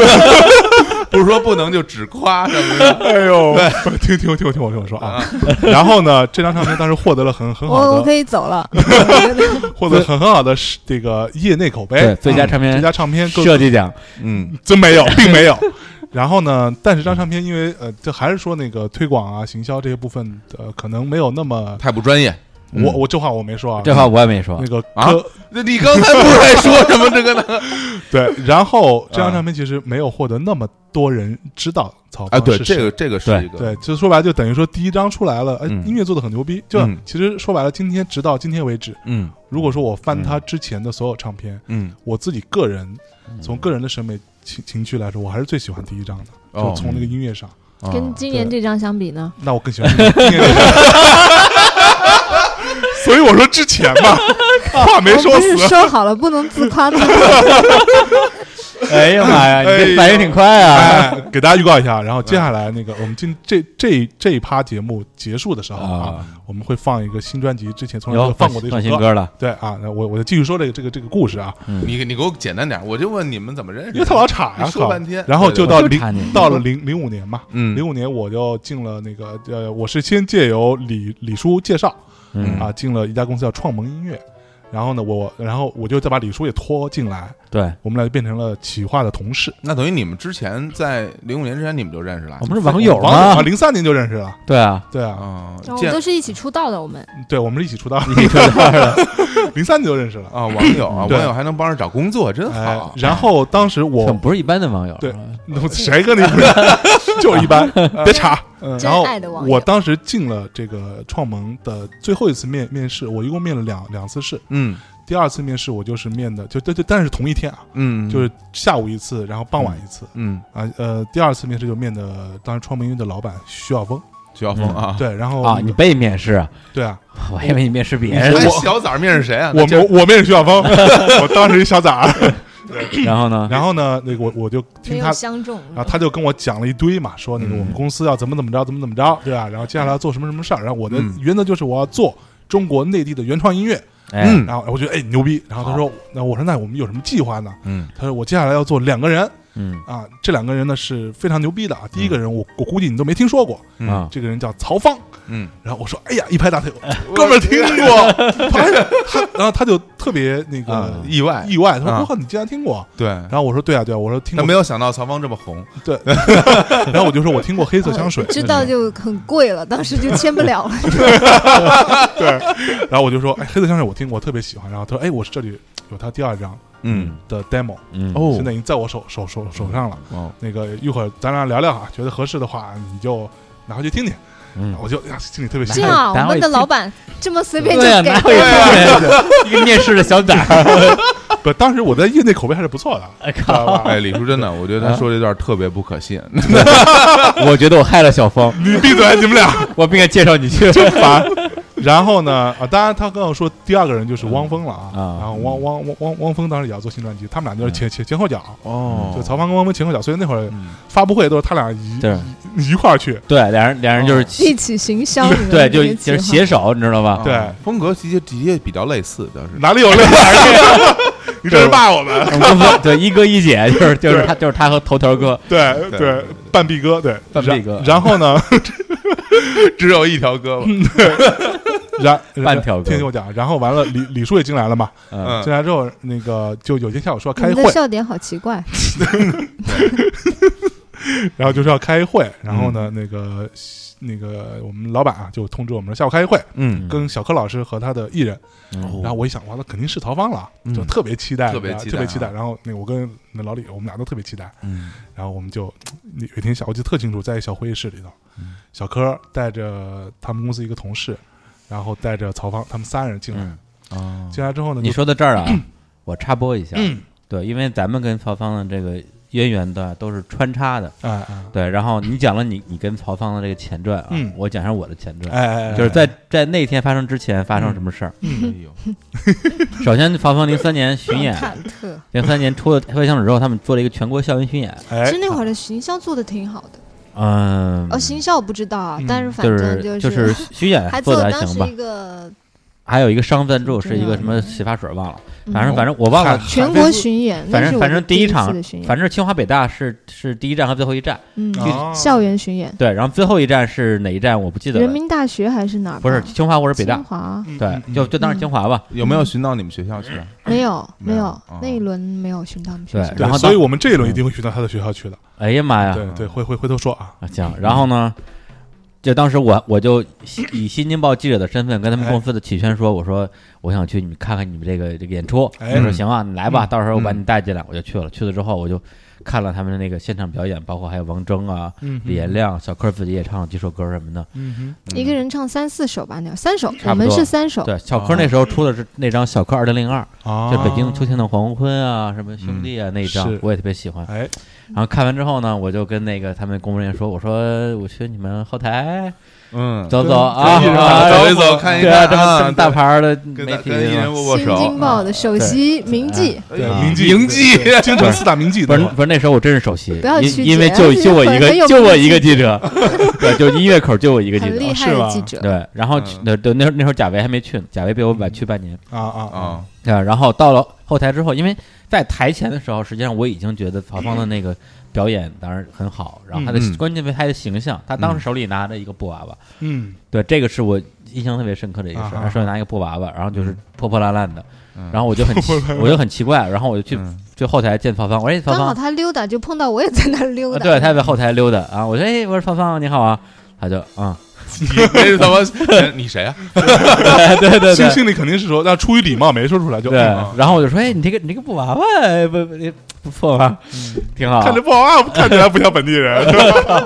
S3: 不是说不能就只夸什么的。
S2: 呃
S1: 哎呦，听听听我听我听我说啊！ <laughs> 然后呢，这张唱片当时获得了很很
S4: 哦我
S1: 好
S4: 我
S1: 的，
S4: 可以走了。
S1: 获得很很好的是这个业内口碑嗯
S2: 对，最佳唱片
S1: 最佳唱片各
S2: 设计奖，
S3: 嗯，
S1: 真没有，并没有。然后呢，但是这张唱片因为呃，这还是说那个推广啊、行销这些部分，呃，可能没有那么，
S3: 太不专业。嗯
S1: 我我这话我没说啊，
S2: 这话我也没说
S1: 那。个
S3: 啊
S1: 科
S3: <laughs> 那你刚才不是还说什么这个呢？
S1: 对，然后这张
S3: 啊
S1: 唱片其实没有获得那么多人知道曹
S3: <laughs> 啊，
S1: 芳
S3: 对，
S1: 哦是谁。
S3: 这个这个是
S2: 对
S3: 一个
S1: 对，就说白了，就等于说第一张出来了，哎，
S3: 嗯
S1: 音乐做的很牛逼。就
S3: 嗯
S1: 其实说白了，今天直到今天为止，
S3: 嗯
S1: 如果说我翻他之前的所有唱片，
S3: 嗯，
S1: 我自己个人从个人的审美情情趣来说，我还是最喜欢第一张的，
S3: 哦
S1: 就从那个音乐上。
S3: 啊
S4: 跟今年这张相比呢？
S1: 那我更喜欢今天这张。 <laughs> 所以我说之前嘛，话没
S4: 我
S1: 说
S4: 不是
S1: 死。
S4: 说好了不能自夸自己，
S2: 哎呀妈呀，你这反应挺快啊！
S1: 哎，给大家预告一下，然后接下来那个我们今这这这一趴节目结束的时候啊，
S2: 啊，
S1: 我们会放一个新专辑之前从来没
S2: 有
S1: 有放过的一
S2: 放
S1: 首
S2: 新
S1: 歌。
S2: 歌了，
S1: 对啊，那我我就继续说这个这个这个故事啊，
S3: 你给你给我简单点儿，我就问你们怎么认识的？
S1: 因为他老岔呀，
S3: 你说
S1: 靠
S3: 半天
S1: 然后就到
S2: 对对
S1: 零
S2: 我就岔你
S1: 到了零零五年嘛，
S3: 嗯
S1: 零五年我就进了那个呃，我是先借由李李叔介绍，
S2: 嗯
S1: 啊，进了一家公司叫创盟音乐，然后呢，我然后我就再把李叔也拖进来，
S2: 对，
S1: 我们俩就变成了企划的同事，
S3: 那等于你们之前在零五年之前你们就认识了
S2: 我？们是网友
S1: 啊，
S2: 吗？
S1: 零三年就认识了，
S2: 对啊，
S1: 对啊，
S3: 啊，
S4: 哦我们
S3: 见
S4: 都是一起出道的。我们
S1: 对，我们是一起出道，
S2: 你知道的，
S1: 零三年就认识了，
S3: 啊，网友啊，
S1: 嗯对
S3: 网友还能帮着找工作， <laughs> 真
S1: 哎
S3: 好，。啊
S1: 然后当时
S2: 我
S1: 我
S2: 不是一般的网友，
S1: 对谁跟你不是 <laughs> 就一般，别查，嗯
S4: 真
S1: 然后
S4: 爱的网友
S1: 我当时进了这个创盟的最后一次面面试，我一共面了两两次试，
S3: 嗯
S1: 第二次面试我就是面的就就就但是同一天啊，
S3: 嗯，
S1: 就是下午一次，然后傍晚一次。
S3: 嗯，
S1: 啊，呃，第二次面试就面的当时创盟音乐的老板徐晓峰，
S3: 徐晓峰啊，
S1: 对，然后
S2: 啊，你被面试啊，
S1: 对啊，
S2: 我还以为你面试别人
S3: <laughs>
S1: 对
S3: 哎，
S1: 我
S3: 小崽儿面是谁啊？
S1: 我
S3: 那这
S1: 我我面试徐晓峰，
S3: <laughs>
S1: 我当时一小崽儿，
S2: 呢，然后
S3: 嗯
S2: 呢，
S1: 然后呢，那个我我就听
S4: 没
S1: 他
S4: 有，相中，
S1: 然后他就跟我讲了一堆嘛，说那个
S3: 嗯
S1: 我们公司要怎么怎么着，怎么怎么着，对吧？然后接下来要做什么什么事儿，然后我的
S3: 嗯
S1: 原则就是我要做中国内地的原创音乐，
S2: 哎，
S3: 嗯
S1: 然后我觉得哎牛逼，然后他说，那我说那我们有什么计划呢？
S3: 嗯
S1: 他说我接下来要做两个人
S2: 嗯
S1: 啊，这两个人呢是非常牛逼的啊，第一个人我我估计你都没听说过，
S3: 嗯
S2: 啊，
S1: 这个人叫曹芳。
S3: 嗯，
S1: 然后我说：“哎呀，一拍大腿，哥们儿听
S4: 哎
S1: 过。”他说他，然后他就特别那个
S3: 意外，
S1: 意外，他说：“
S3: 啊
S1: 我靠，你竟然听过
S3: 对，？”
S1: 然后我说：“对啊，对啊。”我说：“听
S3: 但
S1: 过。
S3: 没有想到曹芳这么红，”
S1: <laughs> 然后我就说：“我听过黑色香水。”
S4: 嗯知道就很贵了，当时就签不
S2: <laughs>
S4: 了了。
S1: 对。然后我就说：“哎，黑色香水我听过，我特别喜欢。”然后他说：“哎，我这里有他第二张
S3: 嗯，
S1: 的 demo，
S2: 嗯
S3: 哦
S1: 现在已经在我手手手手上了。
S3: 哦，
S1: 那个一会儿咱俩聊聊啊，觉得合适的话你就拿回去听听。”
S2: 嗯，
S1: 我就哎呀心里特别
S2: 这
S4: 这
S1: 兴
S4: 样
S1: 奋。
S2: 单
S4: 啊，
S2: 位
S4: 我们的
S2: 就
S4: 老板这么随便就
S2: 对啊，
S4: 给
S2: 哪
S4: 我
S2: 有
S4: 们，
S2: 一个面试的小崽儿？
S1: 不，当时我在业内口碑还是不错的，
S2: 哎
S1: 知道
S2: 靠！
S1: 吧？
S3: 哎，李叔真的，我觉得他说这段特别不可信，
S2: 我觉得我害了小峰，
S1: 你闭嘴，你们俩。
S2: 我不应该介绍你去。
S1: 烦。然后呢，啊，当然他跟我说第二个人就是汪峰了啊，
S2: 嗯啊嗯
S1: 然后汪汪汪汪汪峰当时也要做新专辑，他们俩就是前前前后脚，
S3: 哦 <laughs>
S1: 就曹芳跟汪峰前后脚，所以那会儿
S3: 嗯
S1: 发布会都是他俩一
S2: 对
S1: 一一块儿去，
S2: <laughs> 对，两人两人就是起
S4: 一起行销，哦你们
S2: 对，
S4: 这
S2: 就
S4: 个
S2: 就是
S4: 计
S2: 携
S4: 划
S2: 手，你知道
S3: 哦
S2: 吧？
S1: 对
S3: 啊风格其实的确比较类似，倒是，
S1: 哪里有那玩意儿？你这是骂我
S2: <laughs>
S1: 们？
S2: 我们公司对一哥一姐，就是就是他就是他和头条
S1: <laughs>
S2: 哥，
S1: 对
S3: 对
S1: 对，半壁哥对，
S2: 半壁哥
S1: 然然后呢， <laughs>
S3: 只有一条胳膊，
S1: 然然
S2: 半条哥
S1: 听我讲，然后完了，李李叔也进来了嘛，
S2: 嗯，
S1: 进
S3: 嗯，
S1: 来之后，那个就有一天下午说要
S4: 你
S1: 开
S4: 们
S1: 会
S4: 的，笑点好奇怪，
S1: 然后就是要开会，然后
S2: 嗯
S1: 呢，那个那个我们老板啊就通知我们说下午开会，
S3: 嗯
S1: 跟小柯老师和他的艺人，
S2: 嗯
S1: 然后我一想，哇，那肯定是曹芳了，
S3: 嗯
S1: 就特别期待，
S3: 特别期待啊
S1: 特别期待。然后那我跟那老李，我们俩都特别期待。
S3: 嗯
S1: 然后我们就嗯有一天下午，我记得特清楚，在一小会议室里头，
S2: 嗯
S1: 小柯带着他们公司一个同事，然后带着曹芳，他们三人进来。
S2: 嗯
S3: 啊，
S1: 进来之后呢，
S2: 你
S1: 就
S2: 说到这儿啊，我插播一下，
S1: 哦嗯，
S2: 对，因为咱们跟曹芳的这个渊源的都是穿插的，
S1: 哎哎
S2: 对。然后你讲了你你跟曹芳的这个前传啊，
S1: 嗯
S2: 我讲一下我的前传，
S1: 哎哎，
S2: 就是在在那天发生之前发生什么事儿。
S3: 哎呦，
S1: 嗯
S2: 首先，曹芳零三年巡演，
S4: 忐忑。
S2: 零三年出了《黑白相纸》之后，他们做了一个全国校园巡演，
S1: 哎
S4: 其实那会儿的行销做的挺好的，
S2: 嗯，
S4: 哦，行销我不知道啊
S1: 嗯，
S4: 但是反
S2: 就是
S4: 正 <laughs>
S2: 就是巡演
S4: 还
S2: 做
S4: 做
S2: 的还
S4: 当时
S2: 行吧
S4: 一，个
S2: 还有一个商赞助
S4: 真
S2: 是一个
S4: 的
S2: 什么洗发水忘了，
S4: 嗯
S2: 反正反正我忘了，
S4: 全国巡演，
S2: 反
S4: 那是
S2: 正
S4: 我
S2: 反正
S4: 的第
S2: 一
S4: 次
S2: 场
S4: 的巡，演，
S2: 反正清华北大是是第一站和最后一站，
S4: 嗯，
S1: 哦
S4: 校园巡演，
S2: 对，然后最后一站是哪一站我不记得
S4: 人
S2: 了，
S4: 民大学还是哪儿吧？
S2: 不是清华或者北大
S4: 清，华
S1: 嗯嗯
S2: 对，就就当是清华吧，
S3: 有没有寻到你们学校去啊？
S4: 没有
S3: 没有
S4: 没有
S3: 哦，
S4: 那一
S1: 嗯
S4: 轮没有巡他们学
S2: 对
S4: 校。
S1: 对
S2: 然后
S1: 所以
S2: 当
S1: 我们这一轮一定会去到他的学校去的，
S2: 哎呀妈呀，
S1: 对对，回回回头说啊，
S2: 啊行，然后呢？就当时我我就以以新京报记者的身份跟他们
S1: 哎
S2: 公司的启轩说，我说我想去你们看看你们这个这个演出，
S1: 哎
S2: 他说行啊，你来吧，
S1: 嗯
S2: 到时候我把
S3: 嗯
S2: 你带进来，我就去了。去了之后我就看了他们的那个现场表演，包括还有王铮啊、
S1: 嗯
S2: 李延亮、小柯自己也唱了几首歌什么的。
S1: 嗯
S3: 嗯
S4: 一个人唱三四首吧，那样三首，
S2: 差
S4: 我
S2: 不多
S4: 们是三首。
S2: 对，小柯那时候出的是那张《小柯二零零二》，
S1: 哼，啊，
S2: 就北京秋天的黄昏啊，什么兄弟啊那一张
S1: 嗯是，
S2: 我也特别喜欢。
S1: 哎，
S2: 然后看完之后呢，我就跟那个他们工作人员说，我说我去你们后台
S3: 嗯，
S2: 走走啊，
S1: 跟艺人
S2: 啊
S1: 打招呼
S3: 走一走，看一
S2: 对啊，
S3: 看
S2: 这么这
S3: 啊，
S2: 么大牌儿的
S3: 对，
S2: 媒
S3: 跟
S2: 体
S3: 跟艺
S2: 是
S3: 人
S2: 吧，
S3: 握握
S4: 新
S3: 手
S4: 京，报
S2: 嗯
S4: 的首席铭记，
S1: 对，
S2: 啊
S1: 铭记
S3: 铭记
S1: 对对京城四大铭记，
S2: 不是
S3: 啊
S1: 对吧
S2: 不是，那时候我真是首席
S4: 不要，
S2: 因
S4: 曲
S2: 因为
S4: 解
S2: 就
S4: 这
S2: 就
S4: <laughs>
S2: 我
S4: 很
S2: 一
S4: 很
S2: 个
S4: 有
S2: 就我
S4: 名
S2: 一个
S4: 气
S2: 记
S4: <laughs>
S2: 者，对，就音乐口就我一个记
S4: 很
S2: 者。
S4: 厉
S1: 哦
S4: 害
S1: 是吧
S4: 的记者。
S2: 对，然后去
S3: 嗯
S2: 那那那那时候贾维还没去呢，贾维比我晚去半年
S1: 啊啊
S3: 啊，
S2: 啊。然后到了后台之后，因为在台前的时候，实际上我已经觉得曹芳的那个表演当然很好，然后他的
S3: 嗯嗯嗯
S2: 关键为他的形象，他当时手里拿着一个布娃娃，
S1: 嗯，
S2: 对，这个是我印象特别深刻的一个事
S1: 啊
S2: 儿。
S1: 哈
S2: 他手里拿一个布娃娃，然后就是破破烂烂的，
S3: 嗯
S2: 然后我就很奇我就很奇怪，然后我就去
S3: <laughs> 嗯
S2: 去后台见曹芳，我说哎，曹
S4: 刚好
S2: 芳，
S4: 他溜达就碰到我也在那儿溜
S2: 啊
S4: 达，
S2: 对，他在后台溜达啊，我说哎，我说曹芳你好啊，他就
S1: <laughs>
S2: 嗯，
S3: 你那是他 <laughs> 妈你谁啊？
S2: 对对对
S1: 心
S2: 对。
S1: 心里肯定是说，那出于礼貌没说出来就
S2: 对，
S1: 嗯
S2: 然后我就说，哎，你这个你这个布娃娃哎不不不错吧，挺好啊。
S1: 嗯看着不好啊，看起来不像本地人，对吧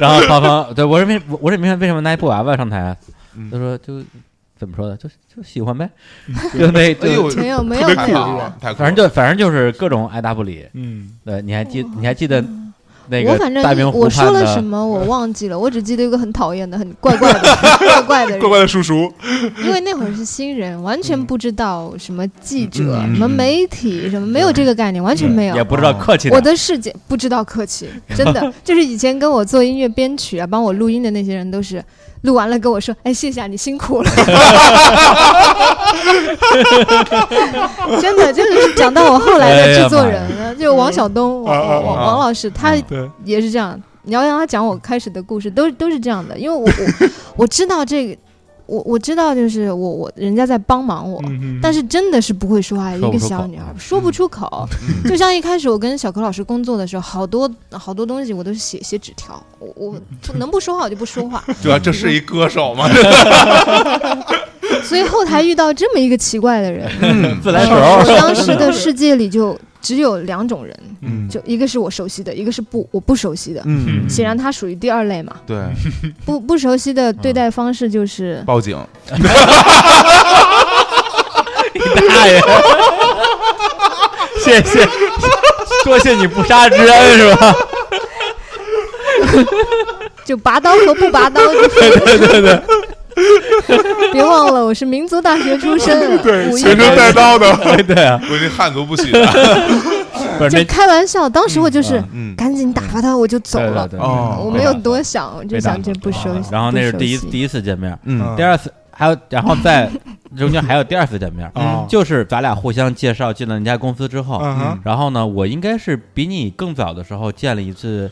S2: 然后曹芳，对我说为我我也没明白为什么拿一布娃娃上台啊
S3: 嗯，
S2: 他说就怎么说呢，就就喜欢呗，
S1: 嗯
S2: 就那
S3: 哎
S2: 就
S3: 呦，
S4: 没有没有啊
S1: 特别酷
S4: 没有
S1: 是吧
S4: 了。
S3: 太酷了
S2: 反正就反正就是各种爱答不理。
S1: 嗯，
S2: 对，你还记你还记得那
S4: 嗯我
S2: 个
S4: 反正
S2: 大明湖
S4: 我说
S2: 畔
S4: 了
S2: 的嗯
S4: 什么我忘记了，我只记得有个很讨厌的、很怪怪
S2: <laughs>
S4: 的、怪怪的人
S1: 怪，怪的叔叔，
S4: 因为那会儿是新人，完
S2: 嗯
S4: 全不知道什么记者、
S3: 嗯嗯
S4: 什么媒体、什么，
S2: 嗯
S4: 没有这个概念，完全没有
S2: 也。不知道客气
S4: 我
S2: 的，
S4: 的世界不知道
S2: <laughs>
S4: 客气，真的就是以前跟我做音乐编曲啊，帮我录音的那些人都是录完了跟我说：“哎，谢谢啊，你辛
S2: <laughs>
S4: 苦了。”真的就是讲到我后来
S2: 哎
S4: 的
S2: 呀嗯
S4: 制作人啊，就是王晓东，王
S1: 啊啊
S4: 王王
S3: 啊
S4: 王老师，他
S1: 对，
S4: 也是这样。你要让他讲我开始的故事，都都是这样的，因为我我我知道这个，我我知道就是我我人家在帮忙我，
S1: 嗯
S4: 但是真的是不会说话，一
S2: 说不
S4: 个
S2: 出口
S4: 小女孩说不出口。就像一开始我跟小柯老师工作的时候，好多好多东西我都是写写纸条，我我不能不说话我就不说话。
S3: 这这是一歌手吗？
S4: 所以后台遇到这么一个奇怪的人，
S3: 嗯 <laughs>
S2: 嗯自来
S4: 我
S2: 熟，
S4: 当时的世界里就只有两种人，
S1: 嗯
S4: 就一个是我熟悉的，一个是不我不熟悉的。
S3: 嗯，
S4: 显然他属于第二类嘛，
S3: 对，
S4: 不不熟悉的对待方式就是
S3: 报警，
S2: 大爷，谢谢，多谢你不杀之恩是吧？ <laughs>
S4: 就拔刀和不拔刀。对对对对。别忘了，我是民族大学出身，
S1: 对，
S4: 武艺
S1: 随身带刀的，
S2: 对对啊，
S3: 我这汉族不许的。
S2: 不是
S4: 就开玩笑。当时我就是
S3: 嗯，
S4: 赶紧打发他，我就走
S2: 那
S4: 了。
S2: 对对对
S3: 哦
S4: 我没有多想，我就
S2: 被打哦
S4: 想这不熟悉。
S2: 然后那是第一
S4: 不熟悉
S2: 第一次见面，
S3: <laughs> 嗯
S2: 第二次还有，然后在中间还有第二次见
S1: <laughs>
S2: 面，
S1: 啊，
S2: 就是咱俩互相介绍进了人家公司之后，
S1: 嗯哼
S2: 然后呢，我应该是比你更早的时候见了一次。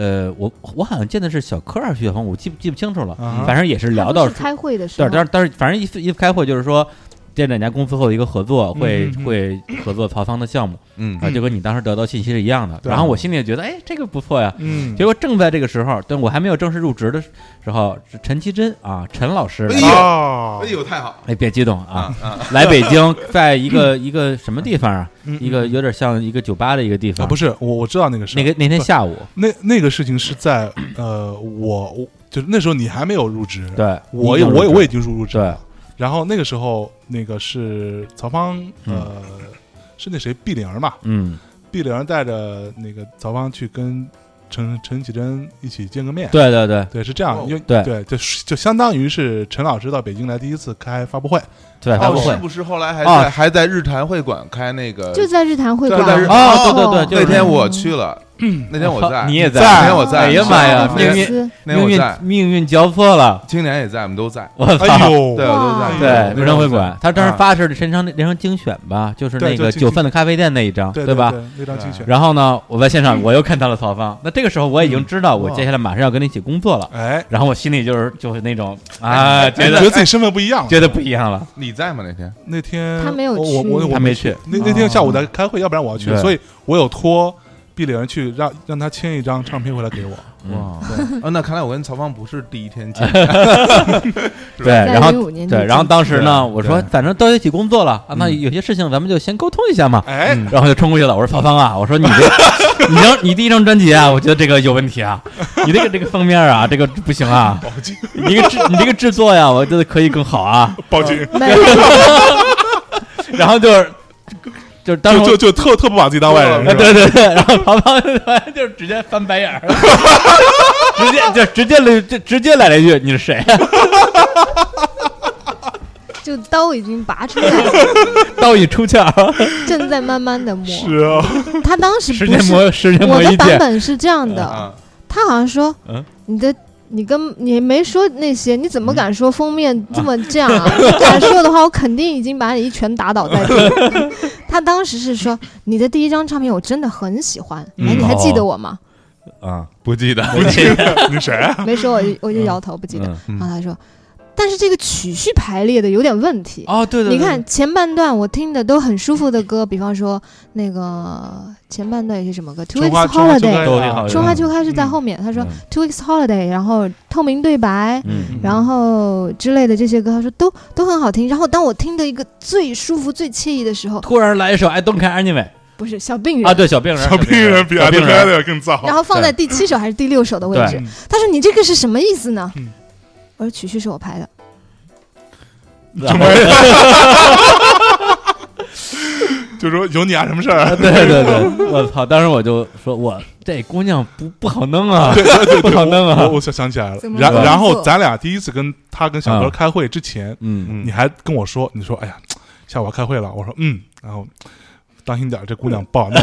S2: 呃，我我好像见的是小柯还是徐雪峰，我记不记不清楚了，
S1: 啊哈
S2: 反正也是聊到
S4: 他不是开会的时
S2: 对，
S4: 候，
S2: 但是但是反正一次一次开会就是说，这两家公司会有一个合作，会
S1: 嗯嗯嗯
S2: 会合作曹芳的项目，
S3: 嗯
S2: 啊，就跟你当时得到信息是一样的。
S1: 对
S2: 然后我心里觉得，哎，这个不错呀。
S1: 嗯，
S2: 结果正在这个时候，但我还没有正式入职的时候，是陈其贞啊，陈老师，
S3: 哎呦
S1: 啊
S3: 哎，呦，太好
S2: 哎，别激动啊
S3: 啊，啊！
S2: <laughs> 来北京，在一个一个什么地方啊？
S1: 嗯
S2: 一个有点像一个酒吧的一个地
S1: 啊，
S2: 方，
S1: 不
S2: 是
S1: 是我我知道那个事儿，
S2: 那个那天下午，
S1: 那那个事情是在呃，我我就是那时候你还没有入职，
S2: 对，
S1: 我
S2: 你已经入
S1: 我
S2: 职
S1: 我已经入入职
S2: 对
S1: 了。然后那个时候，那个是曹芳，
S2: 嗯
S1: 呃，是那谁毕玲儿嘛，
S2: 嗯，
S1: 毕玲儿带着那个曹芳去跟陈陈绮贞一起见个面。
S2: 对对对
S1: 对，是这样，
S3: 哦
S1: 因为
S2: 对
S1: 对，就是就相当于是陈老师到北京来第一次开发
S2: <laughs>
S1: 布会，
S2: 对，
S1: 哦
S2: 发布会
S3: 哦是不是后来还
S2: 啊
S3: 在还在日坛会馆开那个？
S4: 就在日坛会
S3: 对
S4: 馆
S3: 在日
S2: 哦对
S4: 哦
S2: 对对，就是嗯哦
S3: 那天我去了，那天我在，
S2: 你也在
S3: 那天我在，啊
S2: 哎呀妈呀
S3: 那
S4: 粉
S2: 命
S3: 天
S2: 运 <laughs>
S4: 丝
S3: 那天
S2: 命
S3: 我
S2: 运
S3: 在，
S2: 命运交错了，
S3: 青年也在，我们都在，
S2: 我
S1: 哎
S2: 操！
S1: 呦，
S3: 对，我都在，
S2: 对，
S3: 那
S2: 日
S3: 天
S2: 常
S3: 我
S2: 会
S3: 在
S2: 馆，他当时
S3: 啊
S2: 发是连城连城精选吧，就是
S1: 对
S2: 那
S1: 就
S2: 个
S1: 精
S2: 九
S1: 精
S2: 份的咖啡店那一张，
S1: 对
S2: 吧？？
S1: 那张精选，
S2: 然后呢，我在现场我又看到了曹芳，那这个时候我
S1: 嗯
S2: 已经知道我
S3: 哇
S2: 接下来马上要跟你一起工作了，
S1: 哎，
S2: 然后我心里就是就是那种啊，觉
S1: 觉得
S2: 得
S1: 自己身份不一样了。
S2: 觉得不一样了，
S3: 你在吗？那天
S1: 那天
S4: 他没有
S1: 我我
S4: 去
S1: 我我
S2: 他没去，哦
S1: 那那天下午在开会，要不然我要去，
S2: 对
S1: 所以我有托毕玲去让让他签一张唱片回来给我。
S2: 嗯，
S3: 啊，那看来我跟曹芳不是第一
S2: <laughs>
S3: 天见，
S2: 对，
S4: 在
S2: 然后
S4: 零五年
S2: 对，
S4: 就
S2: 然后
S4: 进
S2: 当时
S3: 对啊
S2: 呢，我说
S3: 对
S2: 反正都一起工作了啊，那
S1: 嗯
S2: 有些事情咱们就先沟通一下嘛。嗯
S1: 哎，
S2: 然后就冲过去了，我说曹芳啊，我说你这
S4: <laughs>
S2: 你张你第一张专辑啊，我觉得这个有问题啊，你这个这个封面啊，这个不行啊，
S1: 报警，
S2: 你这个制你这个制作呀，我觉得可以更好啊。
S1: 报警，
S4: 没有
S2: 然后就是就是当时
S1: 就
S2: 我
S1: 就就特特不把自己当外人，是
S2: 啊
S1: 吧
S2: 对对对，然后曹芳就是直接翻白眼儿， <laughs> 直接就直接来就直接来了一句你是谁？啊
S4: 就刀已经拔出来了，
S2: <laughs> 刀已出鞘，
S4: 正在慢慢的磨。
S1: 是啊，
S4: 他当时
S2: 时
S4: 不
S2: 间
S4: 是
S2: 磨时间
S4: 我
S2: 磨
S4: 的
S2: 一
S4: 版
S2: 剑，
S4: 本是这样的，
S3: 啊，
S4: 他好像说
S2: 嗯，
S4: 你的你跟你没说那些，你怎么敢说封面这么这样啊？敢说的话，我肯定已经把你一拳打倒在地。他当时是说，你的第一张唱片我真的很喜欢，哎，
S1: 嗯
S4: 你还记得我吗？
S2: 啊，
S3: 不记得，
S2: 不记得
S1: 你谁啊？
S4: 没说，我就我就摇头不记得。
S2: 嗯
S3: 嗯
S4: 然后他说，但是这个曲序排列的有点问题。
S2: 哦，对对，
S4: 你
S2: 对
S4: 看前半段我听的都很舒服的歌，比方说那个前半段是什么歌？Two
S1: 春
S4: Weeks
S1: 花春花
S4: Holiday，
S2: 都挺好的
S4: 春
S2: 春
S4: 花
S2: 花
S4: 秋开是在
S1: 嗯
S4: 后面。他说哎
S2: 嗯
S4: Two Weeks Holiday，然后透明对白，
S2: 嗯
S4: <laughs> 然后之类的这些歌，他说都都很好听。然后当我听的一个最舒服、最惬意的时候，
S2: 突然来一首 I don't care anyway
S4: 不是小病人。
S2: 啊，对，小病人，
S1: 小病人比
S2: 小
S1: 艾
S2: 病
S1: 德
S2: 人哎
S1: 莱德更嗯糟。
S4: 然后放在第七首还是第六首的位置
S2: 对，
S4: 他说：“你这个是什么意思呢
S1: 嗯？”
S4: 我说：“曲序是我排的。
S2: 啊
S1: 就没， <laughs> 就说有你啊什么事儿？ <laughs>
S2: 对对 <laughs> 对，我操！当时我就说，我这姑娘不不好弄啊，不好弄
S1: 我
S2: 啊。
S1: 我想想起来了
S4: 怎，么
S1: 然
S2: 会
S1: 然
S4: 这么
S1: 后
S4: 做
S1: 咱俩第一次跟他跟小哥
S2: 嗯
S1: 开会之前，
S2: 嗯，
S1: 你还跟我说，你说哎呀，下午要开会了，我说嗯，然后当心点儿，这姑娘不好弄。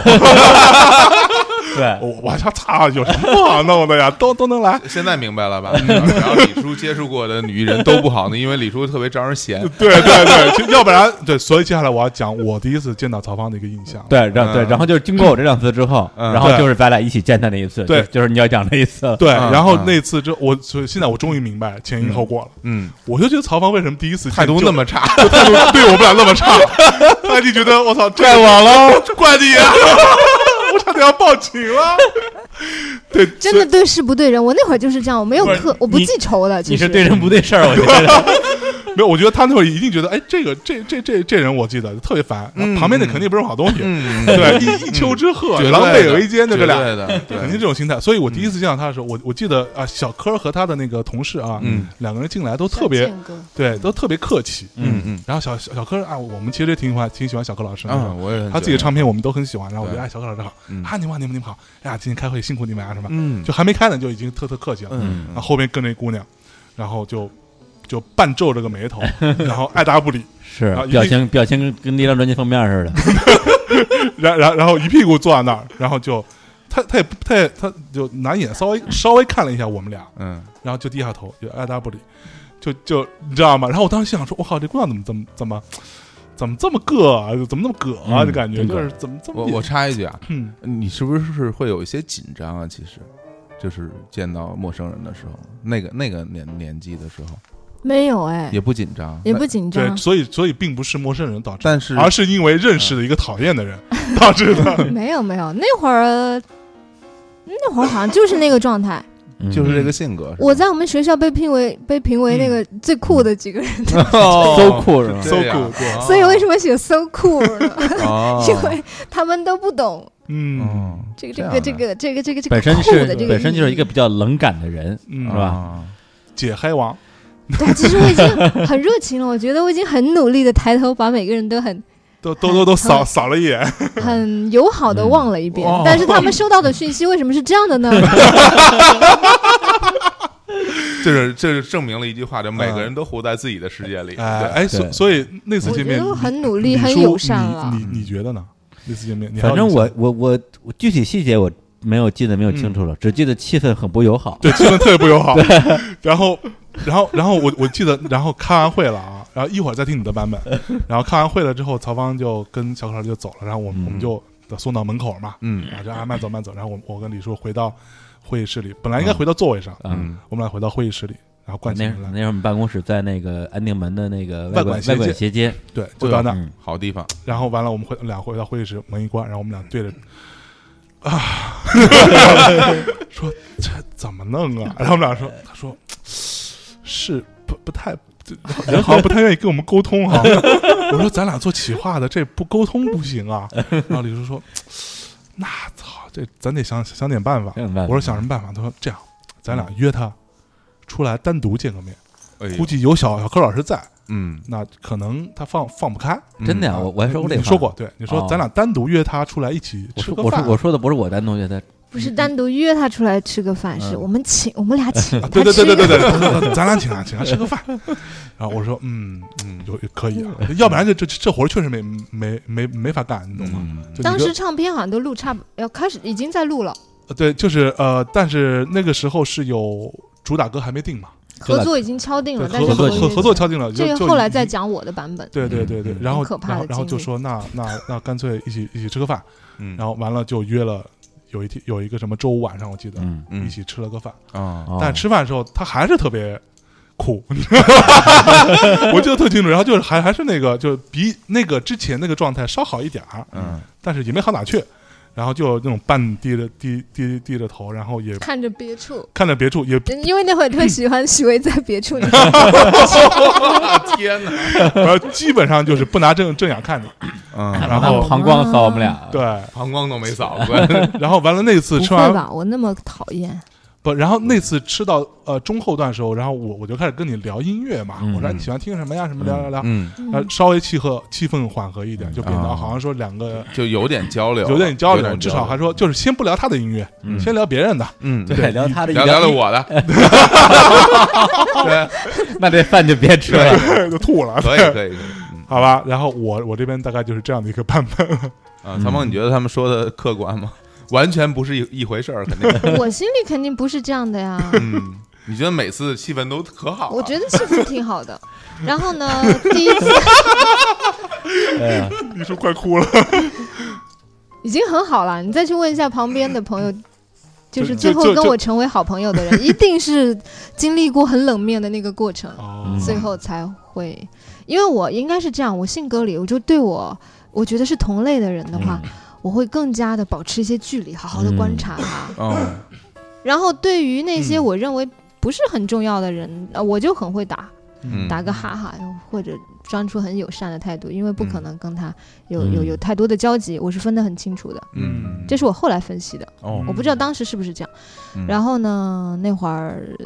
S2: 对，
S1: 我我还操，有什么不好弄的呀？都都能
S2: <laughs>
S1: 来。
S3: 现在明白了吧？
S2: 嗯
S3: 嗯然后李叔接触过的女艺人都不好呢，因为李叔特别招人嫌。
S1: 对对对，就要不然对，所以接下来我要讲我第一次见到曹芳的一个印象。
S2: 对，然后对，
S3: 嗯
S2: 然后就是经过我这两次之后，
S3: 嗯
S2: 然后就是咱俩一起见他那一次，
S1: 对
S2: 就就是你要讲那一次
S1: <laughs>
S2: 了。
S1: 对，
S3: 嗯
S1: 然后
S3: 嗯
S1: 那次之后我，所以现在我终于明白前因后果了。
S3: 嗯，
S1: 我就觉得曹芳为什么第一次见
S3: 态度
S1: 就
S3: 那么差，
S1: 就态度对我们俩那么
S3: <laughs>
S1: 差，他就觉得我操，怪我了，怪你啊， <laughs> 我差点要报警了。对，”
S4: 真
S1: 所以
S4: 的对事不对人，我那会儿就是这样，我没有
S2: 不是
S4: 刻，我不
S2: 你
S4: 记仇的。
S2: 你
S4: 其
S2: 是
S4: 实
S2: 对人不对事儿，我觉 <laughs> 得。
S1: 没有，我觉得他那会儿一定觉得，哎，这个这这这这人我记得特别烦，
S3: 嗯
S1: 旁边那肯定不是好东西，
S2: <laughs>
S3: 嗯，
S1: 对，一一丘之貉，
S3: 绝对的
S1: 狼狈为奸的这俩，
S3: 绝对的，嗯对
S1: 肯定这种心态。所以我第一次见到他的时候，我我记得啊，小柯和他的那个同事啊，
S3: 嗯
S1: 两个人进来都
S4: 小
S1: 特别
S4: 贱哥
S1: 对，都特别客气。
S3: 嗯嗯
S1: 然后小小小柯啊，我们其实也挺喜欢挺喜欢小柯老师的。
S3: 啊，我也很
S1: 他自己的唱片我们都很喜欢，然后我觉得
S3: 对
S1: 哎，小柯老师好
S3: 嗯
S1: 啊，你们好，你们你们好，哎呀，今天开会辛苦你们啊，什么，
S3: 嗯，
S1: 就还没开呢，就已经特特客气了。
S3: 嗯
S1: 然后后面跟着一姑娘，然后就就半皱着个眉头， <laughs> 然后爱答不理，
S2: 是
S1: 啊一定
S2: 表情表情跟跟那张专辑封面似的。
S1: 然然然后一屁股坐在那儿，然后就他他也不他也他就拿眼稍微稍微看了一下我们俩，
S3: 嗯，
S1: 然后就低下头，就爱答不理，就就你知道吗？然后我当时心想说，我靠，这姑娘怎么怎么怎么怎么这么个啊，怎么那么葛啊？
S2: 嗯
S1: 这感觉
S2: 真葛
S1: 就是怎么这么
S3: 我我插一句啊，
S1: 嗯
S3: 你是不是会有一些紧张啊？其实，就是见到陌生人的时候，那个那个年年纪的时候
S4: 没有哎，
S3: 也不紧张，
S4: 也不紧
S1: 对，
S4: 张，
S1: 所以所以并不是陌生人导致，
S3: 但
S2: 嗯
S3: 是
S1: 而是因为认识的一个讨厌的人
S4: 嗯
S1: 导致
S4: <laughs>
S1: 的。
S4: 没有没有，那会儿那会儿好像就是那个状态。
S2: 嗯
S3: 就是这个性格。是吧
S4: 我在我们学校被评为被评为那个
S3: 嗯
S4: 最酷的几
S3: <laughs>
S4: 个人，
S2: so cool 是吧？
S1: so
S3: 这样
S1: cool，对
S4: <laughs> 所以为什么写 so cool 呢？
S3: 哦
S4: <laughs> 因为他们都不懂
S2: 哦
S1: 嗯
S3: 嗯，
S4: 这个这
S3: 这样啊
S4: 个
S3: 的
S4: 这个这个这个这个
S2: 本身
S4: 酷
S2: 是
S4: 的这个
S2: 本身就是一个
S4: 意
S2: 比较冷感的人，
S1: 嗯
S2: 是吧
S3: 啊
S1: 解嗨王，
S4: 义。对，其实我已经很热情了，我觉得我已经很努力的抬头把每个人都很
S1: 都都都都
S4: <laughs>
S1: 扫扫了一眼，
S4: 很友好的望了一遍，
S1: 嗯哦
S4: 但是他们收到的讯息为什么是这样的呢？
S3: 这是这是证明了一句话，就每个人都活在自己的世界里。
S1: 哎
S3: 对
S1: 哎，所
S2: 对
S1: 所以那次
S4: 我觉
S1: 见面
S4: 得，很努
S1: 李
S4: 力，很
S1: 叔
S4: 友善啊了
S1: 你。你你觉得呢？那次见面，你还有
S2: 反正
S1: 印象
S2: 我我我我具体细节我没有记得没有清
S1: 嗯
S2: 楚了，只记得气氛很不友好。
S1: 对气氛特别不友好。 <laughs> 然后，然后，然后我我记得，然后开完会了啊，然后一会儿再听你的版
S2: <laughs>
S1: 本。然后开完会了之后，曹芳就跟小可老师就走了，然后我们、
S2: 嗯
S1: 我们就送到门口嘛，
S3: 嗯
S1: 然后就啊慢走慢走。然后我我跟李叔回到会议室里，本来应该回到座位上，
S2: 嗯，
S1: 我们俩回到会议室里，然后
S2: 那
S1: 冠
S2: 那
S1: 希
S2: 会
S1: 来
S2: 儿我们办公室在那个安定门的那个
S1: 外
S2: 外
S1: 管
S2: 管
S1: 斜
S2: 外管
S1: 街啊
S2: 斜街，
S1: 对，就到那儿。
S2: 嗯，
S3: 好地方，
S1: 然后完了，我们回俩回到会议室，门一关，然后我们俩对着。啊， <laughs> 说这怎么弄啊？然后我们俩说，他说是不不太，这人好像不太愿意跟我们沟通哈、我说咱俩做企划的，这不沟通不行啊。然后李叔说，那操，这咱得想想点办法。
S2: 想办法
S1: 我说想什么办法？他说这样，咱俩约他出来单独见个面，
S3: 哎呦
S1: 估计有小小柯老师在，
S3: 嗯，
S1: 那可能他放放不开。
S3: 嗯
S2: 真的啊呀，我我还说过
S1: 啊
S2: 这
S1: 你
S2: 话
S1: 说过，，对，你说
S2: 哦
S1: 咱俩单独约他出来一起
S2: 我
S1: 吃
S2: 说
S1: 个
S2: 我
S1: 饭啊
S2: 说，我说的不是我单同学，他
S4: 不是单独约他出来吃个饭，是
S2: 嗯
S4: 我们请我们俩请
S1: 啊
S4: 他
S1: 对对
S4: 吃
S1: 对
S4: 一
S1: 对对
S4: 个
S2: <laughs>
S1: 对，对对咱俩请他请他吃个饭。然后我说，嗯，
S3: 嗯
S1: 有可以啊，要不然这这这活儿确实没没没没法干，你懂吗？
S3: 嗯
S1: 就
S4: 当
S1: 你说
S4: 时唱片好像都录差不要开始已经在录了，
S1: 呃对，就是呃，但是那个时候是有主打歌还没定嘛，
S2: 就在
S4: 合作已经敲定
S1: 对
S4: 了，但
S1: 合
S4: 是
S1: 合
S4: 合
S1: 合合作敲定了，
S4: 这
S1: 就
S4: 个
S1: 就
S4: 后来
S1: 一
S4: 再。讲我的版本。
S1: 对对对对
S2: 嗯，
S1: 然后
S4: 很可怕
S1: 然后
S4: 的
S1: 然后就
S4: 经历
S1: 说那那那干脆一起一起吃个饭，
S3: 嗯，
S1: 然后完了就约了有一天有一个什么周五晚上我记得
S2: 嗯，
S3: 嗯
S1: 一起吃了个饭，
S3: 啊，
S2: 哦
S1: 但吃饭的时候他还是特别苦，
S3: <laughs>
S1: 你知道吗我记得特清楚。然后就是还还是那个，就是比那个之前那个状态稍好一点儿，
S3: 嗯，
S1: 但是也没好哪去。然后就那种半低着低低低着头，然后也
S4: 看着别处，
S1: 看着别处，也
S4: 嗯因为那会儿特喜
S1: <laughs>
S4: 欢许巍在别处，你知道吗
S3: <laughs> 天哪，
S1: 然后基本上就是不拿正正眼看
S3: <laughs>
S1: 你。
S3: 嗯，
S1: 然后
S2: 他膀胱扫我们俩，
S1: 对，
S3: 膀胱都没扫过，
S1: 然后完了那次
S4: 不
S1: 吃
S4: 会
S1: 完
S4: 吧？我那么讨
S1: <laughs>
S4: 厌，
S1: 不，然后那次吃到呃中后段的时候，然后我我就开始跟你聊音乐嘛，
S2: 嗯
S1: 我说哎你喜欢听什么呀？什么聊聊聊，
S3: 嗯，
S1: 呃稍微气和气氛缓和一点，就变得
S3: 啊
S1: 好像说两个
S3: 就有点交流了，
S1: 有点交
S3: 有
S1: 流，至少还说就是先不聊他的音乐，
S2: 嗯
S1: 先聊别人
S4: <laughs>
S1: 的。
S3: 嗯，
S2: 对，聊他的
S3: 聊聊聊我的，对，
S2: 那这饭就别吃了。
S1: 对，就吐了。
S3: 可以可以，可以嗯
S1: <laughs> 好吧，然后我我这边大概就是这样的一个版本。 <laughs>
S3: 啊，曹萌，你觉得他们说的客观吗？完全不是一一回事儿，肯定。
S4: 我心里肯定不是这样
S1: <laughs>
S4: 的呀。
S3: 嗯，你觉得每次气氛都可好了？
S4: 我觉得气氛挺好的。然后呢，
S1: <laughs>
S4: 第一次 <laughs>
S2: <laughs> 哎呀
S1: 你说快哭了，
S4: 已经很好了，你再去问一下旁边的朋友，就是
S1: 就
S4: 最
S1: 就
S4: 后
S1: 就
S4: 跟我成为好朋友的
S1: <laughs>
S4: 人，一定是经历过很冷面的那个过程，
S3: 嗯
S1: 哦
S4: 最后才会。因为我应该是这样，我性格里，我就对我我觉得是同类的人的
S3: 嗯
S4: 话，我会更加的保持一些距离，好好的观察他。
S3: 哦，
S4: 然后对于那些
S1: 嗯
S4: 我认为不是很重要的人，呃我就很会打
S3: 嗯
S4: 打个哈哈，或者装出很友善的态度，因为不可
S3: 嗯
S4: 能跟他有、
S2: 嗯
S4: 有有太多的交集，我是分得很清楚的。
S3: 嗯，
S4: 这是我后来分析的，
S3: 哦
S4: 我不知道当时是不是这样。
S3: 嗯
S4: 然后呢，那会儿呃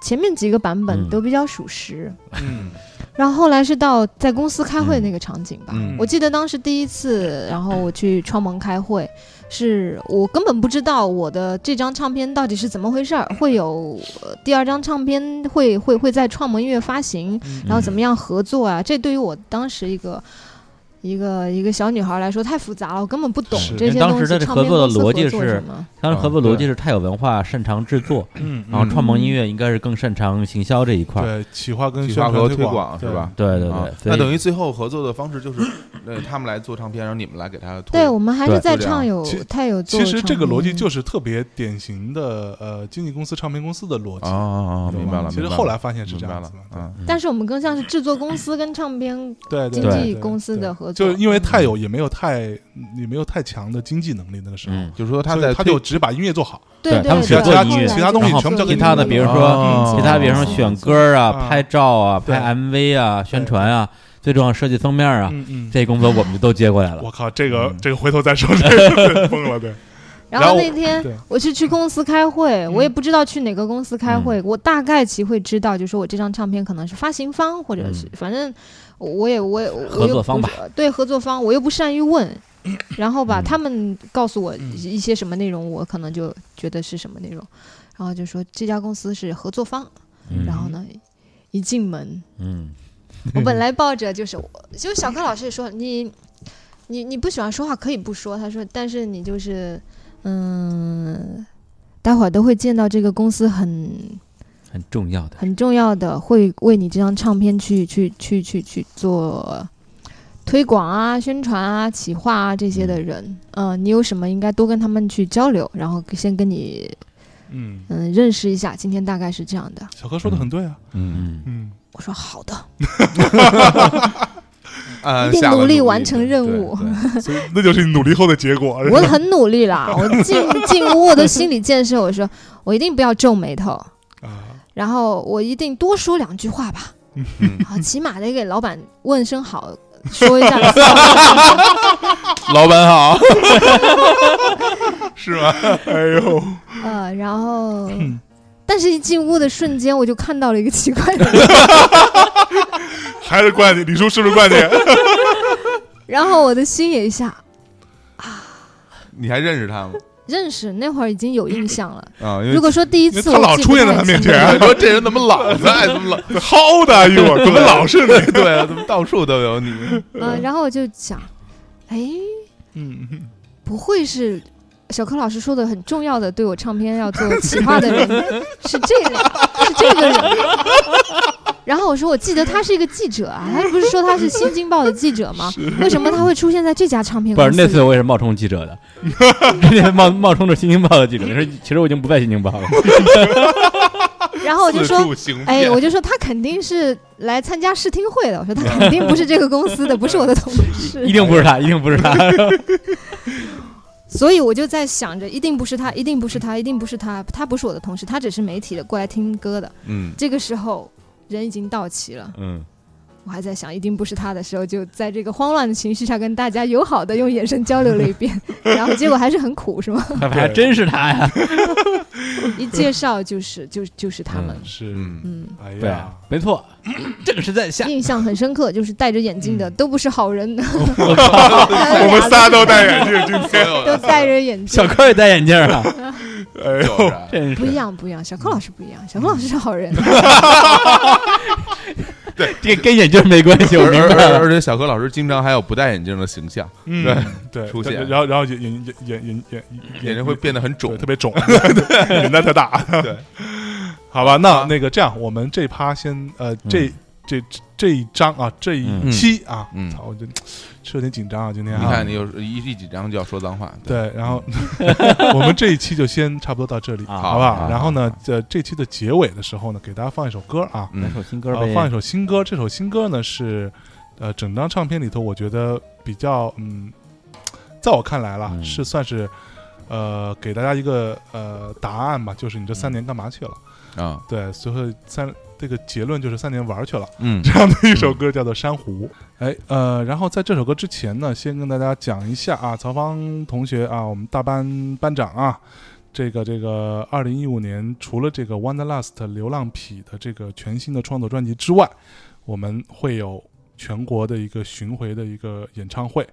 S4: 前面几个版本
S2: 嗯
S4: 都比较属实，
S1: 嗯
S4: 然后后来是到在公司开会那个场景吧。
S3: 嗯
S4: 我记得当时第一次，然后我去创盟开会，是我根本不知道我的这张唱片到底是怎么回事儿，会有、呃第二张唱片会会会在创盟音乐发行，然后怎么样合作啊？这对于我当时一个。一个一个小女孩来说太复杂了，我根本不懂
S1: 是
S4: 这些
S2: 因为当
S4: 东
S2: 时
S4: 西。
S2: 的
S4: 唱
S2: 合
S4: 片
S2: 作的
S4: 公司
S2: 逻
S4: 合
S2: 辑
S4: 作
S2: 是
S4: 什么
S2: 他的合作
S3: 啊对
S2: 逻辑是他有文化，擅长制作，
S1: 嗯
S2: 然后创盟音乐应该是更擅长行销这一块儿。
S1: 对企划跟
S3: 企
S1: 宣
S3: 划
S1: 传
S3: 和推
S1: 推
S3: 广是吧？？
S2: 对对
S3: 啊
S2: 对，所
S3: 那
S2: 以
S3: 等于最后合作的方式就是，呃，他们来做唱片，然后你们来给他推。
S4: 对，我们还是
S2: 对
S4: 在
S3: 就这样
S4: 唱有
S1: 其
S4: 太有做
S1: 其实这个逻辑
S4: 唱片
S1: 就是特别典型的呃经纪公司、唱片公司的逻
S3: 哦
S1: 辑。
S3: 哦，哦
S1: 对吧
S3: 明白了。
S1: 其实
S3: 明白了
S1: 后来发现是
S3: 明
S1: 这
S3: 白
S1: 样
S3: 了
S1: 子的，
S3: 嗯，
S4: 但是我们更像是制作公司跟唱片
S1: 对对
S4: 经
S1: 对
S4: 纪
S1: 对
S4: 公司
S1: 对
S4: 的合作，
S1: 就是因为太有也没有太也没有太强的经济能力那个时候，
S2: 嗯，
S3: 就是说他
S1: 所以
S3: 在
S1: 他
S3: 推
S1: 就只把音乐做好。
S4: 对
S2: 对他们
S4: 对
S1: 其他
S4: 对
S1: 其他
S4: 后来
S1: 东西其他东西
S4: 就
S1: 全部交给
S4: 是
S2: 其他的，
S1: 你
S2: 比如
S3: 哦
S2: 说其他，比如说选歌
S1: 啊
S2: 啊、拍照啊、
S1: 对
S2: 拍 MV 啊、宣传啊，最重要设计封面啊，
S1: 嗯嗯，
S2: 这工作我们就都接过来了。
S1: 我靠，这个这个回头再 <laughs> 说，这个疯了，对，
S4: 然
S1: 然
S4: 后
S1: 后
S4: 那天
S1: 对嗯
S4: 我是去公司开会，我也不知道去哪个
S1: 嗯
S4: 公司开会，我大概其会知道，就说我这张唱片可能是发行方或者是反正我我也我也我
S2: 合
S4: 又
S2: 作方
S4: 不是对合作方，我又不善于
S2: <clears throat>
S4: 问，然后吧，
S2: 嗯
S4: 他们告诉我
S1: 嗯
S4: 一些什么内容，我可能就觉得是什么内容，然后就说这家公司是合作方，
S2: 嗯
S4: 然后呢，一进门，
S2: 嗯
S4: 我本来抱着就是我，就小柯老师说你，你你不喜欢说话可以不说，他说，但是你就是，嗯，待会儿都会见到这个公司很
S2: 很重要的，
S4: 很重要的，会为你这张唱片去去去去去做推广啊、宣传啊、企划啊这些的人，嗯、你有什么应该多跟他们去交流，然后先跟你
S1: 嗯，
S4: 嗯认识一下，今天大概是这样的。
S1: 小柯说的很对啊，
S3: 嗯
S2: 嗯，
S1: 嗯，
S4: 我说好的，
S3: 啊，
S4: 一定
S3: 下了
S4: 努力
S3: 力
S4: 完成任
S3: 对
S4: 务
S3: 对
S1: 所以那就是你努力后的结 <laughs> 果。是
S4: 我
S1: 吧
S4: 很努力啦，我进进屋我的心理建设，我说我一定不要皱眉头，
S1: 啊，
S4: 然后我一定多说两句话吧，
S3: 嗯
S4: 啊，起码得给老板问声好，说一下
S2: <laughs>
S4: <laughs>
S2: 老板好，
S1: 是吗？哎呦，
S4: 呃，然后，
S1: 嗯
S4: 但是一进屋的瞬间，我就看到了一个奇怪的人，
S1: <laughs> 还是怪你，李叔是不是 <laughs> 怪你？
S4: 然后我的心也一下
S3: 你还认识他吗？
S4: 认识，那会儿已经有印象了。
S3: <laughs> 啊，因为
S4: 如果说第一次
S1: 他
S4: 我
S1: 老
S4: 记
S1: 出
S4: 不
S1: 现在
S4: 太
S1: 他面
S4: 清
S3: <laughs>
S1: 前
S3: 你说这人怎么老在？怎么老？
S1: How old are <laughs> you？怎么哎老是你？
S3: <laughs> 对啊，怎么到处都有你？
S4: 呃，然后我就想，哎，
S1: 嗯，
S4: 不会是小柯老师说的很重要的对我唱片要做企划
S1: <laughs>
S4: 的人是这个是这个人。然后我说，我记得他是一个记者啊，他不是说他是《新京报》的记者吗？为什么他会出现在这家唱片
S2: 不
S4: 公
S2: 是
S4: 司里？
S2: 那次我也是冒充记者的，直
S1: <laughs>
S2: 接冒冒充着《新京报》的记者，但是其实我已经不在《新京报》了。
S4: 然后我就
S3: 四
S4: 说，
S3: 处行 <laughs>
S4: 哎，
S3: 骗
S4: 我就说他肯定是来参加试听会的，我说他肯定不是这个公司的，不是我的同
S2: 一 <laughs>
S4: 事，
S2: 定不是他，一定
S1: <laughs>
S2: 不是他。
S4: 所以我就在想着，一定不是他，一定不是他，一定不是他，他不是我的同事，他只是媒体的过来听歌的。
S3: 嗯，
S4: 这个时候人已经到齐了，
S2: 嗯，
S4: 我还在想一定不是他的时候，就在这个慌乱的情绪下跟大家友好的用眼神交流了一遍，然后结果还是很苦，是吗？
S2: 还还真是他呀。
S4: 一介绍就是就就是他们，
S1: 是，
S3: 嗯，
S4: 嗯。
S1: 哎
S2: 对啊
S1: 呀，，
S2: 没错，这个是在下。
S4: 印象很深刻，就是戴着眼镜的、
S1: 嗯
S4: 都不是好人，
S1: 我
S4: <laughs> 我
S1: 们仨都戴眼镜，
S4: <laughs>
S1: 今
S3: 所
S1: 天，
S3: 有
S4: 都
S3: 的
S4: 戴着眼镜
S2: 小，柯也戴眼镜啊，
S1: 哎
S3: 就
S1: 呦，
S3: <laughs> 是
S2: <laughs> 真是
S4: 不一样不一样，小柯老师不一样，小柯老师是好人，
S2: 这个跟眼镜没关系，我
S3: 而
S2: 明白
S3: 而
S2: 了。
S3: 而且小柯老师经常还有不戴眼镜的形象，
S1: 嗯
S3: 对
S1: 对，
S3: 出现
S1: 然后然后眼眼眼眼眼眼
S3: 眼睛会变得很
S1: 对
S3: 肿
S1: 特。别肿， <laughs> 对眼袋太大。
S3: 对，
S1: <laughs> 好吧，那
S3: 啊
S1: 那个这样，我们这趴先呃这这这一章啊这一
S2: 嗯
S1: 期啊，
S3: 嗯
S1: 操，我就是有点紧张啊，今天
S3: 你
S1: 啊。
S3: 看你有一一紧张就要说脏话，对，
S1: 对，然后我们这一期就先差不多到这里，
S2: 啊
S1: 好不
S3: 好
S1: 好？
S3: 好
S1: 然后呢，呃，这期的结尾的时候呢，给大家放一首歌啊，
S2: 来
S3: 嗯
S2: 首新歌
S1: 呃
S2: 呗，，
S1: 放一首新歌。这首新歌呢是，呃，整张唱片里头我觉得比较，嗯，在我看来啦，
S2: 嗯
S1: 是算是，呃，给大家一个呃答案吧，就是你这三年干嘛去了？
S3: 啊，
S1: 对，所以三这个结论就是三年玩儿去了。
S3: 嗯
S1: 这样的一首歌叫做《珊瑚》。哎，呃，然后在这首歌之前呢，先跟大家讲一下啊，曹芳同学啊，我们大班班长啊，这个这个，二零一五年除了这个《Wanderlust》流浪痞的这个全新的创作专辑之外，我们会有全国的一个巡回的一个演唱会。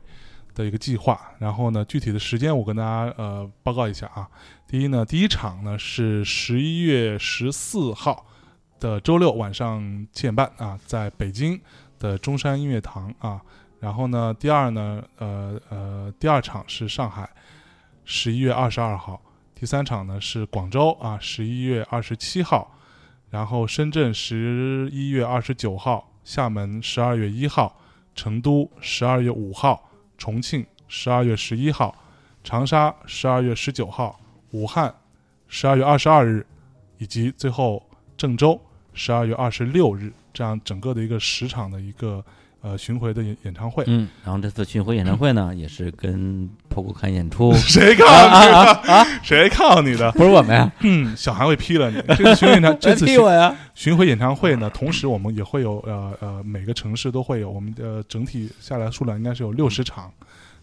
S1: 的一个计划，然后呢，具体的时间我跟大家呃报告一下啊。第一呢，第一场呢是十一月十四号，的周六晚上七点半啊，在北京的中山音乐堂啊。然后呢，第二呢，呃呃，第二场是上海，十一月二十二号；第三场呢是广州啊，十一月二十七号；然后深圳十一月二十九号，厦门十二月一号，成都十二月五号，重庆十二月十一号，长沙十二月十九号，武汉十二月二十二日，以及最后郑州十二月二十六日，这样整个的一个十场的一个呃巡回的演演唱会。，
S2: 嗯，然后这次巡回演唱会呢，也是跟 POCO 看演出
S1: 谁告诉你的？谁告诉你的？
S2: 不是我们呀，
S1: 嗯，小韩会批了你。这次巡演唱，这次
S2: 踢
S1: 巡
S2: 我呀，
S1: 巡回演唱会呢，同时我们也会有呃呃每个城市都会有，我们的、呃、整体下来数量应该是有六十场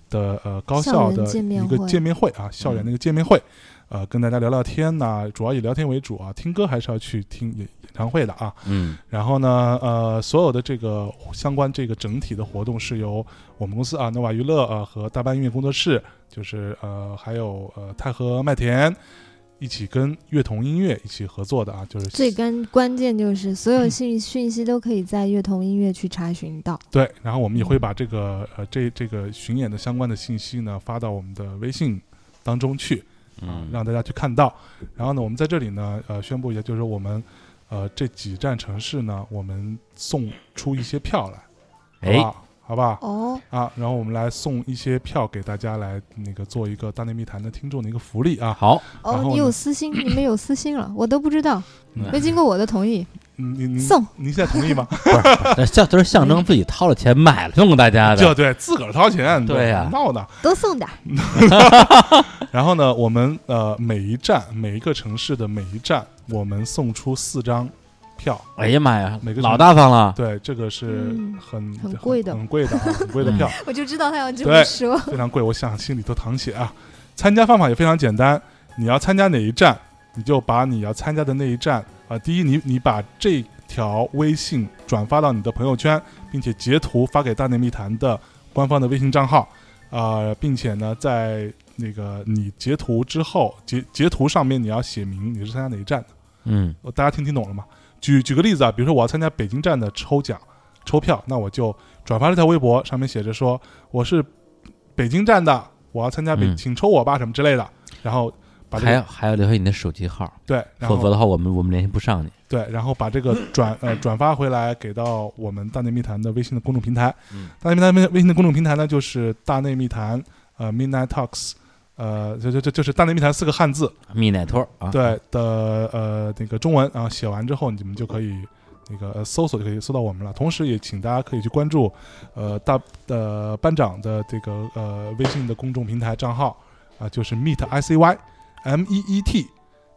S1: 的呃高校的
S4: 校园见面
S1: 一
S4: 会嗯
S1: 个见面会啊，校园的一个见面会，呃跟大家聊聊天呐、主要以聊天为主啊，听歌还是要去听演演唱会的啊。
S2: 嗯
S1: 然后呢，呃，所有的这个相关这个整体的活动是由我们公司啊，nova 娱乐啊和大班音乐工作室，就是呃还有呃太和麦田一起跟乐童音乐一起合作的啊，就是
S4: 最关关键就是所有信讯息都可以在乐童音乐去查询到。
S1: 对，然后我们也会把这个呃这这个巡演的相关的信息呢发到我们的微信当中去啊，
S2: 嗯，
S1: 让大家去看到。然后呢，我们在这里呢呃宣布一下，就是我们呃这几站城市呢，我们送出一些票来，好不
S2: 哎，
S1: 好？好不好？
S4: 哦，
S1: 啊，然后我们来送一些票给大家来那个做一个大内密谈的听众的一个福利啊。
S2: 好，
S1: 然
S4: 哦，
S1: 后
S4: 你
S1: 呢
S4: 有私心，你们有私心了，我都不知道
S1: 嗯，
S4: 没经过我的同意，
S1: 嗯你你
S4: 送
S1: 您现在同意
S2: <laughs>
S1: 吗？
S2: 那象都是象征自己掏了钱买了送给大家
S1: 这
S2: 的，
S1: 对自个儿掏钱，
S2: 对呀
S1: 闹呢。
S4: <laughs> 都送点儿。
S1: 然后呢，我们呃每一站每一个城市的每一站，我们送出四张票。
S2: 哎呀妈呀
S1: 每，个
S2: 老大方了，
S1: 对，这个是
S4: 嗯
S1: 很、
S4: 很贵的
S1: 很贵的、啊，很贵
S2: <laughs>
S1: 的票，
S4: 我就知道他要这
S1: 对
S4: 么说。
S1: 非常贵，我想心里头淌血啊。参加方法也非常简单，你要参加哪一站，你就把你要参加的那一站啊、第一你你把这条微信转发到你的朋友圈，并且截图发给大内密谈的官方的微信账号，啊，并且呢，在那个你截图之后，截截图上面你要写明你是参加哪一站的，
S2: 嗯，
S1: 呃大家听听懂了吗？举举个例子啊，比如说我要参加北京站的抽奖抽票，那我就转发这条微博，上面写着说我是北京站的，我要参加北，
S2: 嗯
S1: 请抽我吧什么之类的，然后把这
S2: 还要
S1: 个
S2: 还要留下你的手机号，
S1: 对，然
S2: 否则
S1: 后
S2: 的话我们我们联系不上你。
S1: 对，然后把这个
S2: <laughs>
S1: 转呃转发回来给到我们大内密谈的微信的公众平台，
S2: 嗯
S1: 大内密谈微微信的公众平台呢就是大内密谈呃 Midnight Talks。呃，就就就就是大内密谈四个汉字，
S2: 蜜奶托啊，，
S1: 对的呃那个中文啊，写完之后你们就可以那个、呃、搜索就可以搜到我们了。同时也请大家可以去关注呃大呃班长的这个呃微信的公众平台账号啊、就是 meet i c y m e e t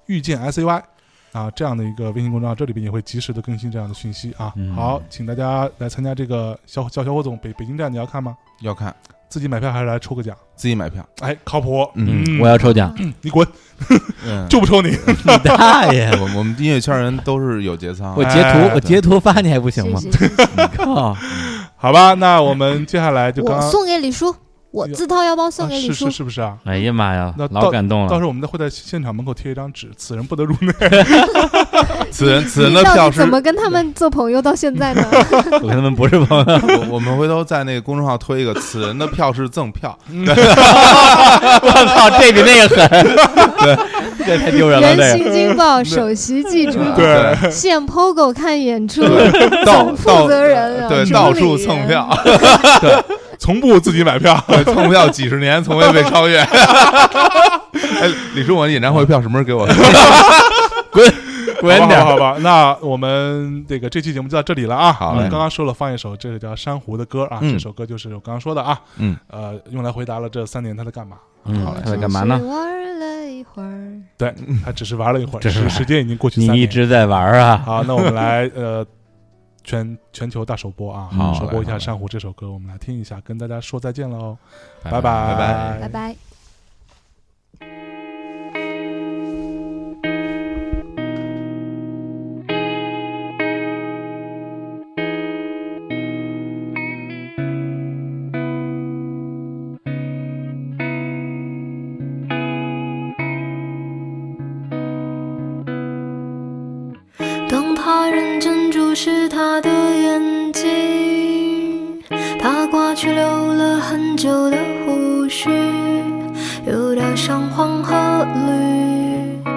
S1: 遇见 i c y 啊这样的一个微信公众号，这里边也会及时的更新这样的讯息啊。
S2: 嗯
S1: 好，请大家来参加这个小小小伙总北北京站，你要看吗？
S3: <laughs> 要看
S1: 自己买票还是来抽个奖？
S3: 自己买票，
S1: 哎，靠谱！
S3: 嗯
S2: 嗯，我要抽奖，
S1: 你滚，
S3: <laughs> 嗯，
S1: 就不抽你。 <laughs>
S2: 你大爷！
S3: 哎我我们音乐圈人都是有节操啊
S2: 我
S3: 的，
S2: 截
S1: 哎
S2: 图我截图发你还不行吗？
S4: 是是是是
S2: 靠，
S1: 好吧，那我们接下来就刚
S4: 我
S1: 刚
S4: 送给李叔，我自掏腰包送给
S1: 啊、
S4: 李
S1: 是
S4: 叔
S1: 是。是不是啊？
S2: 哎呀妈呀
S1: 那，
S2: 老
S1: 到
S2: 感动
S1: 到时
S2: 了。
S1: 候我们会在现场门口贴一张纸，此人不得入内。
S3: 此人此人
S4: 哎你
S3: 的
S4: 到
S3: 票
S4: 底
S3: 是
S4: 怎，么跟他们做朋友到现在呢？
S2: 我跟他们不是朋友，
S3: 我我们回头在那个公众号推一个，此人的票是赠
S4: <laughs>
S3: 票，
S2: 我操，这比那个狠，对，这太丢人了，
S4: 人
S2: 这个。
S4: 形惊爆首席记者，
S3: <laughs> 对
S4: 现 POGO 看演出， <laughs>
S3: 对，到
S4: 负
S3: 到
S4: 责人啊，
S3: 对
S4: 主
S3: 到
S4: 理
S3: 处蹭票，
S4: 啊
S1: 从不自己买
S3: <laughs>
S1: 票，
S3: 对，蹭票几十年从未被超
S4: <laughs>
S3: 越。哎，李叔，我演唱会票什么时候给我？
S1: 滚点好吧？那我们这个这期节目就到这里了啊。
S3: 好
S1: 我们
S3: 嘞
S1: 刚刚说了放一首这个叫《珊瑚》的歌啊，
S3: 嗯
S1: 这首歌就是我刚刚说的啊，
S3: 嗯，
S1: 呃，用来回答了这三年他在干嘛。
S2: 嗯
S3: 好嘞，
S2: 他在干嘛呢
S4: 只？玩了一会儿，
S1: 对他只是玩了一会儿，
S2: 只是
S1: 时
S2: 玩
S1: 时间已经过去
S2: 你
S1: 三年。
S2: 一直在玩啊？
S1: 好，那我们来呃。全全球大首播啊！
S3: 好
S1: 首
S3: 嘞
S1: 播一下
S3: 好
S1: 《
S3: 嘞
S1: 珊瑚》这首歌，我们来听一下，跟大家说再见喽，
S2: 拜
S1: 拜
S3: 拜
S4: 拜拜。
S5: 当他认真注视他的眼睛，他刮去留了很久的胡须，有点像黄鹤绿，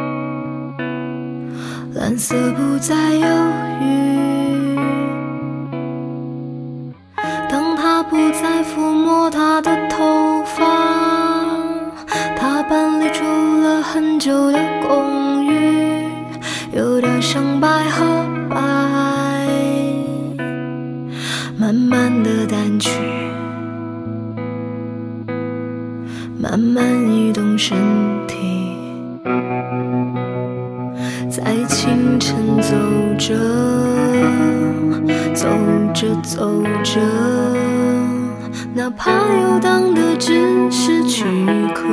S5: 蓝色不再犹豫。当他不再抚摸他的头发，他搬离出了很久的公寓，有点像白和白，慢慢的淡去，慢慢移动身体，在清晨走着，走着走着，哪怕游荡的只是躯壳。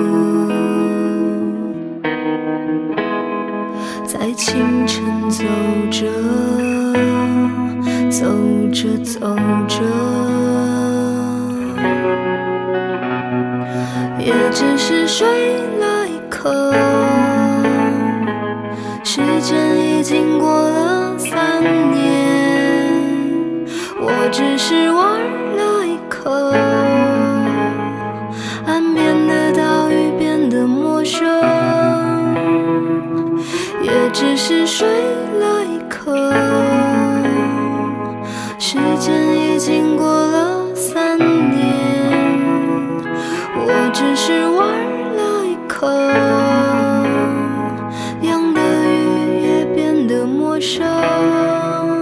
S5: 在清晨走着，走着走着，也只是睡了一刻。时间已经过了三年，我只是玩了一刻。岸边的岛屿变得陌生，也只是睡了一刻。时间已经过了三年，我只是玩了一刻。养的鱼也变得陌生。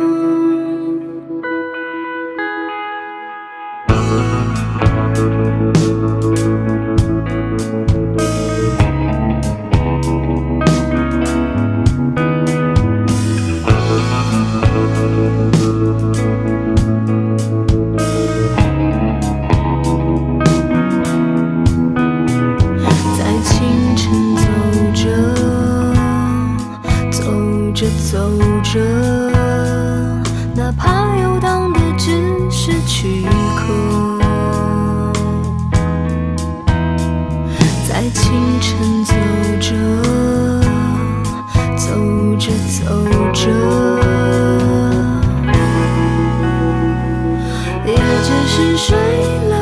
S5: 在清晨走着，走着走着，哪怕游荡的只是躯壳。在清晨走着，走着走着，也只是睡了